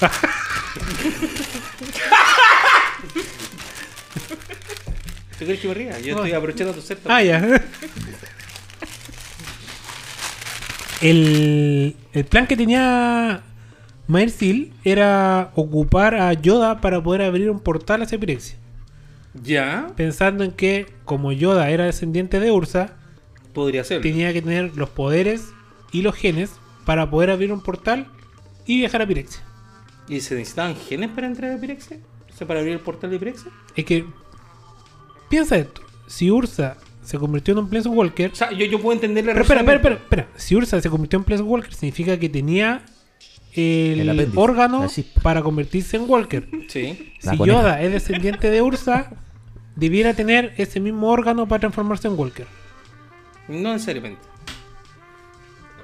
Speaker 1: ¿Tú crees que me ría? Yo estoy aprovechando tu sector.
Speaker 2: ah, ya. El, el plan que tenía Mercil era ocupar a Yoda para poder abrir un portal hacia Pirexia.
Speaker 1: Ya,
Speaker 2: Pensando en que, como Yoda era descendiente de Ursa,
Speaker 1: podría ser.
Speaker 2: tenía que tener los poderes y los genes para poder abrir un portal y viajar a Pirexia.
Speaker 1: ¿Y se necesitaban genes para entrar a Pirexia? O sea, para abrir el portal de Pirexia.
Speaker 2: Es que, piensa esto: si Ursa se convirtió en un Place Walker,
Speaker 1: O sea, yo, yo puedo entender la
Speaker 2: Pero espera, espera,
Speaker 1: razonamiento.
Speaker 2: espera, espera. Si Ursa se convirtió en Place Walker, significa que tenía el,
Speaker 5: El apéndice,
Speaker 2: órgano
Speaker 5: la chispa.
Speaker 2: para convertirse en Walker.
Speaker 1: Sí.
Speaker 5: La
Speaker 2: si
Speaker 5: coneja.
Speaker 2: Yoda es descendiente de Ursa, debiera tener ese mismo órgano para transformarse en Walker.
Speaker 1: No necesariamente.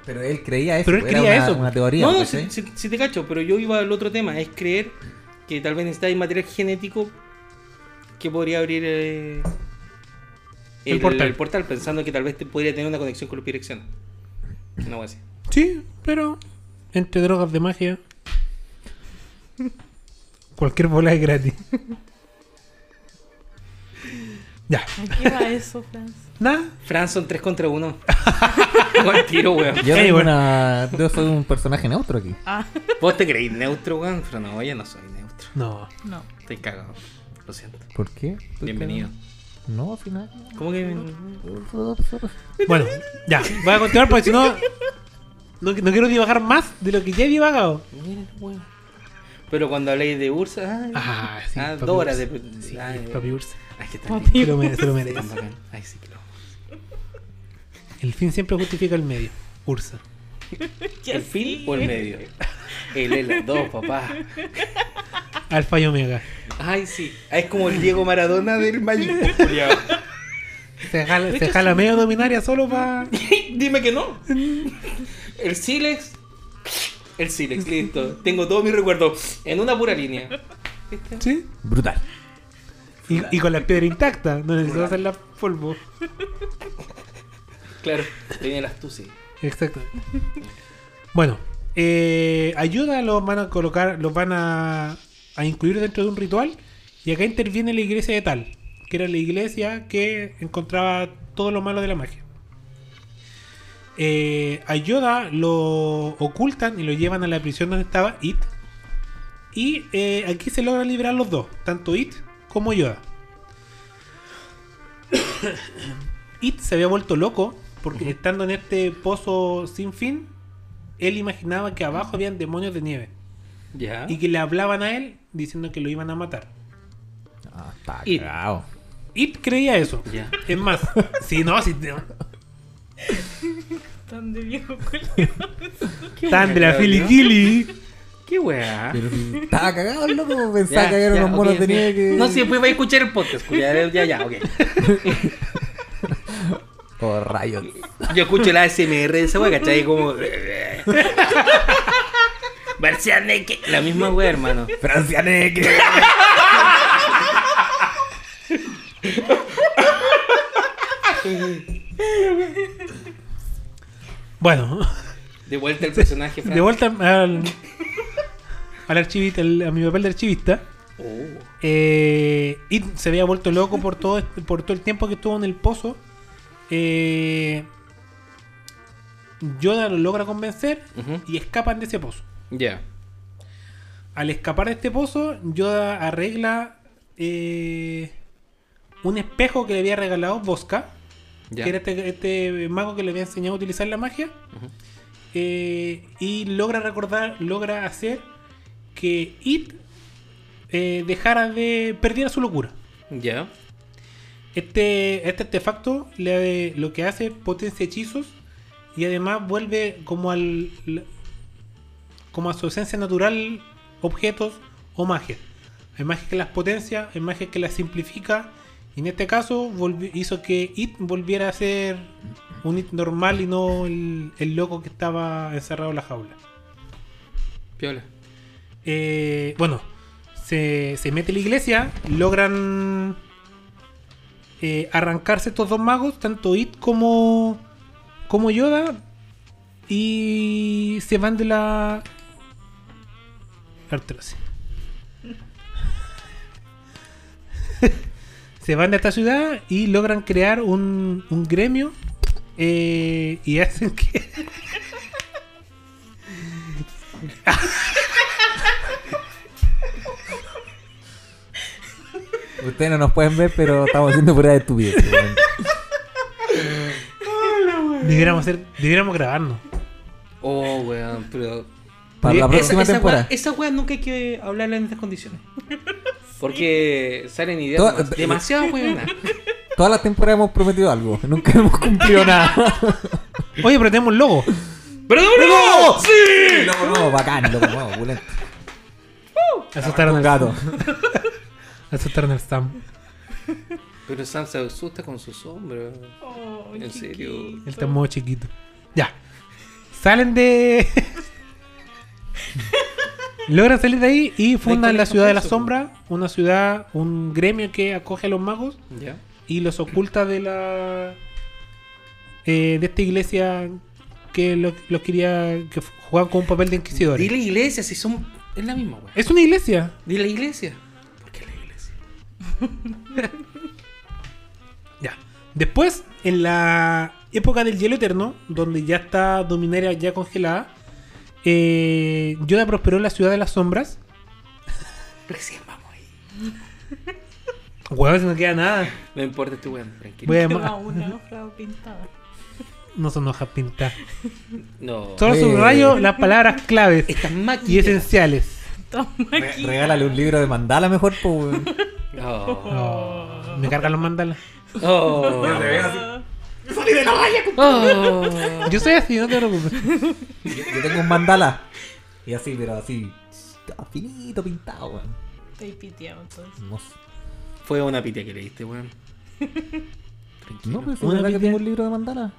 Speaker 5: Pero él creía eso,
Speaker 2: Pero él
Speaker 5: era
Speaker 2: creía
Speaker 5: una,
Speaker 2: eso.
Speaker 5: una teoría.
Speaker 1: No, no,
Speaker 5: ¿cachai?
Speaker 1: si, si- si te cacho, pero yo iba al otro tema, es creer que tal vez necesitáis material genético que podría abrir eh,
Speaker 2: El portal.
Speaker 1: pensando que tal vez te podría tener una conexión con los pirexianos. No voy a decir.
Speaker 2: Sí, pero entre drogas de magia, cualquier bola es gratis. ya,
Speaker 3: ¿A qué va eso, Franz?
Speaker 2: nada.
Speaker 1: Fran son 3 contra 1. Igual tiro, weón.
Speaker 5: Yo,
Speaker 2: Ey,
Speaker 5: tengo
Speaker 2: bueno.
Speaker 5: una- yo soy un personaje neutro aquí.
Speaker 3: Ah,
Speaker 1: ¿Vos te creís neutro, weón? Pero no, yo no soy neutro.
Speaker 2: No.
Speaker 3: no.
Speaker 1: Estoy cagado. Lo siento.
Speaker 5: ¿Por qué? Estoy
Speaker 1: Bienvenido.
Speaker 5: cagado. No, al final.
Speaker 1: Pues ¿Cómo que.?
Speaker 2: Bueno, ya, voy a continuar porque si no, no, no quiero divagar más de lo que ya he divagado.
Speaker 1: Mira, weón. Pero cuando habláis de Ursa. ay,
Speaker 2: Ah, sí.
Speaker 1: Ah,
Speaker 2: papi
Speaker 1: dos horas
Speaker 2: Ursa.
Speaker 1: de-
Speaker 2: Sí,
Speaker 1: ay, eh.
Speaker 2: papi Ursa.
Speaker 1: ay, que tan
Speaker 3: Papi.
Speaker 2: Se lo merece, se lo merece.
Speaker 1: tan bacán. Ay, sí, que lo-
Speaker 2: El fin siempre justifica el medio. Ursa.
Speaker 3: Ya
Speaker 1: ¿El fin
Speaker 3: sí.
Speaker 1: o el medio? El de las dos, papá.
Speaker 2: Alfa y Omega.
Speaker 1: Ay, sí. Ah, Es como el Diego Maradona del Magic. culiao.
Speaker 2: Se jala, se jala medio dominaria solo para.
Speaker 1: Dime que no. El Silex. El Silex, listo. Tengo todos mis recuerdos en una pura línea.
Speaker 2: ¿Sí?
Speaker 5: Brutal.
Speaker 2: Y, y con la piedra intacta. No necesito hacerla polvo.
Speaker 1: Claro, tenía la astucia.
Speaker 2: Exacto. Bueno, eh, ayuda los van a colocar, los van a, a incluir dentro de un ritual. Y acá interviene la iglesia de Tal, que era la iglesia que encontraba todo lo malo de la magia. Eh, a Yoda lo ocultan y lo llevan a la prisión donde estaba It. Y eh, aquí se logran liberar los dos, tanto It como Yoda. It se había vuelto loco porque estando en este pozo sin fin, él imaginaba que abajo habían demonios de nieve
Speaker 1: Ya.
Speaker 2: y que le hablaban a él diciendo que lo iban a matar.
Speaker 5: Ah, está
Speaker 1: Y- Ah.
Speaker 5: cagado.
Speaker 2: It creía eso.
Speaker 1: Ya.
Speaker 2: Es más, si no, si te-
Speaker 3: Tan de viejo colegio.
Speaker 2: tan de la filigili.
Speaker 1: ¿Qué weá?
Speaker 5: Pero si estaba cagado el loco, pensaba que eran unos
Speaker 1: ok,
Speaker 5: monos de
Speaker 1: sí.
Speaker 5: nieve que.
Speaker 1: No, si después va a escuchar el podcast, culiao. Ya, ya, ok.
Speaker 5: Oh, rayos.
Speaker 1: Yo escucho la ASMR de esa wea, ¿cachai? Como. Marcianeque. La misma wea, hermano.
Speaker 5: Francia Neque.
Speaker 2: Bueno,
Speaker 1: De vuelta el personaje, Fran.
Speaker 2: de vuelta al, al archivista, al- a mi papel de archivista.
Speaker 1: Oh.
Speaker 2: Eh, y se había vuelto loco por todo, este- por todo el tiempo que estuvo en el pozo. Eh, Yoda lo logra convencer
Speaker 1: Ujú.
Speaker 2: y escapan de ese pozo.
Speaker 1: Ya.
Speaker 2: Al escapar de este pozo, Yoda arregla eh, un espejo que le había regalado Bosca,
Speaker 1: Ya.
Speaker 2: que era este, este mago que le había enseñado a utilizar la magia.
Speaker 1: Ujú.
Speaker 2: Eh, y logra recordar, logra hacer que It eh, dejara de. perdiera su locura.
Speaker 1: Ya.
Speaker 2: Este, este artefacto le- lo que hace es potencia hechizos Y además vuelve como al. como a su esencia natural objetos o magia. Hay magia que las potencia, hay magia que las simplifica. Y en este caso volvi- hizo que It volviera a ser un It normal y no el, el loco que estaba encerrado en la jaula.
Speaker 1: Piola.
Speaker 2: Eh, bueno, se, se mete la iglesia, logran eh, arrancarse estos dos magos, tanto It como, como Yoda, y se van de la... Artrose. se van de esta ciudad y logran crear un, un gremio eh, y hacen que...
Speaker 5: Ustedes no nos pueden ver, pero estamos haciendo pura de estupidez. weón.
Speaker 2: Debiéramos, hacer, debiéramos grabarnos.
Speaker 1: Oh, weón, pero.
Speaker 5: Para la
Speaker 1: Esa-
Speaker 5: próxima
Speaker 1: esa
Speaker 5: temporada.
Speaker 1: weá- Esa weá nunca hay que hablarla en estas condiciones. Porque salen ideas
Speaker 5: Toda- eh,
Speaker 1: demas- demasiado weonas.
Speaker 5: Todas las temporadas hemos prometido algo. Nunca hemos cumplido nada.
Speaker 2: Oye, pero tenemos logo.
Speaker 1: ¡Pero de nuevo! ¡Sí!
Speaker 5: Loco nuevo, bacán, loco Pues, nuevo, opulento.
Speaker 2: Asustaron
Speaker 5: Un
Speaker 2: al
Speaker 5: gato.
Speaker 2: Asustaron al Sam.
Speaker 1: Pero Sam se asusta con su sombra.
Speaker 3: Oh,
Speaker 1: En serio.
Speaker 2: Él está muy chiquito. Ya. Salen de. Logran salir de ahí y fundan la ciudad de la sombra, una ciudad, un gremio que acoge a los magos
Speaker 1: ¿Ya?
Speaker 2: y los oculta de la eh, de esta iglesia que los los quería que f- jugaban con un papel de inquisidores.
Speaker 1: Dile iglesia, si son. Es la misma
Speaker 5: Eh.
Speaker 1: weá.
Speaker 2: Es una iglesia.
Speaker 1: Dile iglesia. ¿Por qué la iglesia?
Speaker 2: Ya. Después, en la época del hielo eterno, donde ya está Dominaria ya congelada, eh, Yoda prosperó en la ciudad de las sombras.
Speaker 1: Recién vamos ahí.
Speaker 2: Huevos, no queda nada.
Speaker 1: No importa este weón, tranquilo.
Speaker 2: Voy a
Speaker 3: Toma
Speaker 2: llamar-
Speaker 3: una hoja pintada.
Speaker 2: No son hojas pintadas.
Speaker 1: No.
Speaker 2: Solo
Speaker 5: Eh.
Speaker 2: subrayo las palabras claves
Speaker 1: Estas
Speaker 2: y
Speaker 1: máquinas.
Speaker 2: esenciales.
Speaker 3: Toma
Speaker 5: Re-
Speaker 3: aquí.
Speaker 5: Regálale un libro de mandala mejor, po, weón.
Speaker 1: Oh.
Speaker 2: Oh, me cargan los mandalas.
Speaker 1: Oh.
Speaker 3: Ah,
Speaker 1: Oh.
Speaker 2: Yo soy así, no te preocupes.
Speaker 5: Yo, yo tengo un mandala. Y así, pero así. Finito pintado, weón.
Speaker 3: Estoy piteado entonces.
Speaker 5: Hermoso.
Speaker 1: Fue una pitia que le diste, weón.
Speaker 5: No, pero si
Speaker 2: Una
Speaker 5: es verdad que
Speaker 2: pitea.
Speaker 5: tengo un libro de mandala.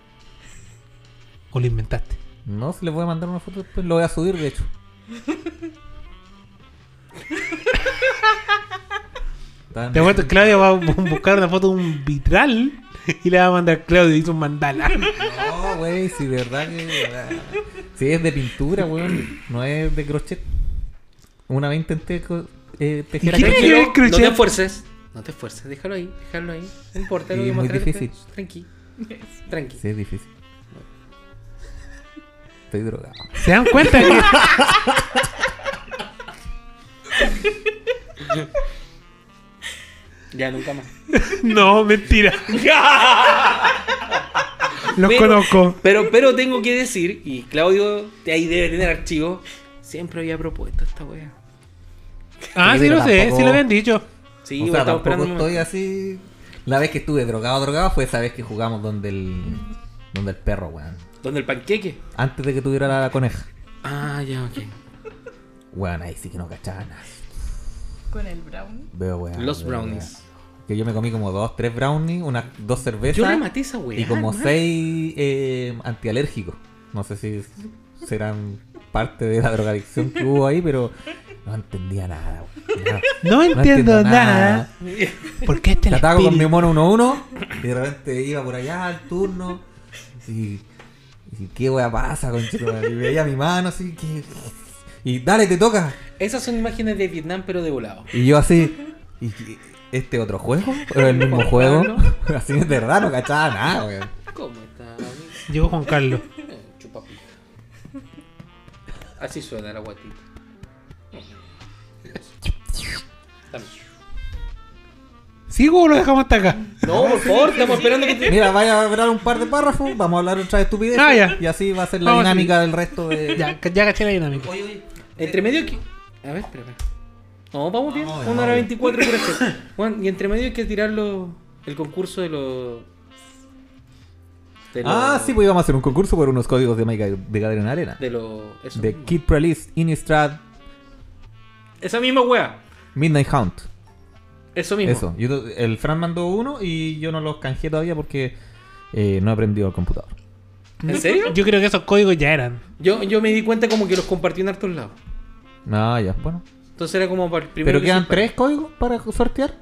Speaker 2: O lo inventaste.
Speaker 5: No, si les voy a mandar una foto después, lo voy a subir, de hecho. Tan-
Speaker 2: Te acuerdas, Claudio va a bu- buscar una foto de un vitral y le va a mandar Claudio hizo un mandala.
Speaker 5: No, güey, si de verdad que. ah, Si es de pintura, weón. No es de crochet. Una vez intenté co- eh, tejer
Speaker 2: ¿Y qué tiene que ver el
Speaker 1: No
Speaker 2: crochet?
Speaker 1: te esfuerces. No te esfuerces, déjalo ahí, déjalo ahí. No importa, lo voy
Speaker 5: Y
Speaker 1: a
Speaker 5: es muy
Speaker 1: mostrar
Speaker 5: difícil.
Speaker 1: después. Tranqui. Tranqui.
Speaker 5: Sí, es difícil. Estoy drogado.
Speaker 2: ¿Se dan cuenta que.?
Speaker 1: Ya, nunca más.
Speaker 2: No, mentira. Los
Speaker 1: Pero-
Speaker 2: conozco.
Speaker 1: Pero, pero tengo que decir, y Claudio de ahí debe tener archivos, siempre había propuesto esta wea.
Speaker 2: Ah,
Speaker 5: Sí,
Speaker 2: sí,
Speaker 5: pero
Speaker 2: lo sé,
Speaker 5: tampoco-
Speaker 2: sí lo habían dicho.
Speaker 1: Sí,
Speaker 5: o
Speaker 1: bueno,
Speaker 5: sea,
Speaker 1: estaba
Speaker 5: tampoco
Speaker 1: esperando. un
Speaker 5: estoy así. La vez que estuve drogado, drogado fue esa vez que jugamos donde el. Donde el perro, weón.
Speaker 1: momento. ¿Dónde el panqueque?
Speaker 5: Antes de que tuviera la coneja.
Speaker 1: Ah, ya, ok.
Speaker 5: Weón, ahí sí que no cachaba nada.
Speaker 3: Con el brown.
Speaker 5: Veo, weón.
Speaker 1: Los
Speaker 5: veo,
Speaker 1: brownies.
Speaker 5: weón. Que yo me comí como dos, tres brownies, unas dos cervezas.
Speaker 1: Yo le maté esa wea.
Speaker 5: Y como
Speaker 1: hermano.
Speaker 5: seis eh, antialérgicos. No sé si serán parte de la drogadicción que hubo ahí, pero no entendía nada. güey, nada.
Speaker 2: No entiendo nada. ¿Por qué este
Speaker 5: Trataba con mi
Speaker 2: espíritu?
Speaker 5: mono 1-1 y de repente iba por allá al turno. Y, y qué wea pasa, conchito. Y veía mi mano así. que- y dale, te toca.
Speaker 1: Esas son imágenes de Vietnam, pero de volado.
Speaker 5: Y yo así. ¿y qué- ¿Este otro juego? ¿O el mismo juego? así de verdad no cachaba nada, weón.
Speaker 1: ¿Cómo está?
Speaker 2: Llegó Juan Carlos.
Speaker 1: Eh, Chupapita. Así suena la guatita. Dame.
Speaker 2: ¿Sigo o lo dejamos hasta acá?
Speaker 1: No, por favor, estamos esperando que te.
Speaker 5: Mira, vaya a hablar un par de párrafos, vamos a hablar otra vez estupidez
Speaker 2: Ah, ya.
Speaker 5: y así va a ser la
Speaker 2: Vamos,
Speaker 5: dinámica del resto de.
Speaker 2: Ya, ca- ya caché la dinámica.
Speaker 1: Entre medio que. A ver, espera. espera. No, vamos bien.
Speaker 5: Vamos bien,
Speaker 1: Una hora
Speaker 5: vamos
Speaker 1: 24 por hacer. Juan, y entre medio hay que tirarlo. El concurso de los. De lo-
Speaker 5: Ah, sí, pues íbamos a hacer un concurso por unos códigos de Mike de Gabriel Arena.
Speaker 1: De lo. Eso.
Speaker 5: De Kid Prelist, Innistrad,
Speaker 1: Esa misma wea.
Speaker 5: Midnight Hunt.
Speaker 1: Eso mismo.
Speaker 5: Eso. Yo to- el Fran mandó uno y yo no los canjeé todavía porque eh, no he aprendido al computador.
Speaker 1: ¿En serio?
Speaker 2: Yo creo que esos códigos ya eran.
Speaker 1: Yo, yo me di cuenta como que los compartí en hartos lados.
Speaker 5: Ah, ya, bueno.
Speaker 1: Entonces era como para el primero.
Speaker 5: Pero
Speaker 1: que
Speaker 5: quedan
Speaker 1: siempre-
Speaker 5: tres códigos para sortear.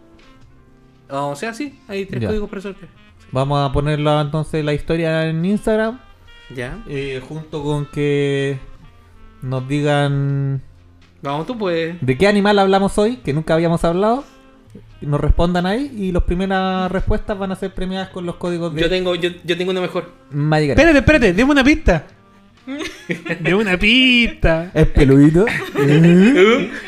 Speaker 1: Ah, o sea, sí, hay tres
Speaker 5: Ya.
Speaker 1: códigos para sortear.
Speaker 5: Vamos a ponerla entonces la historia en Instagram.
Speaker 1: Ya.
Speaker 5: eh, junto con que nos digan
Speaker 1: Vamos, tú pues. puedes.
Speaker 5: de qué animal hablamos hoy, que nunca habíamos hablado. Nos respondan ahí y las primeras respuestas van a ser premiadas con los códigos de
Speaker 1: Yo tengo, yo, yo tengo una mejor.
Speaker 5: Magic Arena.
Speaker 2: Espérate, espérate, deme una pista. Deme una pista.
Speaker 5: Es peludito.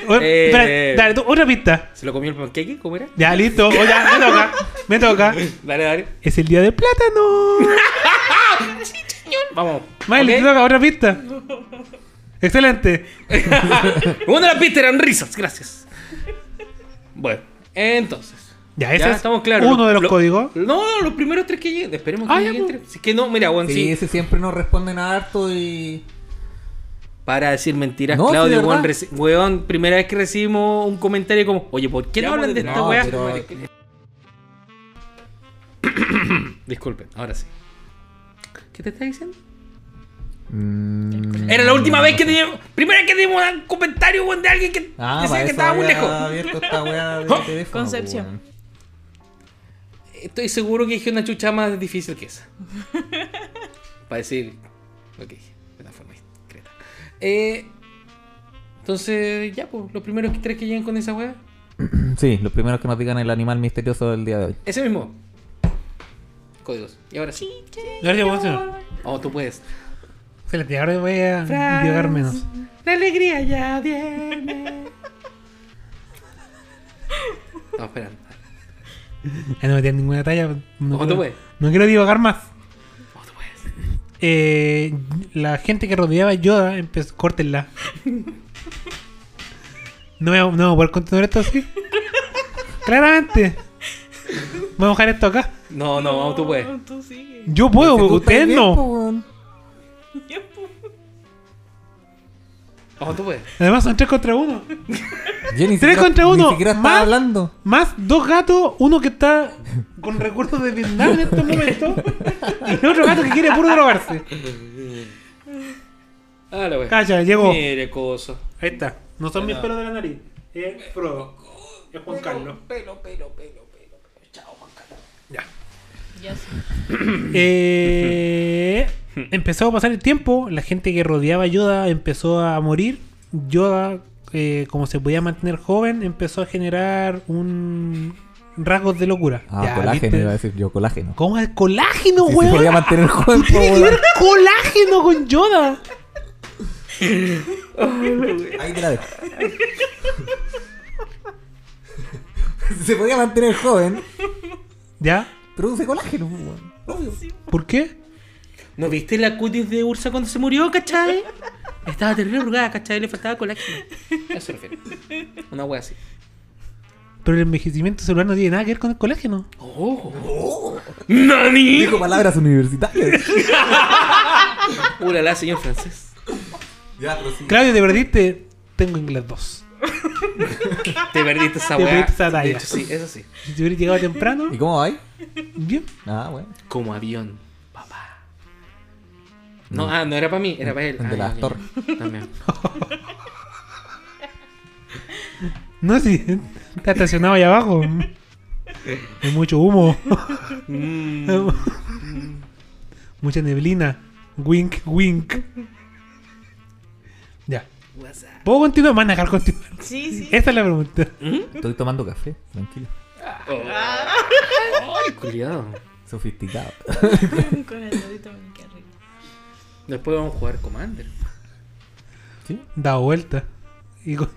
Speaker 2: O-
Speaker 1: Eh.
Speaker 2: espérate, dale, tú, otra pista.
Speaker 1: ¿Se lo comió el panqueque? ¿Cómo era?
Speaker 2: Ya, listo. O ya, me toca. Me toca.
Speaker 1: Dale, dale.
Speaker 2: Es el día del plátano.
Speaker 1: Vamos.
Speaker 2: Mike,
Speaker 1: ¿Ok?
Speaker 2: te toca otra pista. Excelente.
Speaker 1: Una de las pistas eran risas, gracias. Bueno, entonces.
Speaker 2: Ya, ese es
Speaker 1: estamos claros.
Speaker 2: uno de los
Speaker 1: Lo-
Speaker 2: códigos.
Speaker 1: No, los primeros tres que lleguen. Esperemos que
Speaker 2: Ah, ya,
Speaker 1: lleguen
Speaker 2: pues.
Speaker 1: tres. Si es que no, mira, Juan,
Speaker 5: sí,
Speaker 1: sí.
Speaker 5: ese siempre nos responden a harto y.
Speaker 1: Para decir mentiras,
Speaker 5: No, sí,
Speaker 1: Claudio,
Speaker 5: de
Speaker 1: weón,
Speaker 5: verdad.
Speaker 1: reci- weón, primera vez que recibimos un comentario como, oye, ¿por qué no
Speaker 6: Ya,
Speaker 1: hablan de
Speaker 6: no,
Speaker 1: esta weá?
Speaker 5: pues, pero-
Speaker 1: Disculpen, ahora sí. ¿Qué te está diciendo?
Speaker 5: Mm.
Speaker 1: Era la última vez que teníamos. Primera vez que teníamos un comentario, weón, de alguien que
Speaker 5: Ah,
Speaker 1: decía
Speaker 5: para
Speaker 1: que
Speaker 5: eso
Speaker 1: estaba muy
Speaker 5: había
Speaker 1: lejos.
Speaker 5: abierto esta weá del
Speaker 1: Oh,
Speaker 5: teléfono,
Speaker 3: Concepción.
Speaker 5: weón.
Speaker 1: Estoy seguro que dije una chucha más difícil que esa. Para decir lo que dije, de una forma discreta. Eh, entonces, ya, pues, los primeros tres que lleguen con esa weá.
Speaker 5: Sí, los primeros que nos digan el animal misterioso del día de hoy.
Speaker 1: Ese mismo. Códigos. Y ahora sí.
Speaker 2: Gracias, Monseñor.
Speaker 1: Oh, tú puedes.
Speaker 2: Excelente, ahora voy a
Speaker 1: Franz.
Speaker 2: llegar menos.
Speaker 1: La alegría ya viene. No, espera.
Speaker 2: Ya no metí ninguna talla. No,
Speaker 1: ¿Cómo te
Speaker 2: quiero,
Speaker 1: fue?
Speaker 2: no quiero divagar más.
Speaker 1: Oh, tú puedes.
Speaker 2: Eh, la gente que rodeaba a Yoda empezó. Córtenla. No voy a, no voy a poder continuar esto así. Claramente. Vamos a dejar esto acá.
Speaker 1: No, no, vamos, tú puedes.
Speaker 3: Tú sigue.
Speaker 2: Yo puedo,
Speaker 5: Porque
Speaker 2: pero
Speaker 5: tú
Speaker 2: ustedes
Speaker 5: estás bien, po,
Speaker 2: no.
Speaker 5: weón.
Speaker 3: Yo pu-
Speaker 1: Oh, tú puedes.
Speaker 2: Además son 3 contra 1.
Speaker 5: Yo ni
Speaker 2: Tres
Speaker 5: siquiera-
Speaker 2: contra uno,
Speaker 5: Ni siquiera estaba
Speaker 2: más.
Speaker 5: hablando.
Speaker 2: Más dos gatos, uno que está con recuerdos de Vietnam en estos momentos. Y el otro gato que quiere puro drogarse.
Speaker 1: Ah, la weá.
Speaker 2: Calla, llegó.
Speaker 1: Mire, coso.
Speaker 2: Ahí está. No son mis pelos de la nariz. Es Frodo. Es Juan Carlos.
Speaker 6: Pelo, pelo, pelo, pelo. Chao, Juan Carlos.
Speaker 2: Ya.
Speaker 3: Ya sí.
Speaker 2: Eh, empezó a pasar el tiempo. La gente que rodeaba a Yoda empezó a morir. Yoda, eh, como se podía mantener joven, empezó a generar un rasgos de locura.
Speaker 5: Ah,
Speaker 2: Ya,
Speaker 5: colágeno,
Speaker 2: ¿viste?
Speaker 5: iba a decir yo, colágeno.
Speaker 2: ¿Cómo es colágeno,
Speaker 5: Si se
Speaker 2: weón?
Speaker 5: podía mantener joven, po,
Speaker 2: Tiene que
Speaker 5: weón.
Speaker 2: ver colágeno con Yoda.
Speaker 5: Ahí te la dejo. Si se podía mantener joven,
Speaker 2: ¿Ya?
Speaker 5: produce colágeno, po, weón. Obvio.
Speaker 2: ¿Por qué?
Speaker 1: ¿No viste la cutis de Ursa cuando se murió, cachai? Estaba terrible arrugada, cachai, le faltaba colágeno. A eso se refiere. Una wea así.
Speaker 2: Pero el envejecimiento celular no tiene nada que ver con el colágeno.
Speaker 1: ¡Oh! ¡Nani!
Speaker 5: Dijo palabras universitarias.
Speaker 1: ¡Ulala, señor francés!
Speaker 5: ya, pero sí.
Speaker 2: Claudio, te perdiste. Tengo inglés 2.
Speaker 1: Te perdiste esa
Speaker 2: Te
Speaker 1: wea.
Speaker 2: perdiste esa talla.
Speaker 1: De hecho, sí, eso sí.
Speaker 2: Si te hubieras llegado temprano,
Speaker 5: ¿Y cómo va ahí?
Speaker 2: bien.
Speaker 5: Ah, bueno.
Speaker 1: Como avión, papá. No, ah, no era para mí, era para él.
Speaker 5: El de
Speaker 1: Ah,
Speaker 5: las
Speaker 1: ya, ya.
Speaker 5: torres.
Speaker 1: También.
Speaker 2: No, si está estacionado ahí abajo. Hay mucho humo. Mucha neblina. Wink, wink. Ya. ¿Puedo continuar? ¿Me van a dejar continuar?
Speaker 3: Sí, sí.
Speaker 2: Esta es la pregunta.
Speaker 5: Estoy tomando café, tranquilo.
Speaker 1: Oh. Ay, culiado.
Speaker 5: Sofisticado.
Speaker 3: Con el dedito me queda rico.
Speaker 1: Después vamos a jugar Commander.
Speaker 5: ¿Sí?
Speaker 2: Da vuelta. Y con-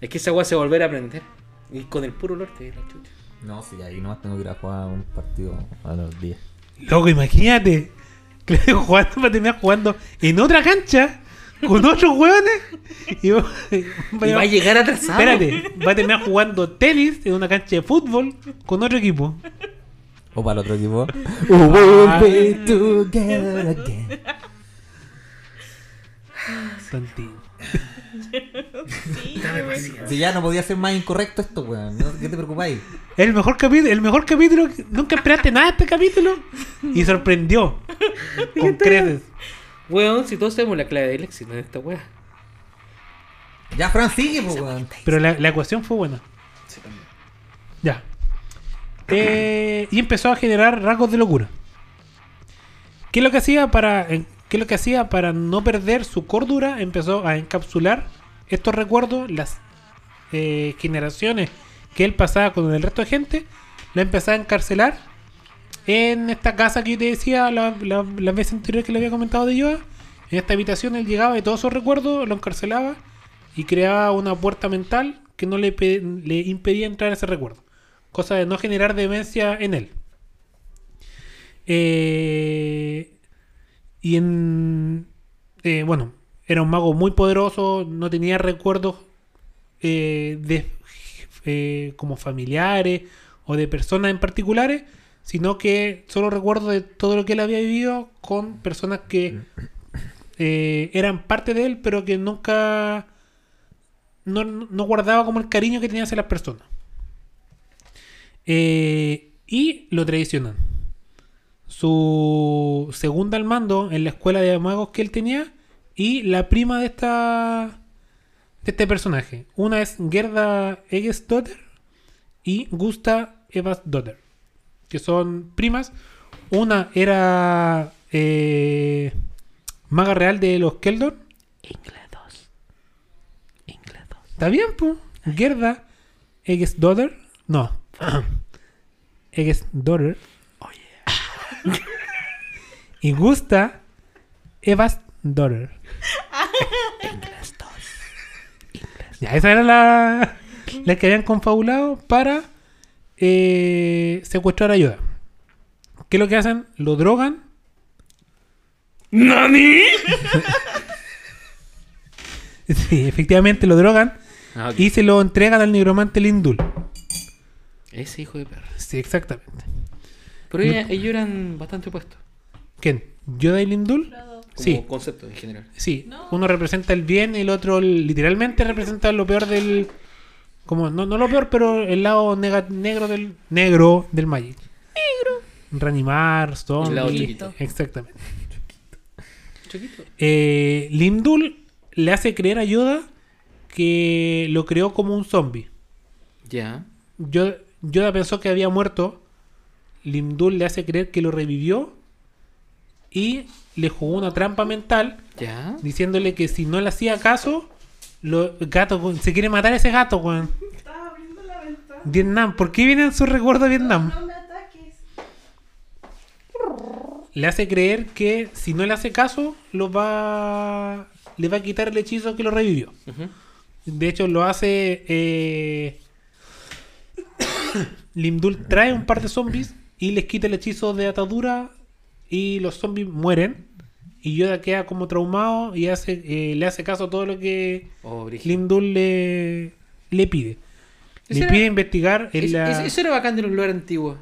Speaker 1: Es que esa wea se va a volver a aprender. Y con el puro olor te viene la chucha.
Speaker 5: No, sí, ahí nomás tengo que ir a jugar un partido a los 10.
Speaker 2: Loco, imagínate. Claudio jugando para terminar jugando en otra cancha con otros hueones. Y, va-
Speaker 1: Y va a llegar atrasado.
Speaker 2: Espérate, va a terminar jugando tenis en una cancha de fútbol con otro equipo. Ah,
Speaker 5: O para el otro equipo. We will be together again.
Speaker 2: Santi.
Speaker 3: Sí,
Speaker 5: Si ya no podía ser más incorrecto esto, weón. ¿no? ¿Qué te preocupáis?
Speaker 2: El mejor capítulo, el mejor capítulo. que- Nunca esperaste nada de este capítulo. Y sorprendió. Con creces.
Speaker 1: Weón, si todos sabemos la clave del éxito en esta weá.
Speaker 5: Ya, Fran, sigue, po, weón.
Speaker 2: Pero la, la ecuación fue buena. Ya. Eh, y empezó a generar rasgos de locura. ¿Qué es lo que hacía para. en- qué es lo que hacía para no perder su cordura? Empezó a encapsular estos recuerdos, las eh, generaciones que él pasaba con el resto de gente, la empezaba a encarcelar en esta casa que yo te decía la- la- las veces anteriores que le había comentado de Yoda. En esta habitación él llegaba y todos sus recuerdos lo encarcelaba y creaba una puerta mental que no le, pe- le impedía entrar ese recuerdo. Cosa de no generar demencia en él. Eh, y en... eh, bueno, era un mago muy poderoso, no tenía recuerdos eh, de, eh, como familiares o de personas en particulares, sino que solo recuerdo de todo lo que él había vivido con personas que eh, eran parte de él, pero que nunca no, no guardaba como el cariño que tenía hacia las personas. Eh, y lo traicionan. Su segunda al mando en la escuela de magos que él tenía y la prima de esta de este personaje. Una es Gerda Eggesdotter y Gusta Evasdotter, que son primas. Una era eh, maga real de los Keldor
Speaker 4: Ingle 2. Ingle 2.
Speaker 2: Está bien, pues. Gerda Eggesdotter. No. Eggesdotter. y Gusta Evasdotter. ya, esa era la, la que habían confabulado para eh, secuestrar ayuda. ¿Qué es lo que hacen? Lo drogan.
Speaker 1: ¡Nani!
Speaker 2: Sí, efectivamente lo drogan.
Speaker 1: Ah, ok.
Speaker 2: Y se lo entregan al nigromante Lindul.
Speaker 1: Ese hijo de perra.
Speaker 2: Sí, exactamente.
Speaker 1: Pero ella- ellos eran bastante opuestos.
Speaker 2: ¿Quién? ¿Yoda y Lindul?
Speaker 1: Como
Speaker 2: Sí,
Speaker 1: concepto en general.
Speaker 2: sí. Uno representa el bien y el otro literalmente representa lo peor del... Como, no, no lo peor, pero el lado nega- negro del negro del Magic. Negro. Reanimar,
Speaker 1: El lado
Speaker 2: Stone.
Speaker 1: chiquito.
Speaker 2: Exactamente.
Speaker 1: Chiquito.
Speaker 2: Eh, Lindul le hace creer a Yoda que lo creó como un zombie.
Speaker 1: Ya.
Speaker 2: Yo- Yoda pensó que había muerto. Lindul le hace creer que lo revivió. Y le jugó una trampa mental
Speaker 1: Ya.
Speaker 2: diciéndole que si no le hacía caso, los gatos weón, se quiere matar a ese gato, weón.
Speaker 6: Estaba abriendo la ventana.
Speaker 2: Vietnam, ¿por qué vienen sus recuerdos de Vietnam?
Speaker 6: No me ataques.
Speaker 2: Le hace creer que si no le hace caso, lo va le va a quitar el hechizo que lo revivió.
Speaker 1: Ujú.
Speaker 2: De hecho, lo hace. eh, Limdul trae un par de zombies y les quita el hechizo de atadura. Y los zombies mueren. Y Yoda queda como traumado y hace, eh, le hace caso a todo lo que
Speaker 1: Oh, brígido.
Speaker 2: Lindul le, le pide.
Speaker 1: Ese
Speaker 2: Le
Speaker 1: era-
Speaker 2: pide investigar en
Speaker 1: Es-
Speaker 2: la-
Speaker 1: es- Eso era bacán de los lugares antiguos.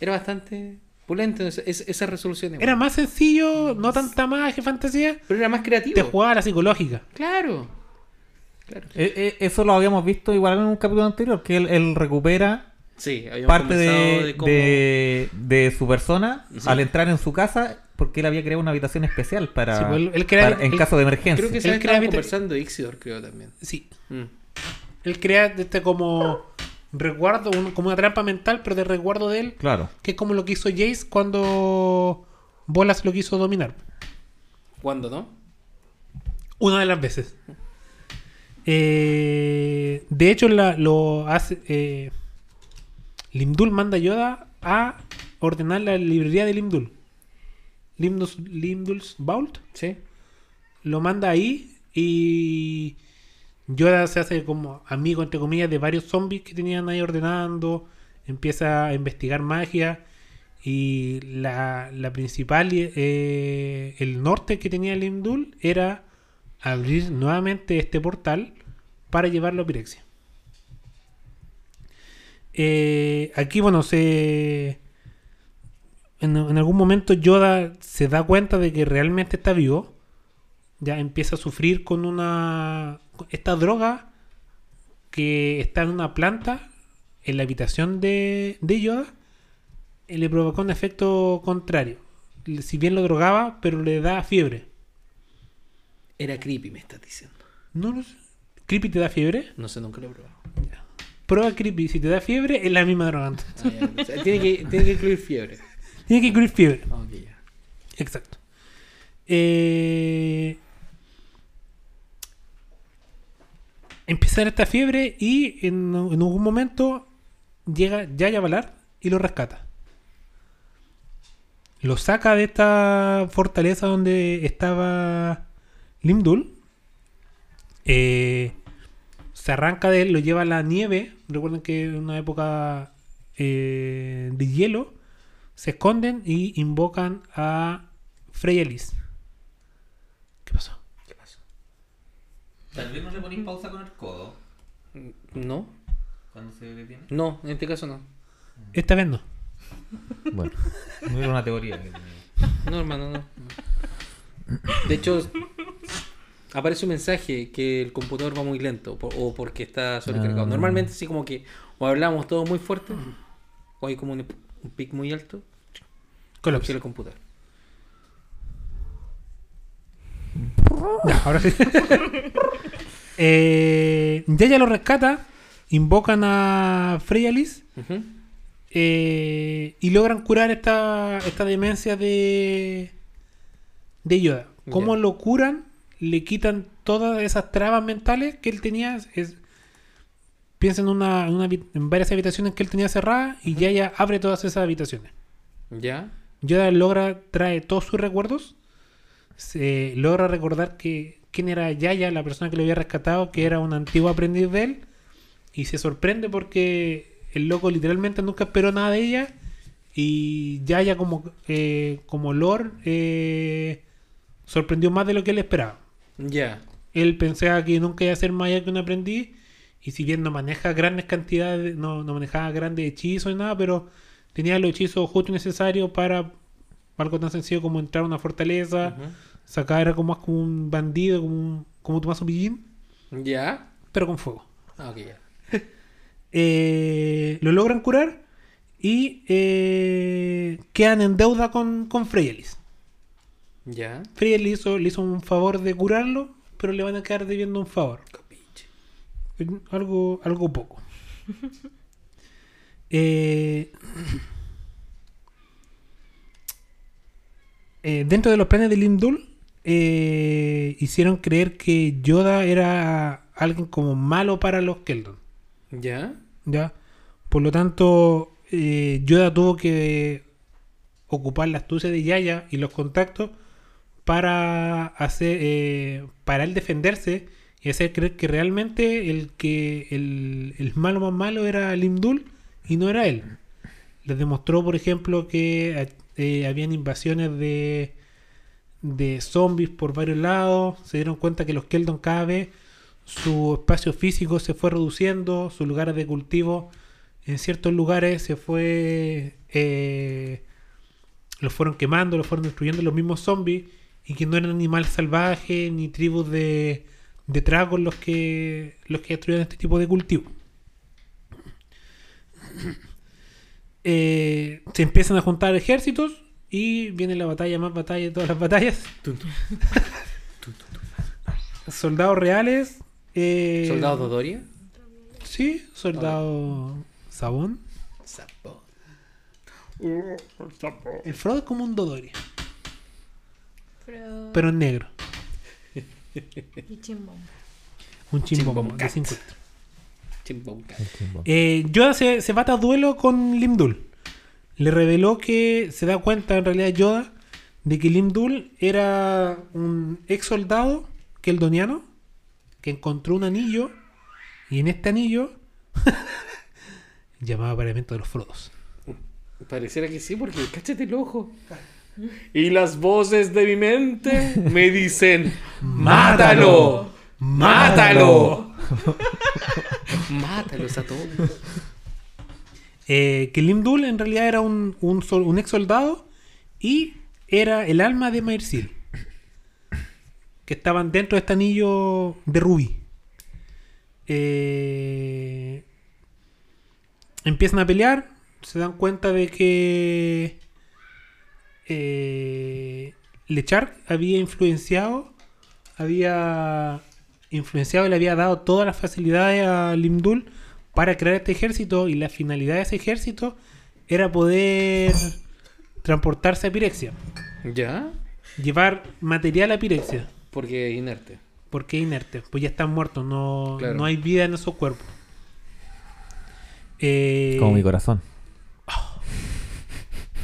Speaker 1: Era bastante pulento esa- es- esas resoluciones.
Speaker 2: Era
Speaker 1: weón.
Speaker 2: más sencillo, no tanta magia, fantasía.
Speaker 1: Pero era más creativo.
Speaker 2: Te jugaba la psicológica.
Speaker 1: Claro. Claro.
Speaker 5: Eh, eh, eso lo habíamos visto igual en un capítulo anterior, que él, él recupera
Speaker 1: Sí, habíamos
Speaker 5: parte
Speaker 1: conversado
Speaker 5: de,
Speaker 1: de cómo...
Speaker 5: de, de su persona
Speaker 1: Sí.
Speaker 5: al entrar en su casa, porque él había creado una habitación especial para,
Speaker 2: Sí, pues él- él crea-
Speaker 5: para- en
Speaker 2: él-
Speaker 5: caso de emergencia.
Speaker 1: Creo que
Speaker 2: Él
Speaker 1: se
Speaker 2: crea
Speaker 1: estaba
Speaker 2: vita-
Speaker 1: conversando Ixidor, creo también.
Speaker 2: Sí.
Speaker 1: Mm.
Speaker 2: Él crea este como recuerdo, un- como una trampa mental, pero de recuerdo de él
Speaker 5: Claro.
Speaker 2: Que es como lo que hizo Jace cuando Bolas lo quiso dominar.
Speaker 1: ¿Cuándo no?
Speaker 2: Una de las veces. Eh, de hecho, la- lo hace. eh, Limdul manda a Yoda a ordenar la librería de Limdul. Limdus- Limdul's Vault
Speaker 1: Sí.
Speaker 2: lo manda ahí y Yoda se hace como amigo, entre comillas, de varios zombies que tenían ahí ordenando, empieza a investigar magia y la, la principal, eh, el norte que tenía el Imdul era abrir nuevamente este portal para llevarlo a Pirexia. Eh, aquí, bueno, se, en, en algún momento Yoda se da cuenta de que realmente está vivo, ya empieza a sufrir con una... Esta droga que está en una planta, en la habitación de, de Yoda, eh, le provocó un efecto contrario. Si bien lo drogaba, pero le da fiebre.
Speaker 1: Era creepy, me estás diciendo.
Speaker 2: No lo sé. ¿Creepy te da fiebre?
Speaker 1: No sé, nunca lo he probado.
Speaker 2: Prueba Creepy. Si te da fiebre, es la misma droga. entonces.
Speaker 1: Ah, ya. O sea, tiene, que, tiene que incluir fiebre.
Speaker 2: Tiene que incluir fiebre.
Speaker 1: Ok, ya.
Speaker 2: Exacto. Eh, Empieza esta fiebre y en, en algún momento llega Yaya Valar y lo rescata. Lo saca de esta fortaleza donde estaba Limdul. Eh, se arranca de él, lo lleva a la nieve. Recuerden que en una época eh, de hielo se esconden y invocan a Freyalis. ¿Qué pasó?
Speaker 1: ¿Qué pasó?
Speaker 5: Tal vez no le ponéis pausa con el codo
Speaker 1: Mm, ¿No?
Speaker 5: cuando se detiene.
Speaker 1: No, en este caso no.
Speaker 2: Esta vez no.
Speaker 5: Bueno, no era una teoría que tenía.
Speaker 1: No, hermano, no. De hecho, aparece un mensaje que el computador va muy lento po- o porque está sobrecargado.
Speaker 5: Ah.
Speaker 1: Normalmente sí como que o hablamos todos muy fuerte o hay como un, un pic muy alto que
Speaker 2: Colapso.
Speaker 1: el computador.
Speaker 2: Ya, ahora sí. Eh, Yaya lo rescata, invocan a Freyalis
Speaker 1: Ujú.
Speaker 2: eh, y logran curar esta, esta demencia de, de Yoda. ¿Cómo
Speaker 1: Ya.
Speaker 2: lo curan? Le quitan todas esas trabas mentales que él tenía. Es, piensa en, una, en una habi- en varias habitaciones que él tenía cerradas y Yaya abre todas esas habitaciones.
Speaker 1: ¿Ya?
Speaker 2: Yoda logra, trae todos sus recuerdos. Se logra recordar que quién era Yaya, la persona que lo había rescatado, que era un antiguo aprendiz de él. Y se sorprende porque el loco literalmente nunca esperó nada de ella. Y Yaya como, eh, como Lord eh, sorprendió más de lo que él esperaba.
Speaker 1: Ya.
Speaker 2: Él pensaba que nunca iba a ser más allá que un aprendiz. Y si bien no maneja grandes cantidades, de- no, no manejaba grandes hechizos y nada, pero tenía los hechizos justo y necesarios para algo tan sencillo como entrar a una fortaleza,
Speaker 1: Ujú.
Speaker 2: sacar era como más como un bandido, como, un, como Tomás Pillín,
Speaker 1: ¿Ya?
Speaker 2: pero con fuego.
Speaker 1: Ah, ok, ya.
Speaker 2: Eh, lo logran curar y eh, quedan en deuda con, con Freyelis.
Speaker 1: ¿Ya?
Speaker 2: Freyelis le hizo, le hizo un favor de curarlo, pero le van a quedar debiendo un favor.
Speaker 1: Capiche.
Speaker 2: Algo, algo poco. Eh, eh, dentro de los planes de Lindul, eh, hicieron creer que Yoda era alguien como malo para los Keldon.
Speaker 1: ¿Ya?
Speaker 2: ¿ya? Por lo tanto, eh, Yoda tuvo que ocupar la astucia de Yaya y los contactos para hacer eh, para él defenderse y hacer creer que realmente el que el, el malo más malo era Limdul y no era él. Les demostró, por ejemplo, que eh, habían invasiones de de zombies por varios lados, se dieron cuenta que los Keldon cada vez su espacio físico se fue reduciendo, sus lugares de cultivo en ciertos lugares se fue. eh, los fueron quemando, los fueron destruyendo los mismos zombies y que no eran animales salvajes ni tribus de, de tragos los que, los que destruían este tipo de cultivo. Eh, se empiezan a juntar ejércitos y viene la batalla más batalla de todas las batallas. Soldados reales. eh,
Speaker 1: ¿Soldado Dodoria?
Speaker 2: Sí, soldado Sabón.
Speaker 1: Sapo.
Speaker 2: El Frodo es como un Dodori,
Speaker 4: Pero...
Speaker 2: pero en negro.
Speaker 4: Y chimbón.
Speaker 2: Un chimbombo
Speaker 1: Chimbombo
Speaker 2: de
Speaker 1: cat.
Speaker 2: 50.
Speaker 1: Chimbonga.
Speaker 2: Eh, Yoda se, se bata a duelo con Limdul. Le reveló que se da cuenta, en realidad, Yoda, de que Limdul era un ex soldado keldoniano que encontró un anillo y en este anillo llamaba paramento de los Frodos.
Speaker 1: Pareciera que sí, porque cáchate el ojo. Y las voces de mi mente me dicen: ¡Mátalo! ¡Mátalo! ¡Mátalos a todos!
Speaker 2: Eh, que Limdul en realidad era un, un, sol- un ex soldado Y era el alma de Maersil. Que estaban dentro de este anillo de rubí. Eh, empiezan a pelear. Se dan cuenta de que eh, Lechar había influenciado. Había influenciado y le había dado todas las facilidades a Limdul para crear este ejército. Y la finalidad de ese ejército era poder transportarse a Pirexia.
Speaker 1: ¿Ya?
Speaker 2: Llevar material a Pirexia.
Speaker 1: Porque es inerte.
Speaker 2: Porque es inerte. Pues ya están muertos. No,
Speaker 1: Claro.
Speaker 2: no hay vida en esos cuerpos. Eh,
Speaker 5: Como mi corazón.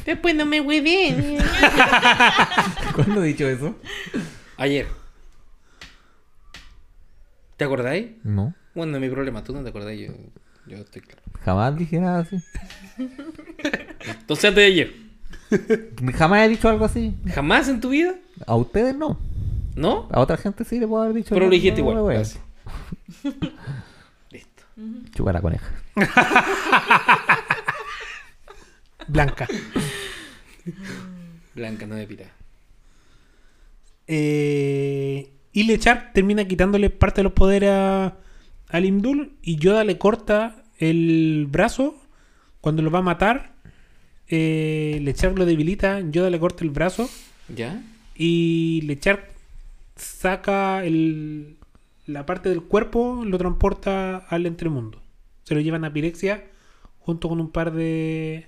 Speaker 4: Después no me huevé.
Speaker 5: ¿Cuándo he dicho eso?
Speaker 1: Ayer. ¿Te acordáis?
Speaker 5: No.
Speaker 1: Bueno, no es mi problema, tú no te acordás, yo, yo estoy claro.
Speaker 5: Jamás dije nada así.
Speaker 1: Entonces antes de ayer,
Speaker 5: Jamás he dicho algo así.
Speaker 1: ¿jamás en tu vida?
Speaker 5: A ustedes no.
Speaker 1: ¿No?
Speaker 5: A otra gente sí le puedo haber dicho.
Speaker 1: Pero lo dijiste
Speaker 5: no,
Speaker 1: igual.
Speaker 5: wea.
Speaker 1: Gracias. Listo.
Speaker 5: Chupa la coneja.
Speaker 2: Blanca.
Speaker 1: Blanca no de pita.
Speaker 2: Eh, y Lechar termina quitándole parte de los poderes a, al Imdul. Y Yoda le corta el brazo cuando lo va a matar. Eh, Lechar lo debilita. Yoda le corta el brazo.
Speaker 1: ¿Ya?
Speaker 2: Y Lechar saca el- la parte del cuerpo, lo transporta al entremundo. Se lo llevan a Pirexia junto con un par de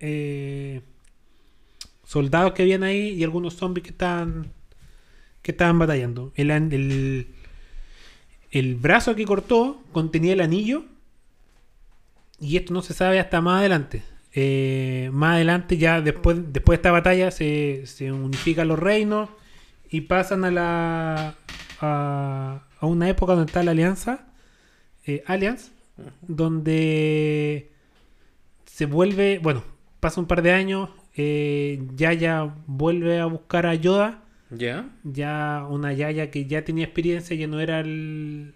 Speaker 2: eh, soldados que habían ahí y algunos zombies que estaban, que estaban batallando. El, an- el, el brazo que cortó contenía el anillo y esto no se sabe hasta más adelante. Eh, más adelante, ya después, después de esta batalla, se, se unifican los reinos y pasan a la. a, a una época donde está la alianza. eh, Alliance, donde se vuelve. Bueno, pasa un par de años. eh, Yaya vuelve a buscar a Yoda.
Speaker 1: ¿Ya?
Speaker 2: Ya una Yaya que ya tenía experiencia, ya no era el,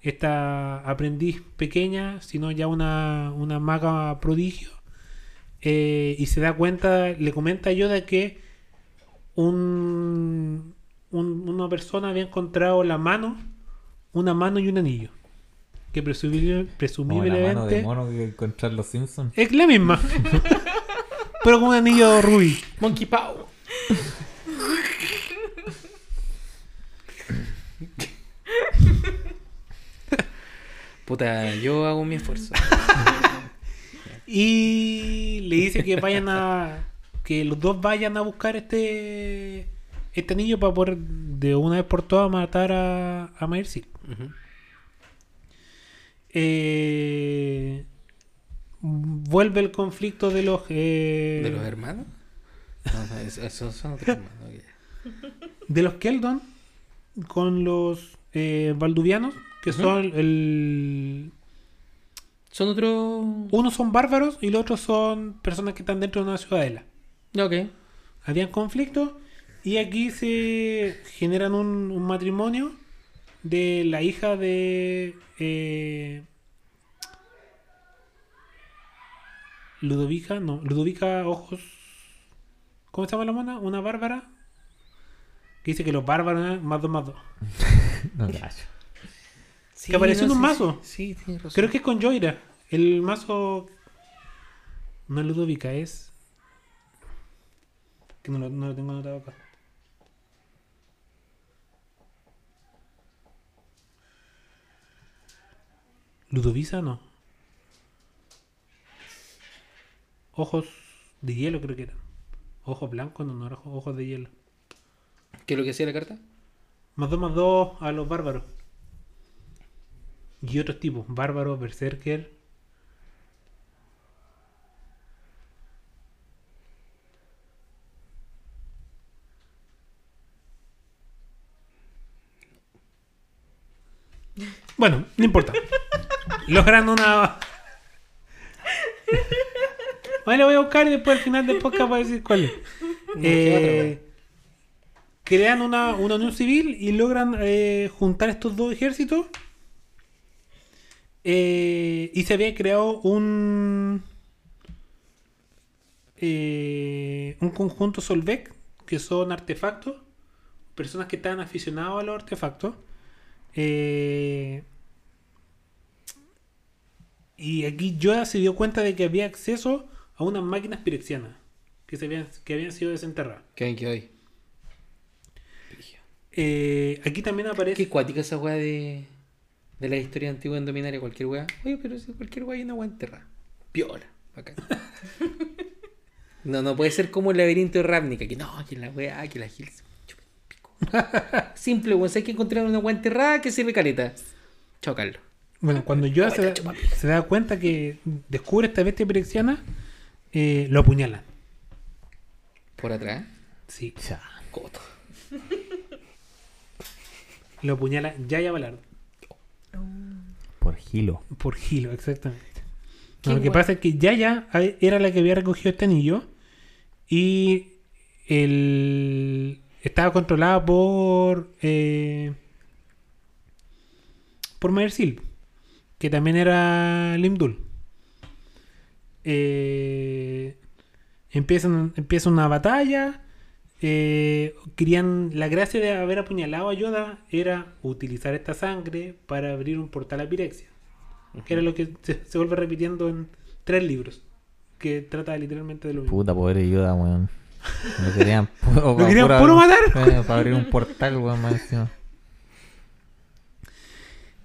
Speaker 2: esta aprendiz pequeña, sino ya una, una maga prodigio. Eh, y se da cuenta, le comenta a Yoda que un, un- una persona había encontrado la mano, una mano y un anillo. Que presumible-
Speaker 5: Como Oh, la mano de
Speaker 2: presumiblemente
Speaker 5: mono que encontrar los Simpsons.
Speaker 2: es la misma, pero con un anillo rubí.
Speaker 1: Monkey Pow. Puta, yo hago mi esfuerzo.
Speaker 2: Y le dice que vayan a. que los dos vayan a buscar este. este anillo para poder de una vez por todas matar a, a Maersil.
Speaker 1: Ujú.
Speaker 2: Eh, vuelve el conflicto de los. eh,
Speaker 1: ¿De los hermanos? No, no, es- esos son otros hermanos. ok.
Speaker 2: de los Keldon con los eh, Valduvianos, que son el.
Speaker 1: Son otros.
Speaker 2: unos son bárbaros y los otros son personas que están dentro de una ciudadela.
Speaker 1: Ya, ok.
Speaker 2: habían conflictos y aquí se generan un, un matrimonio de la hija de eh, Ludovica, no, Ludovica Ojos, ¿cómo se llama la mona? Una bárbara que dice que los bárbaros eh, más dos más dos.
Speaker 5: No cacho.
Speaker 1: Sí,
Speaker 2: Que apareció en un
Speaker 1: sí,
Speaker 2: mazo.
Speaker 1: Sí, sí, tienes razón.
Speaker 2: Creo que es con Joira, el mazo no es Ludovica es que no lo, no lo tengo anotado acá. Ludovisa no. Ojos de hielo creo que eran. Ojos blancos, no, no eran ojos de hielo.
Speaker 1: ¿Qué es lo que hacía la carta?
Speaker 2: Más dos más dos a los bárbaros. Y otros tipos. Bárbaros, berserker. Bueno, no importa. Logran una... Bueno, voy a buscar y después al final del podcast voy a decir cuál es.
Speaker 1: qué otra,
Speaker 2: Eh,
Speaker 1: weón.
Speaker 2: crean una, una unión civil y logran eh, juntar estos dos ejércitos. Eh, y se había creado un. eh, un conjunto Solvec, que son artefactos, personas que están aficionados a los artefactos. eh, y aquí Yoda se dio cuenta de que había acceso a unas máquinas pirexianas que, se habían, que habían sido desenterradas.
Speaker 1: ¿Qué hay? ¿Qué hay?
Speaker 2: Eh, aquí también aparece...
Speaker 1: Qué cuática esa weá de, de la historia antigua en Dominaria, cualquier weá. Oye, pero si cualquier weá hay una weá enterrada. Piola, bacán. No, no puede ser como el laberinto de Ravnica, que no, que la weá, que la Hills. Chupen pico. Simple, weón, hay que encontrar una weá enterrada que sirve caleta. Chao, Carlos.
Speaker 2: Bueno, cuando Yoda se da, se da cuenta que descubre esta bestia pirexiana, eh, lo apuñalan.
Speaker 1: Por atrás,
Speaker 2: Sí,
Speaker 1: coto.
Speaker 2: lo apuñala Yaya Balard.
Speaker 5: Por Gilo.
Speaker 2: Por Hilo, exactamente.
Speaker 3: Qué
Speaker 2: lo que
Speaker 3: guay.
Speaker 2: pasa es que Yaya a- era la que había recogido este anillo y el- estaba controlada por eh, por Maersil, que también era Limdul. Eh, empiezan, empieza una batalla. eh, querían la gracia de haber apuñalado a Yoda era utilizar esta sangre para abrir un portal a Pirexia que era lo que se, se vuelve repitiendo en tres libros, que trata literalmente de lo mismo.
Speaker 5: Puta, pobre Yoda, weón. Lo querían, puro-
Speaker 2: Lo querían
Speaker 5: pura-
Speaker 2: puro matar.
Speaker 5: Eh, para abrir un portal, weón, más encima.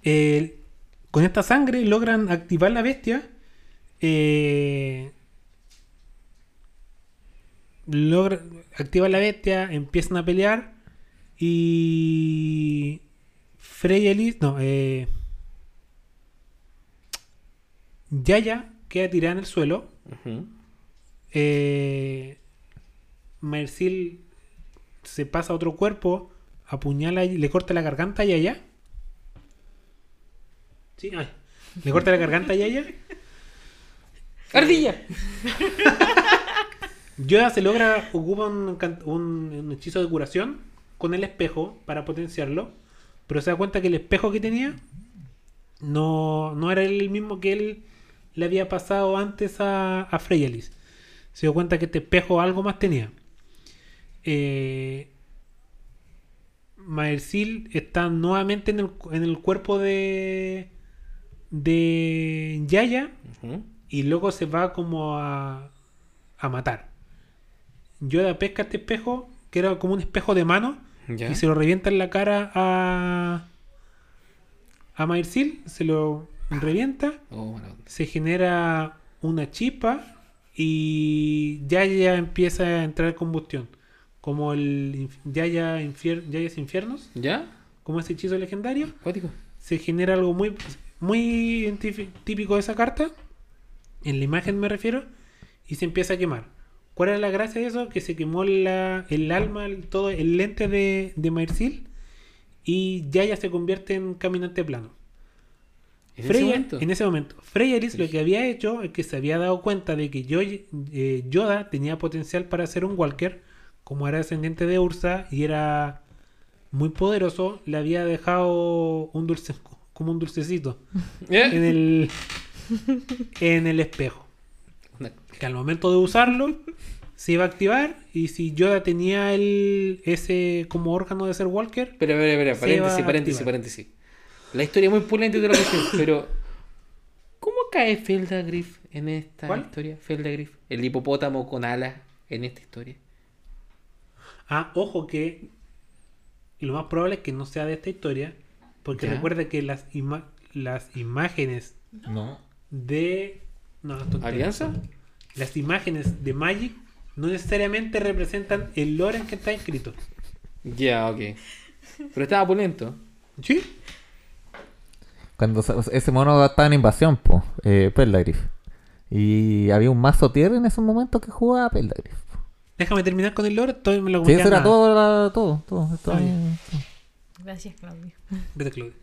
Speaker 2: Eh, con esta sangre logran activar la bestia. eh, logra, activan la bestia, empiezan a pelear. Y. Frey Elis. No, eh. Yaya queda tirada en el suelo. Eh, Mercil se pasa a otro cuerpo, apuñala y le corta la garganta a Yaya. Sí, ay, le corta la garganta a Yaya.
Speaker 1: ¡Ardilla!
Speaker 2: Yoda se logra, ocupa un, can- un- un hechizo de curación con el espejo para potenciarlo, pero se da cuenta que el espejo que tenía no, no era el mismo que él le había pasado antes a, a Freyalis. Se dio cuenta que este espejo algo más tenía. Eh, Maersil está nuevamente en el, cu- en el cuerpo de, de Yaya
Speaker 1: Ujú.
Speaker 2: y luego se va como a, a matar. Yoda pesca este espejo, que era como un espejo de mano,
Speaker 1: Ya.
Speaker 2: y se lo revienta en la cara a, a Maersil, se lo revienta,
Speaker 1: Oh, buena onda.
Speaker 2: se genera una chispa y Yaya empieza a entrar en combustión. Como el inf- Yaya, infier- Yaya's Infiernos,
Speaker 1: ¿Ya?
Speaker 2: como ese hechizo legendario
Speaker 1: ¿Cuático?
Speaker 2: se genera algo muy, muy identifi- típico de esa carta, en la imagen me refiero, y se empieza a quemar. ¿Cuál era la gracia de eso? Que se quemó la- el alma, el- todo el lente de, de Maersil, y Yaya se convierte en caminante plano.
Speaker 1: ¿En ese
Speaker 2: Freya-
Speaker 1: momento?
Speaker 2: en ese momento. Freyaris lo que había hecho es que se había dado cuenta de que Yo- eh, Yoda tenía potencial para ser un Walker, como era descendiente de Ursa y era muy poderoso, le había dejado un dulce, como un dulcecito
Speaker 1: ¿Eh?
Speaker 2: en el, en el espejo.
Speaker 1: Una-
Speaker 2: Que al momento de usarlo se iba a activar y si Yoda tenía el, ese como órgano de ser Walker,
Speaker 1: Espera, espera, espera,
Speaker 2: Se
Speaker 1: paréntesis,
Speaker 2: va a
Speaker 1: paréntesis,
Speaker 2: activar.
Speaker 1: paréntesis. La historia es muy pulente de lo que sé, pero. ¿Cómo cae Feldagriff en esta
Speaker 2: ¿Cuál?
Speaker 1: historia? Feldagriff, el hipopótamo con alas en esta historia.
Speaker 2: Ah, ojo que lo más probable es que no sea de esta historia, porque
Speaker 1: Ya.
Speaker 2: recuerda que las, ima- las imágenes
Speaker 5: No.
Speaker 2: de... No, no, tontería.
Speaker 1: ¿Alianza?
Speaker 2: Las imágenes de Magic no necesariamente representan el lore en que está escrito.
Speaker 1: Ya, ok. Pero estaba pulento.
Speaker 2: ¿Sí?
Speaker 5: Cuando sa- ese mono estaba en invasión, po, eh, Pelagriff. Y había un mazo tierra en esos momentos que jugaba Pelagriff. po.
Speaker 2: Déjame terminar con el lore, todo me lo
Speaker 5: Sí,
Speaker 2: comenté
Speaker 5: eso era
Speaker 2: nada.
Speaker 5: todo, era todo, todo. todo.
Speaker 2: Ah, ya.
Speaker 3: Gracias, Claudio.
Speaker 2: Vete, Claudia.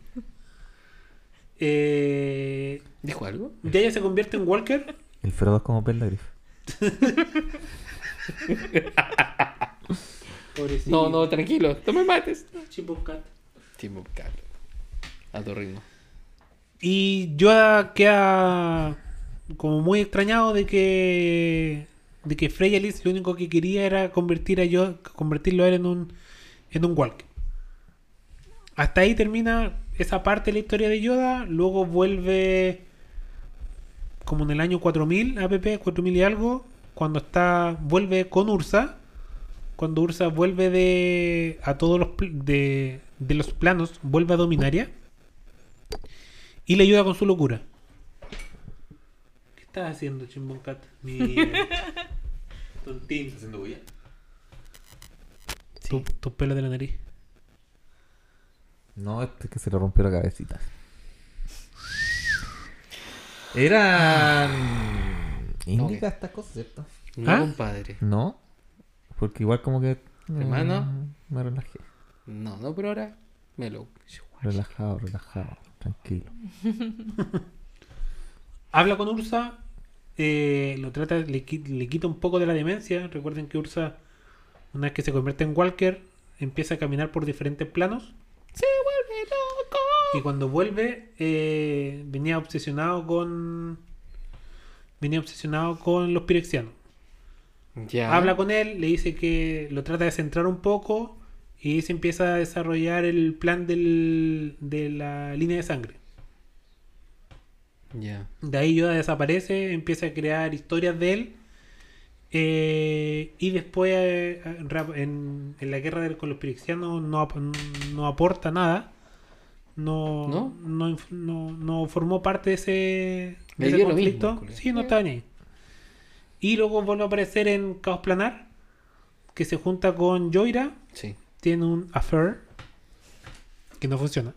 Speaker 2: Eh,
Speaker 1: ¿Dijo algo?
Speaker 2: Yaya se convierte en Walker.
Speaker 5: El Frodo es como Pelagriff.
Speaker 2: Pobrecito.
Speaker 1: No, no, tranquilo, no me mates.
Speaker 2: Chipo Cat.
Speaker 1: Tipo, Carlos. pues, A tu ritmo.
Speaker 2: Y Yoda queda como muy extrañado de que de que Freya Liz lo único que quería era convertir a yo, convertirlo a él en un, en un Walker. Hasta ahí termina esa parte de la historia de Yoda. Luego vuelve como en el año 4000, APP, 4000 y algo, cuando está vuelve con Ursa. Cuando Ursa vuelve de a todos los pl- de, de los planos, vuelve a Dominaria. Y le ayuda con su locura. ¿Qué estás haciendo, Chimboncat? Mira. Tontín.
Speaker 5: haciendo bulla?
Speaker 2: Tu, tus pelos de la nariz.
Speaker 5: No, este que se le rompió la cabecita. Eran. Índica estas cosas, ¿cierto?
Speaker 1: No,
Speaker 2: ¿Ah?
Speaker 1: compadre.
Speaker 5: No, porque igual como que.
Speaker 1: Hermano.
Speaker 5: Mm, Me relajé.
Speaker 1: No, no, pero ahora me lo.
Speaker 5: Relajado, relajado, tranquilo.
Speaker 2: Habla con Ursa, eh, lo trata, le, qui- le quita un poco de la demencia. Recuerden que Ursa, una vez que se convierte en Walker, empieza a caminar por diferentes planos. Y cuando vuelve, eh, venía obsesionado con. Venía obsesionado con los pirexianos.
Speaker 1: Ya.
Speaker 2: Habla con él, le dice que lo trata de centrar un poco y se empieza a desarrollar el plan del- de la línea de sangre.
Speaker 1: Ya.
Speaker 2: De ahí Yoda desaparece, empieza a crear historias de él. eh, y después eh, ra- en, en la guerra del- con los pirexianos no, ap- no aporta nada. No,
Speaker 1: ¿No?
Speaker 2: no inf- no- no formó parte de ese, de
Speaker 1: Le
Speaker 2: ese
Speaker 1: dio lo mismo,
Speaker 2: conflicto.
Speaker 1: culiao.
Speaker 2: sí, no está ni ahí. Y luego vuelve a aparecer en Caos Planar, que se junta con Joira.
Speaker 1: Sí.
Speaker 2: Tiene un affair que no funciona.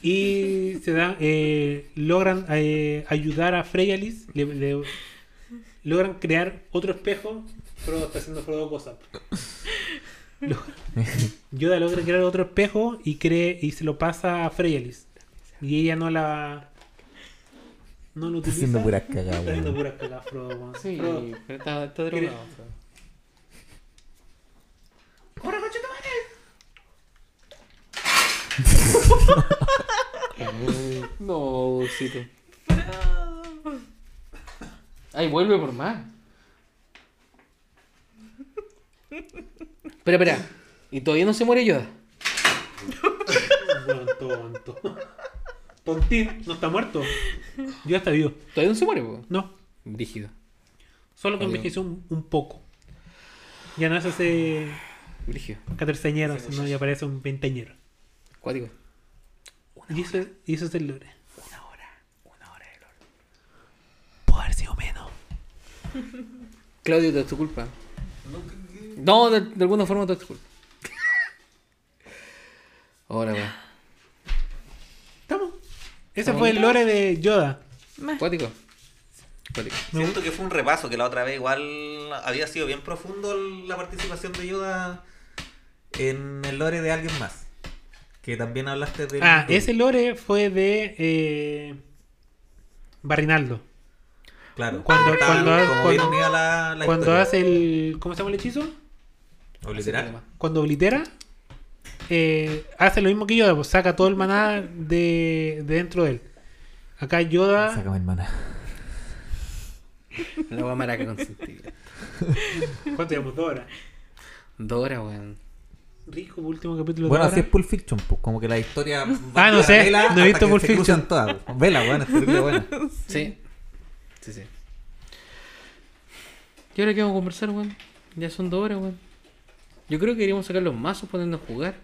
Speaker 2: Y se dan, eh, logran eh, ayudar a Freyalis, le, le- logran crear otro espejo. Frodo está haciendo Frodo cosas. Lo- Yoda logra crear otro espejo y cree y se lo pasa a Freyalis. Y ella no la no lo
Speaker 5: Está
Speaker 2: utiliza.
Speaker 5: haciendo puras cagadas,
Speaker 2: Está haciendo
Speaker 5: weón.
Speaker 2: puras cagadas, Frodo, weón.
Speaker 1: Sí,
Speaker 2: Frodo,
Speaker 1: pero está, está
Speaker 2: ¿Quieres-
Speaker 1: drogado. pero-
Speaker 6: ¡Ahora, conchetumare!
Speaker 1: No, Dulcito.
Speaker 3: Pero-
Speaker 1: Ay, vuelve por más. Espera, espera. ¿Y todavía no se muere Yoda?
Speaker 2: Weón, tonto. Tontín, no está muerto. Yo está vivo.
Speaker 1: ¿Todavía no se muere? po?
Speaker 2: No,
Speaker 1: Brígido.
Speaker 2: solo que
Speaker 1: Está
Speaker 2: envejeció un, un poco. Ya no es ese
Speaker 1: Brígido.
Speaker 2: catorceañero, sino ya parece un veinteañero.
Speaker 1: Cuático.
Speaker 2: Y eso, y eso es el lore.
Speaker 1: Una hora. Una hora de lore.
Speaker 2: Puede haber sido menos.
Speaker 1: Claudio, todo es tu culpa. No, de, de alguna forma todo es tu culpa. Ahora va.
Speaker 2: ¿Estamos? Ese fue el lore de Yoda.
Speaker 1: Cuático. Cuático.
Speaker 2: Me
Speaker 5: Siento que fue un repaso, que la otra vez igual había sido bien profundo el- la participación de Yoda en el lore de alguien más. Que también hablaste de...
Speaker 2: Ah, ese lore fue de eh, Barrinaldo.
Speaker 5: Claro. Ah,
Speaker 2: cuando-
Speaker 5: Tal
Speaker 2: cuando-
Speaker 5: como
Speaker 2: cuando-
Speaker 5: bien unida la, la
Speaker 2: Cuando
Speaker 5: historia.
Speaker 2: hace el. ¿Cómo se llama el hechizo?
Speaker 5: O literal.
Speaker 2: cuando oblitera, eh, hace lo mismo que Yoda, pues saca todo el maná de, de dentro de él. Acá Yoda,
Speaker 5: Sácame, hermana.
Speaker 1: La voy a maraca consentida.
Speaker 2: ¿cuánto llevamos? Dos horas.
Speaker 1: Dora, weón.
Speaker 2: Rico, pues, último capítulo. de
Speaker 5: Bueno,
Speaker 2: dos
Speaker 5: así es
Speaker 2: horas.
Speaker 5: Pulp Fiction, pues. Como que la historia...
Speaker 2: Ah, no sé,
Speaker 5: Vela
Speaker 2: no he
Speaker 5: hasta
Speaker 2: visto
Speaker 5: que
Speaker 2: Pulp
Speaker 5: se
Speaker 2: Fiction.
Speaker 5: cruzan todas, pues. Vela, buena, es terrible buena.
Speaker 1: Sí. Sí, sí. ¿Y ahora qué vamos a conversar, weón? Ya son dos horas, weón. Yo creo que deberíamos sacar los mazos, ponernos a jugar.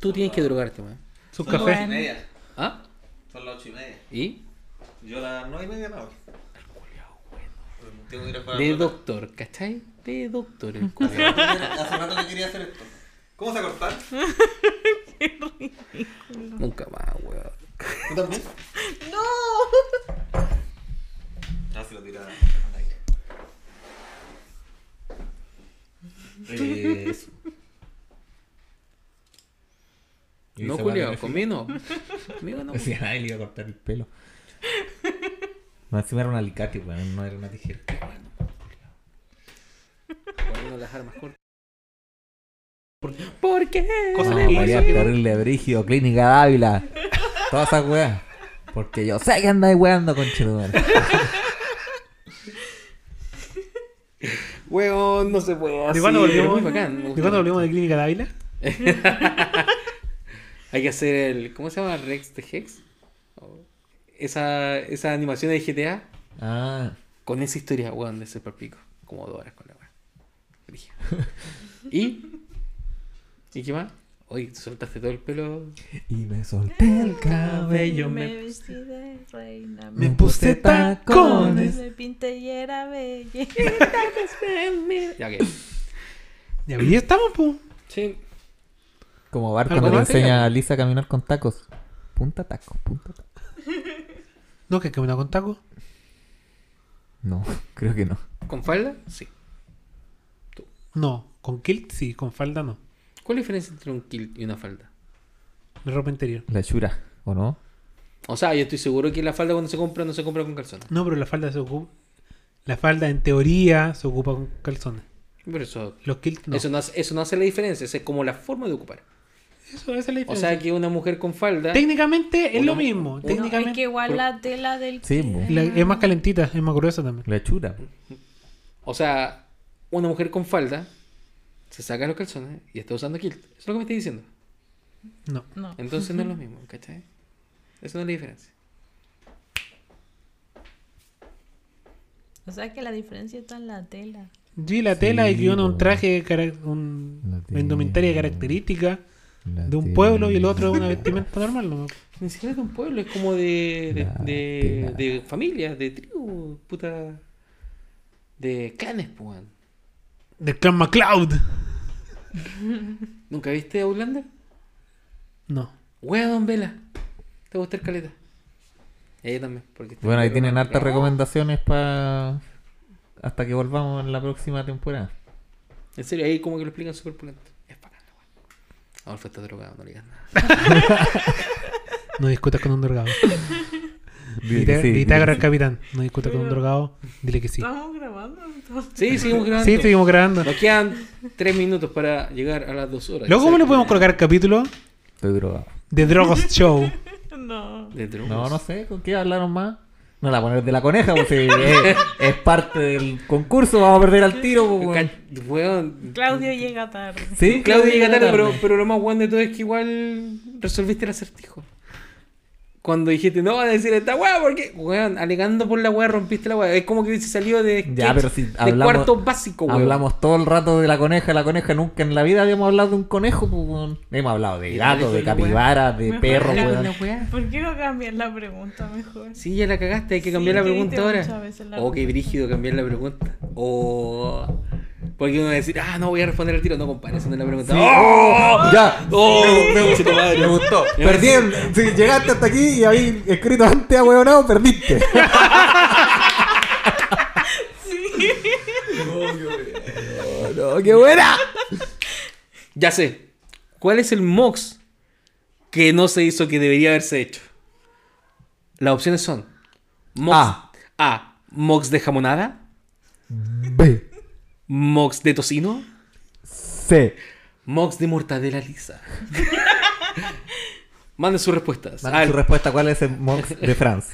Speaker 1: Tú tienes que drogarte, weón.
Speaker 5: pues.
Speaker 2: Sus cafés.
Speaker 3: Bueno.
Speaker 5: media.
Speaker 1: ¿Ah?
Speaker 5: Son las ocho y media.
Speaker 1: ¿Y?
Speaker 5: Yo las nueve y media me voy. Tengo que ir a jugar.
Speaker 1: De
Speaker 5: al-
Speaker 1: doctor, ¿cachai? De doctor, el culo.
Speaker 5: Hace rato que quería hacer esto. ¿Cómo se cortar?
Speaker 1: Nunca más, weón.
Speaker 5: ¿Tú también?
Speaker 4: ¡No!
Speaker 5: Ah, se lo tiraba.
Speaker 1: No, Julio, conmigo no. Conmigo no.
Speaker 5: Decía, ay, le iba a cortar el pelo. Más encima era un alicate, weón, no era una tijera.
Speaker 1: Poniendo las armas cortas. ¿Por qué?
Speaker 2: Cosa
Speaker 5: No,
Speaker 2: que
Speaker 5: voy a
Speaker 2: hizo.
Speaker 5: terrible, brígido, clínica Dávila. Todas esas weas. Porque yo sé que andáis weando con
Speaker 1: Weón, no se puede así.
Speaker 2: ¿De cuándo volvimos?
Speaker 1: es muy bacán, me
Speaker 2: ¿De
Speaker 1: gusta
Speaker 2: cuándo
Speaker 1: mucho.
Speaker 2: volvimos de Clínica Dávila?
Speaker 1: Hay que hacer el. ¿Cómo se llama? Rex de Hex. O- Esa, esa animación de GTA
Speaker 5: Ah,
Speaker 1: con esa historia, weón, de ese palpico. Como dos horas con la weón. Brígido. ¿Y? ¿Y qué más? Oye, soltaste todo el pelo.
Speaker 5: y me solté el cabello.
Speaker 3: me-
Speaker 4: vestí de reina.
Speaker 5: Me puse tacones.
Speaker 4: Me pinté y era bella.
Speaker 1: Ya que.
Speaker 2: Ya, pero ya estamos, pues. po.
Speaker 1: Sí.
Speaker 5: Como Bart
Speaker 2: ¿Algo
Speaker 5: cuando le
Speaker 2: más?
Speaker 5: enseña a Lisa a caminar con tacos. Punta taco, punta taco.
Speaker 2: No, que caminó con taco.
Speaker 5: No, creo que no.
Speaker 1: ¿Con falda? Sí.
Speaker 2: No, con kilt sí, con falda no.
Speaker 1: ¿Cuál es la diferencia entre un kilt y una falda?
Speaker 2: De ropa interior.
Speaker 5: La chura, ¿o no?
Speaker 1: O sea, yo estoy seguro que la falda cuando se compra no se compra con calzones.
Speaker 2: No, pero la falda se ocupa. La falda en teoría se ocupa con calzones.
Speaker 1: Pero eso.
Speaker 2: Los kilts no.
Speaker 1: Eso, no hace, eso no hace la diferencia, esa es como la forma de ocupar.
Speaker 2: Eso, esa es la
Speaker 1: O
Speaker 2: diferencia.
Speaker 1: sea que una mujer con falda.
Speaker 2: Técnicamente es
Speaker 1: Una-
Speaker 2: lo mismo.
Speaker 1: una-
Speaker 4: No, es
Speaker 2: Técnicamente.
Speaker 4: que igual la tela del.
Speaker 5: Sí, bo.
Speaker 2: La- es más calentita, es más gruesa también.
Speaker 5: La chura.
Speaker 1: O sea, una mujer con falda se saca los calzones y está usando kilt. Eso es lo que me estoy diciendo.
Speaker 2: No.
Speaker 3: No.
Speaker 1: Entonces no es lo mismo, ¿cachai? Eso no es la diferencia.
Speaker 4: O sea que la diferencia está en la tela.
Speaker 2: Sí, la tela y que uno un
Speaker 5: po.
Speaker 2: traje, cara- un,
Speaker 5: La
Speaker 2: una
Speaker 5: tela.
Speaker 2: indumentaria característica
Speaker 5: La
Speaker 2: de un
Speaker 5: tela.
Speaker 2: pueblo y el otro es una vestimenta normal. ¿no?
Speaker 1: Ni siquiera es de un pueblo, es como de.
Speaker 5: La
Speaker 1: de.
Speaker 5: tela.
Speaker 1: de, de familias, de tribus, puta. de clanes, pues. weón.
Speaker 2: Del clan MacLeod.
Speaker 1: ¿Nunca viste Outlander?
Speaker 2: No.
Speaker 1: Weón, vela. Te gusta el caleta. Y ella también, porque este está
Speaker 5: Bueno, ahí
Speaker 1: muy
Speaker 5: tienen
Speaker 1: romántica.
Speaker 5: hartas recomendaciones para. Hasta que volvamos en la próxima temporada.
Speaker 1: En serio, ahí como que lo explican súper pulento. Es bacán, weón. Adolfo está drogado, no le digas nada.
Speaker 2: No discutas con un drogado.
Speaker 5: Dile que
Speaker 2: Vita-
Speaker 5: sí, Ah,
Speaker 2: Bitácora
Speaker 5: dile
Speaker 2: al capitán. No discutas con un drogado. Dile que sí.
Speaker 3: Estamos grabando entonces.
Speaker 1: Sí, seguimos grabando.
Speaker 2: Sí, seguimos grabando.
Speaker 1: Nos quedan tres minutos para llegar a las dos horas.
Speaker 2: Luego, ¿cómo le podemos colocar el capítulo?
Speaker 5: que sí. Estoy drogado.
Speaker 2: de Drogos Show.
Speaker 3: No.
Speaker 1: De drogas.
Speaker 5: No, no sé, ¿con qué hablaron más? No la poner de la coneja, pues sí, es, es parte del concurso, vamos a perder al tiro, pues, weón.
Speaker 1: Ca- Weón.
Speaker 3: Claudio llega tarde.
Speaker 5: Sí,
Speaker 1: Claudio llega tarde, pero, pero lo más bueno de todo es que igual resolviste el acertijo. Cuando dijiste, no van a decir esta weá, porque, weón, alegando por la weá, rompiste la weá. Es como que se salió de,
Speaker 5: Ya, pero si
Speaker 1: de
Speaker 5: hablamos-
Speaker 1: cuarto básico, weón.
Speaker 5: Hablamos todo el rato de la coneja, la coneja nunca en la vida habíamos hablado de un conejo, pues, weón. Hemos hablado de
Speaker 1: Y
Speaker 5: gato,
Speaker 1: dale
Speaker 5: de
Speaker 1: con la
Speaker 5: capibara, de
Speaker 3: Mejor
Speaker 5: perro,
Speaker 1: Habla con
Speaker 5: weón.
Speaker 1: la weá.
Speaker 3: ¿Por qué no cambias la pregunta mejor?
Speaker 1: Sí, ya la cagaste, hay que cambiar
Speaker 3: Sí,
Speaker 1: la
Speaker 3: te
Speaker 1: pregunta
Speaker 3: diste
Speaker 1: ahora.
Speaker 3: muchas veces la
Speaker 1: oh, qué
Speaker 3: pregunta.
Speaker 1: brígido cambiar la pregunta. O. Porque uno va a decir, ah, no voy a responder al tiro. No, compadre, esa no es la pregunta. ¡Oh!
Speaker 5: Ya,
Speaker 1: ¡Oh!
Speaker 5: me gustó, me gustó. Perdí, el- si llegaste hasta aquí y habéis escrito antes a huevonado, perdiste. Oh, No, no, qué buena.
Speaker 1: Ya sé. ¿Cuál es el MOX que no se hizo que debería haberse hecho? Las opciones son: MOX.
Speaker 5: A.
Speaker 1: A. MOX de jamonada.
Speaker 5: B,
Speaker 1: MOX de tocino.
Speaker 5: C.
Speaker 1: MOX de mortadela lisa. Manden sus respuestas.
Speaker 5: Manda
Speaker 1: al-
Speaker 5: su respuesta, ¿cuál es el Mox de France?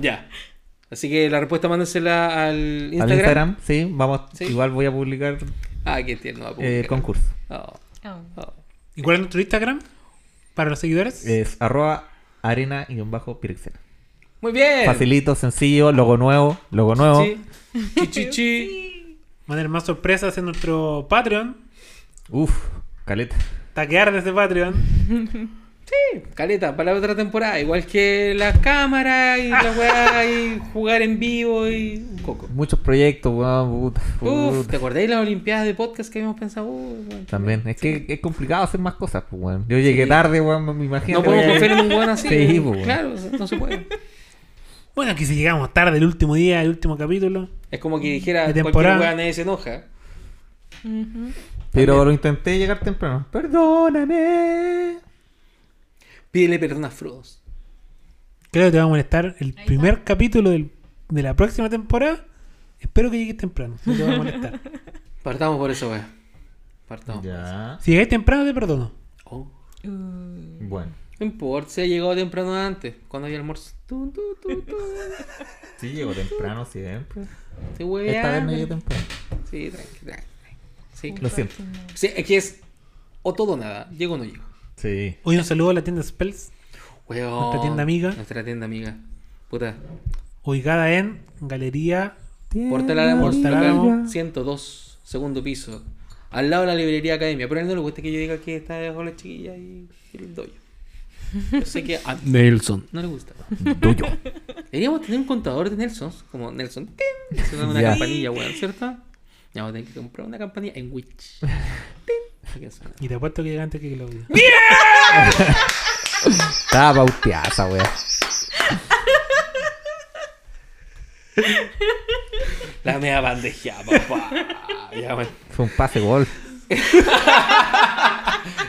Speaker 1: Ya. Así que la respuesta mándensela al
Speaker 5: Al
Speaker 1: Instagram.
Speaker 5: Instagram, sí, vamos,
Speaker 1: Sí.
Speaker 5: igual voy a publicar
Speaker 1: Ah, qué tierno. va a
Speaker 5: eh,
Speaker 1: publicar.
Speaker 5: concurso.
Speaker 1: Oh, oh.
Speaker 2: ¿Y cuál es nuestro Instagram? Para los seguidores.
Speaker 5: Es arroba arena y un bajo pirexena.
Speaker 1: Muy bien.
Speaker 5: Facilito, sencillo, logo nuevo, logo nuevo.
Speaker 1: Sí. Chi, chi, chi.
Speaker 2: Van a tener más sorpresas en nuestro Patreon.
Speaker 5: Uf, caleta.
Speaker 2: Taquear desde Patreon.
Speaker 1: Caleta, para la otra temporada. Igual que las cámaras y la weá y jugar en vivo y un coco.
Speaker 5: Muchos proyectos, weón, puta,
Speaker 1: Uf,
Speaker 5: puta.
Speaker 1: ¿te acordáis las Olimpiadas de podcast que habíamos pensado? Uh, weón.
Speaker 5: También, es que es complicado hacer más cosas, pues, weón. Yo llegué tarde, weón, me imagino.
Speaker 1: No podemos confiar en un buen así.
Speaker 5: Sí, pues, po, weón.
Speaker 1: claro, no se puede.
Speaker 2: Bueno, que si llegamos tarde el último día, el último capítulo.
Speaker 1: Es como que dijera
Speaker 2: La
Speaker 1: cualquier
Speaker 2: temporada.
Speaker 1: weá, nadie se enoja.
Speaker 5: Pero lo intenté llegar temprano. Perdóname.
Speaker 1: Pídele perdón a Frodos.
Speaker 2: Creo que te va a molestar el primer capítulo del- de la próxima temporada. Espero que llegues temprano. No te va a molestar.
Speaker 1: Partamos por eso, weá. Partamos.
Speaker 5: Ya.
Speaker 2: si llegáis temprano, te perdono.
Speaker 1: Oh.
Speaker 5: Bueno.
Speaker 1: No importa, si ha llegado temprano antes, cuando hay almuerzo. Tu, tu, tu, tu.
Speaker 5: Sí, llego temprano siempre.
Speaker 1: Se
Speaker 5: Esta vez no llegué
Speaker 1: huevea.
Speaker 5: temprano.
Speaker 1: Sí, tranqui, tranqui. tranqui. Sí.
Speaker 5: Lo siento.
Speaker 1: Sí, es que es o todo o nada, llego o no llego.
Speaker 5: Sí.
Speaker 2: Hoy un saludo a la tienda Spells,
Speaker 1: Weón.
Speaker 2: Nuestra tienda amiga.
Speaker 1: Nuestra tienda amiga. Puta.
Speaker 2: ubicada en Galería
Speaker 1: Portalada
Speaker 2: Portalada.
Speaker 1: 102, segundo piso. Al lado de la librería Academia. Pero a él no le gusta que yo diga que está debajo de la chiquilla y el doyo. Yo sé que a Nelson no le gusta.
Speaker 5: Tuyo.
Speaker 1: Deberíamos tener un contador de Nelson. Como Nelson. ¡tin! Se da una
Speaker 5: Ya.
Speaker 1: campanilla, weón, ¿cierto? Ya vamos a tener que comprar una campanilla en Witch. ¡Tin! Así que suena.
Speaker 2: y te apuesto que llega antes que Claudia.
Speaker 5: Estaba bauteada esa wea.
Speaker 1: La mea bandeja, papá. Ya, bueno.
Speaker 5: Fue un pase gol.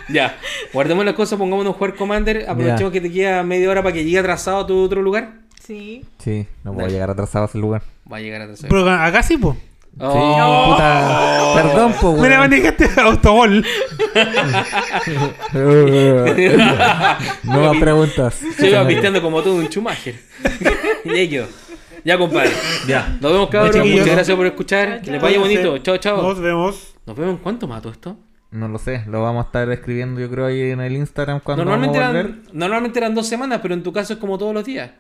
Speaker 1: Ya, guardemos las cosas, pongámonos a jugar Commander. Aprovechemos que te queda media hora para que llegue atrasado a tu otro lugar.
Speaker 3: Sí.
Speaker 5: Sí, no puedo
Speaker 1: Dale.
Speaker 5: llegar atrasado a ese lugar.
Speaker 1: Va a llegar atrasado.
Speaker 2: Pero acá sí, po.
Speaker 1: Oh,
Speaker 5: Sí, puta. Perdón, po,
Speaker 2: Mira,
Speaker 5: weón.
Speaker 2: manejaste autogol.
Speaker 5: no me preguntas.
Speaker 1: Se iba pisteando como todo un chumager. y yo. Ya, compadre.
Speaker 5: Ya.
Speaker 1: Nos vemos, cabros.
Speaker 2: chiquillos.
Speaker 1: Muchas gracias por escuchar. Que les vaya bonito. Chao, chao.
Speaker 2: Nos vemos.
Speaker 1: Nos vemos en cuánto mato esto.
Speaker 5: No lo sé, lo vamos a estar escribiendo yo creo ahí en el Instagram cuando
Speaker 1: Normalmente
Speaker 5: vamos a volver.
Speaker 1: eran, normalmente eran dos semanas, pero en tu caso es como todos los días.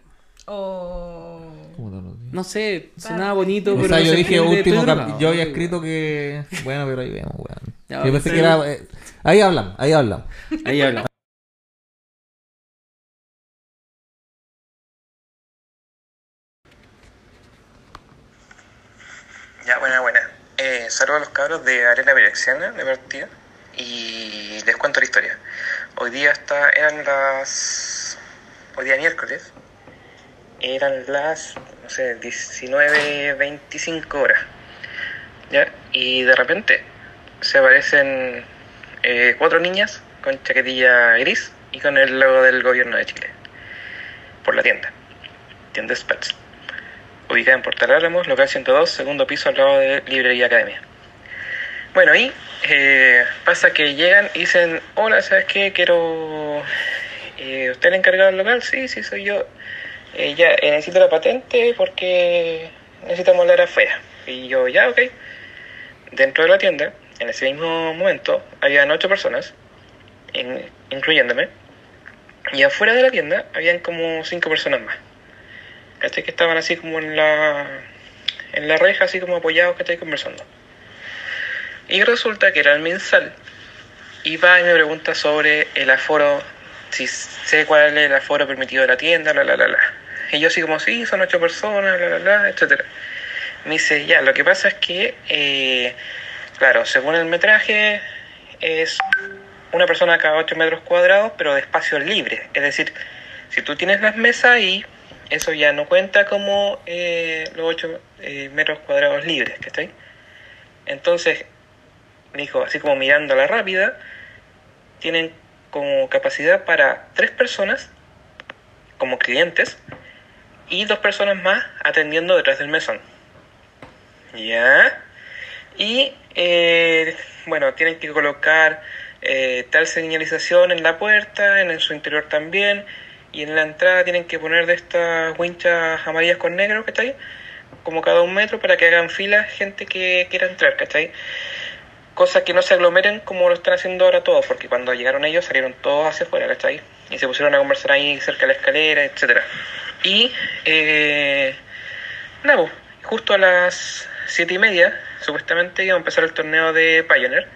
Speaker 3: O.
Speaker 5: ¿Cómo no lo digo?
Speaker 1: No sé, sonaba bonito,
Speaker 5: O
Speaker 1: pero.
Speaker 5: sea,
Speaker 1: no
Speaker 5: yo
Speaker 1: se
Speaker 5: dije
Speaker 1: entiende,
Speaker 5: último
Speaker 1: estoy
Speaker 5: capítulo.
Speaker 1: drogado.
Speaker 5: Yo había escrito que. Bueno, pero ahí vemos, weón.
Speaker 1: Ya,
Speaker 5: yo
Speaker 1: vamos.
Speaker 5: pensé que era. eh, Ahí hablamos, ahí hablamos.
Speaker 1: Ahí hablamos.
Speaker 7: Ya, buena, buena. Eh, saludo a los cabros de Arena Valenciana de partida y les cuento la historia. Hoy día está, eran las. Hoy día miércoles. Eran las, no sé, 19.25 horas. ¿ya? Y de repente se aparecen eh, cuatro niñas con chaquetilla gris y con el logo del gobierno de Chile. Por la tienda. Tienda Spats ubicada en Portal Álamos, local 102, segundo piso al lado de Librería Academia. Bueno, y eh, pasa que llegan y dicen, hola, ¿sabes qué? Quiero... eh, ¿Usted es el encargado del local? Sí, sí, soy yo. Eh, ya, eh, necesito la patente porque necesitamos hablar afuera. Y yo, ya, ok. Dentro de la tienda, en ese mismo momento, habían ocho personas, in- incluyéndome. Y afuera de la tienda habían como cinco personas más. ¿cachai? Que estaban así como en la, en la reja, así como apoyados, ¿cachai? Conversando. Y resulta que era el mensal. Y va y me pregunta sobre el aforo, si sé cuál es el aforo permitido de la tienda, la, la, la, la. Y yo así como, sí, son ocho personas, la, la, la, etcétera. Me dice, ya, lo que pasa es que, eh, claro, según el metraje, es una persona cada 8 metros cuadrados, pero de espacio libre. Es decir, si tú tienes las mesas ahí, eso ya no cuenta como eh, los 8 metros cuadrados libres, ¿cachai? Entonces, me dijo, así como mirando a la rápida, tienen como capacidad para tres personas como clientes y dos personas más atendiendo detrás del mesón. ¿Ya? Y eh, bueno, tienen que colocar eh, tal señalización en la puerta, en, su interior también. Y en la entrada tienen que poner de estas winchas amarillas con negro, ¿cachai? Como cada un metro para que hagan fila gente que quiera entrar, ¿cachai? Cosa que no se aglomeren como lo están haciendo ahora todos, porque cuando llegaron ellos salieron todos hacia afuera, ¿cachai? Y se pusieron a conversar ahí cerca de la escalera, etcétera. Y eh, Nada, po. justo a las siete y media, supuestamente iba a empezar el torneo de Pioneer,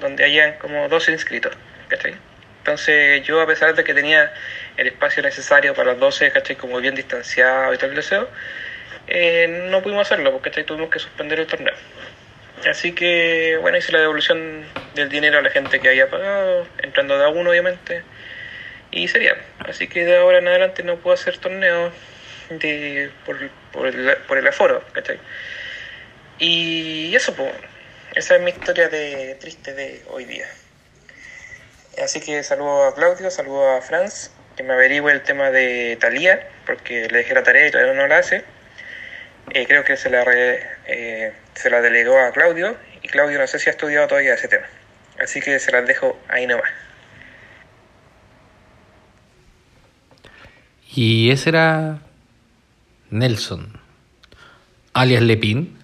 Speaker 7: donde hayan como 12 inscritos, ¿cachai? Entonces yo, a pesar de que tenía el espacio necesario para los 12, ¿cachai? Como bien distanciado y todo el deseo, eh, no pudimos hacerlo, porque ¿cachai? tuvimos que suspender el torneo. Así que, bueno, hice la devolución del dinero a la gente que había pagado, entrando de a uno, obviamente, y sería. Así que de ahora en adelante no puedo hacer torneos de, por, por, el, por el aforo, ¿cachai? Y eso, pues, esa es mi historia de triste de hoy día. Así que saludo a Claudio, saludo a Franz, que me averigüe el tema de Talía, porque le dejé la tarea y todavía no la hace. Eh, creo que se la, re- eh, se la delegó a Claudio, y Claudio no sé si ha estudiado todavía ese tema. Así que se las dejo ahí nomás.
Speaker 1: Y ese era Nelson, alias Lepín,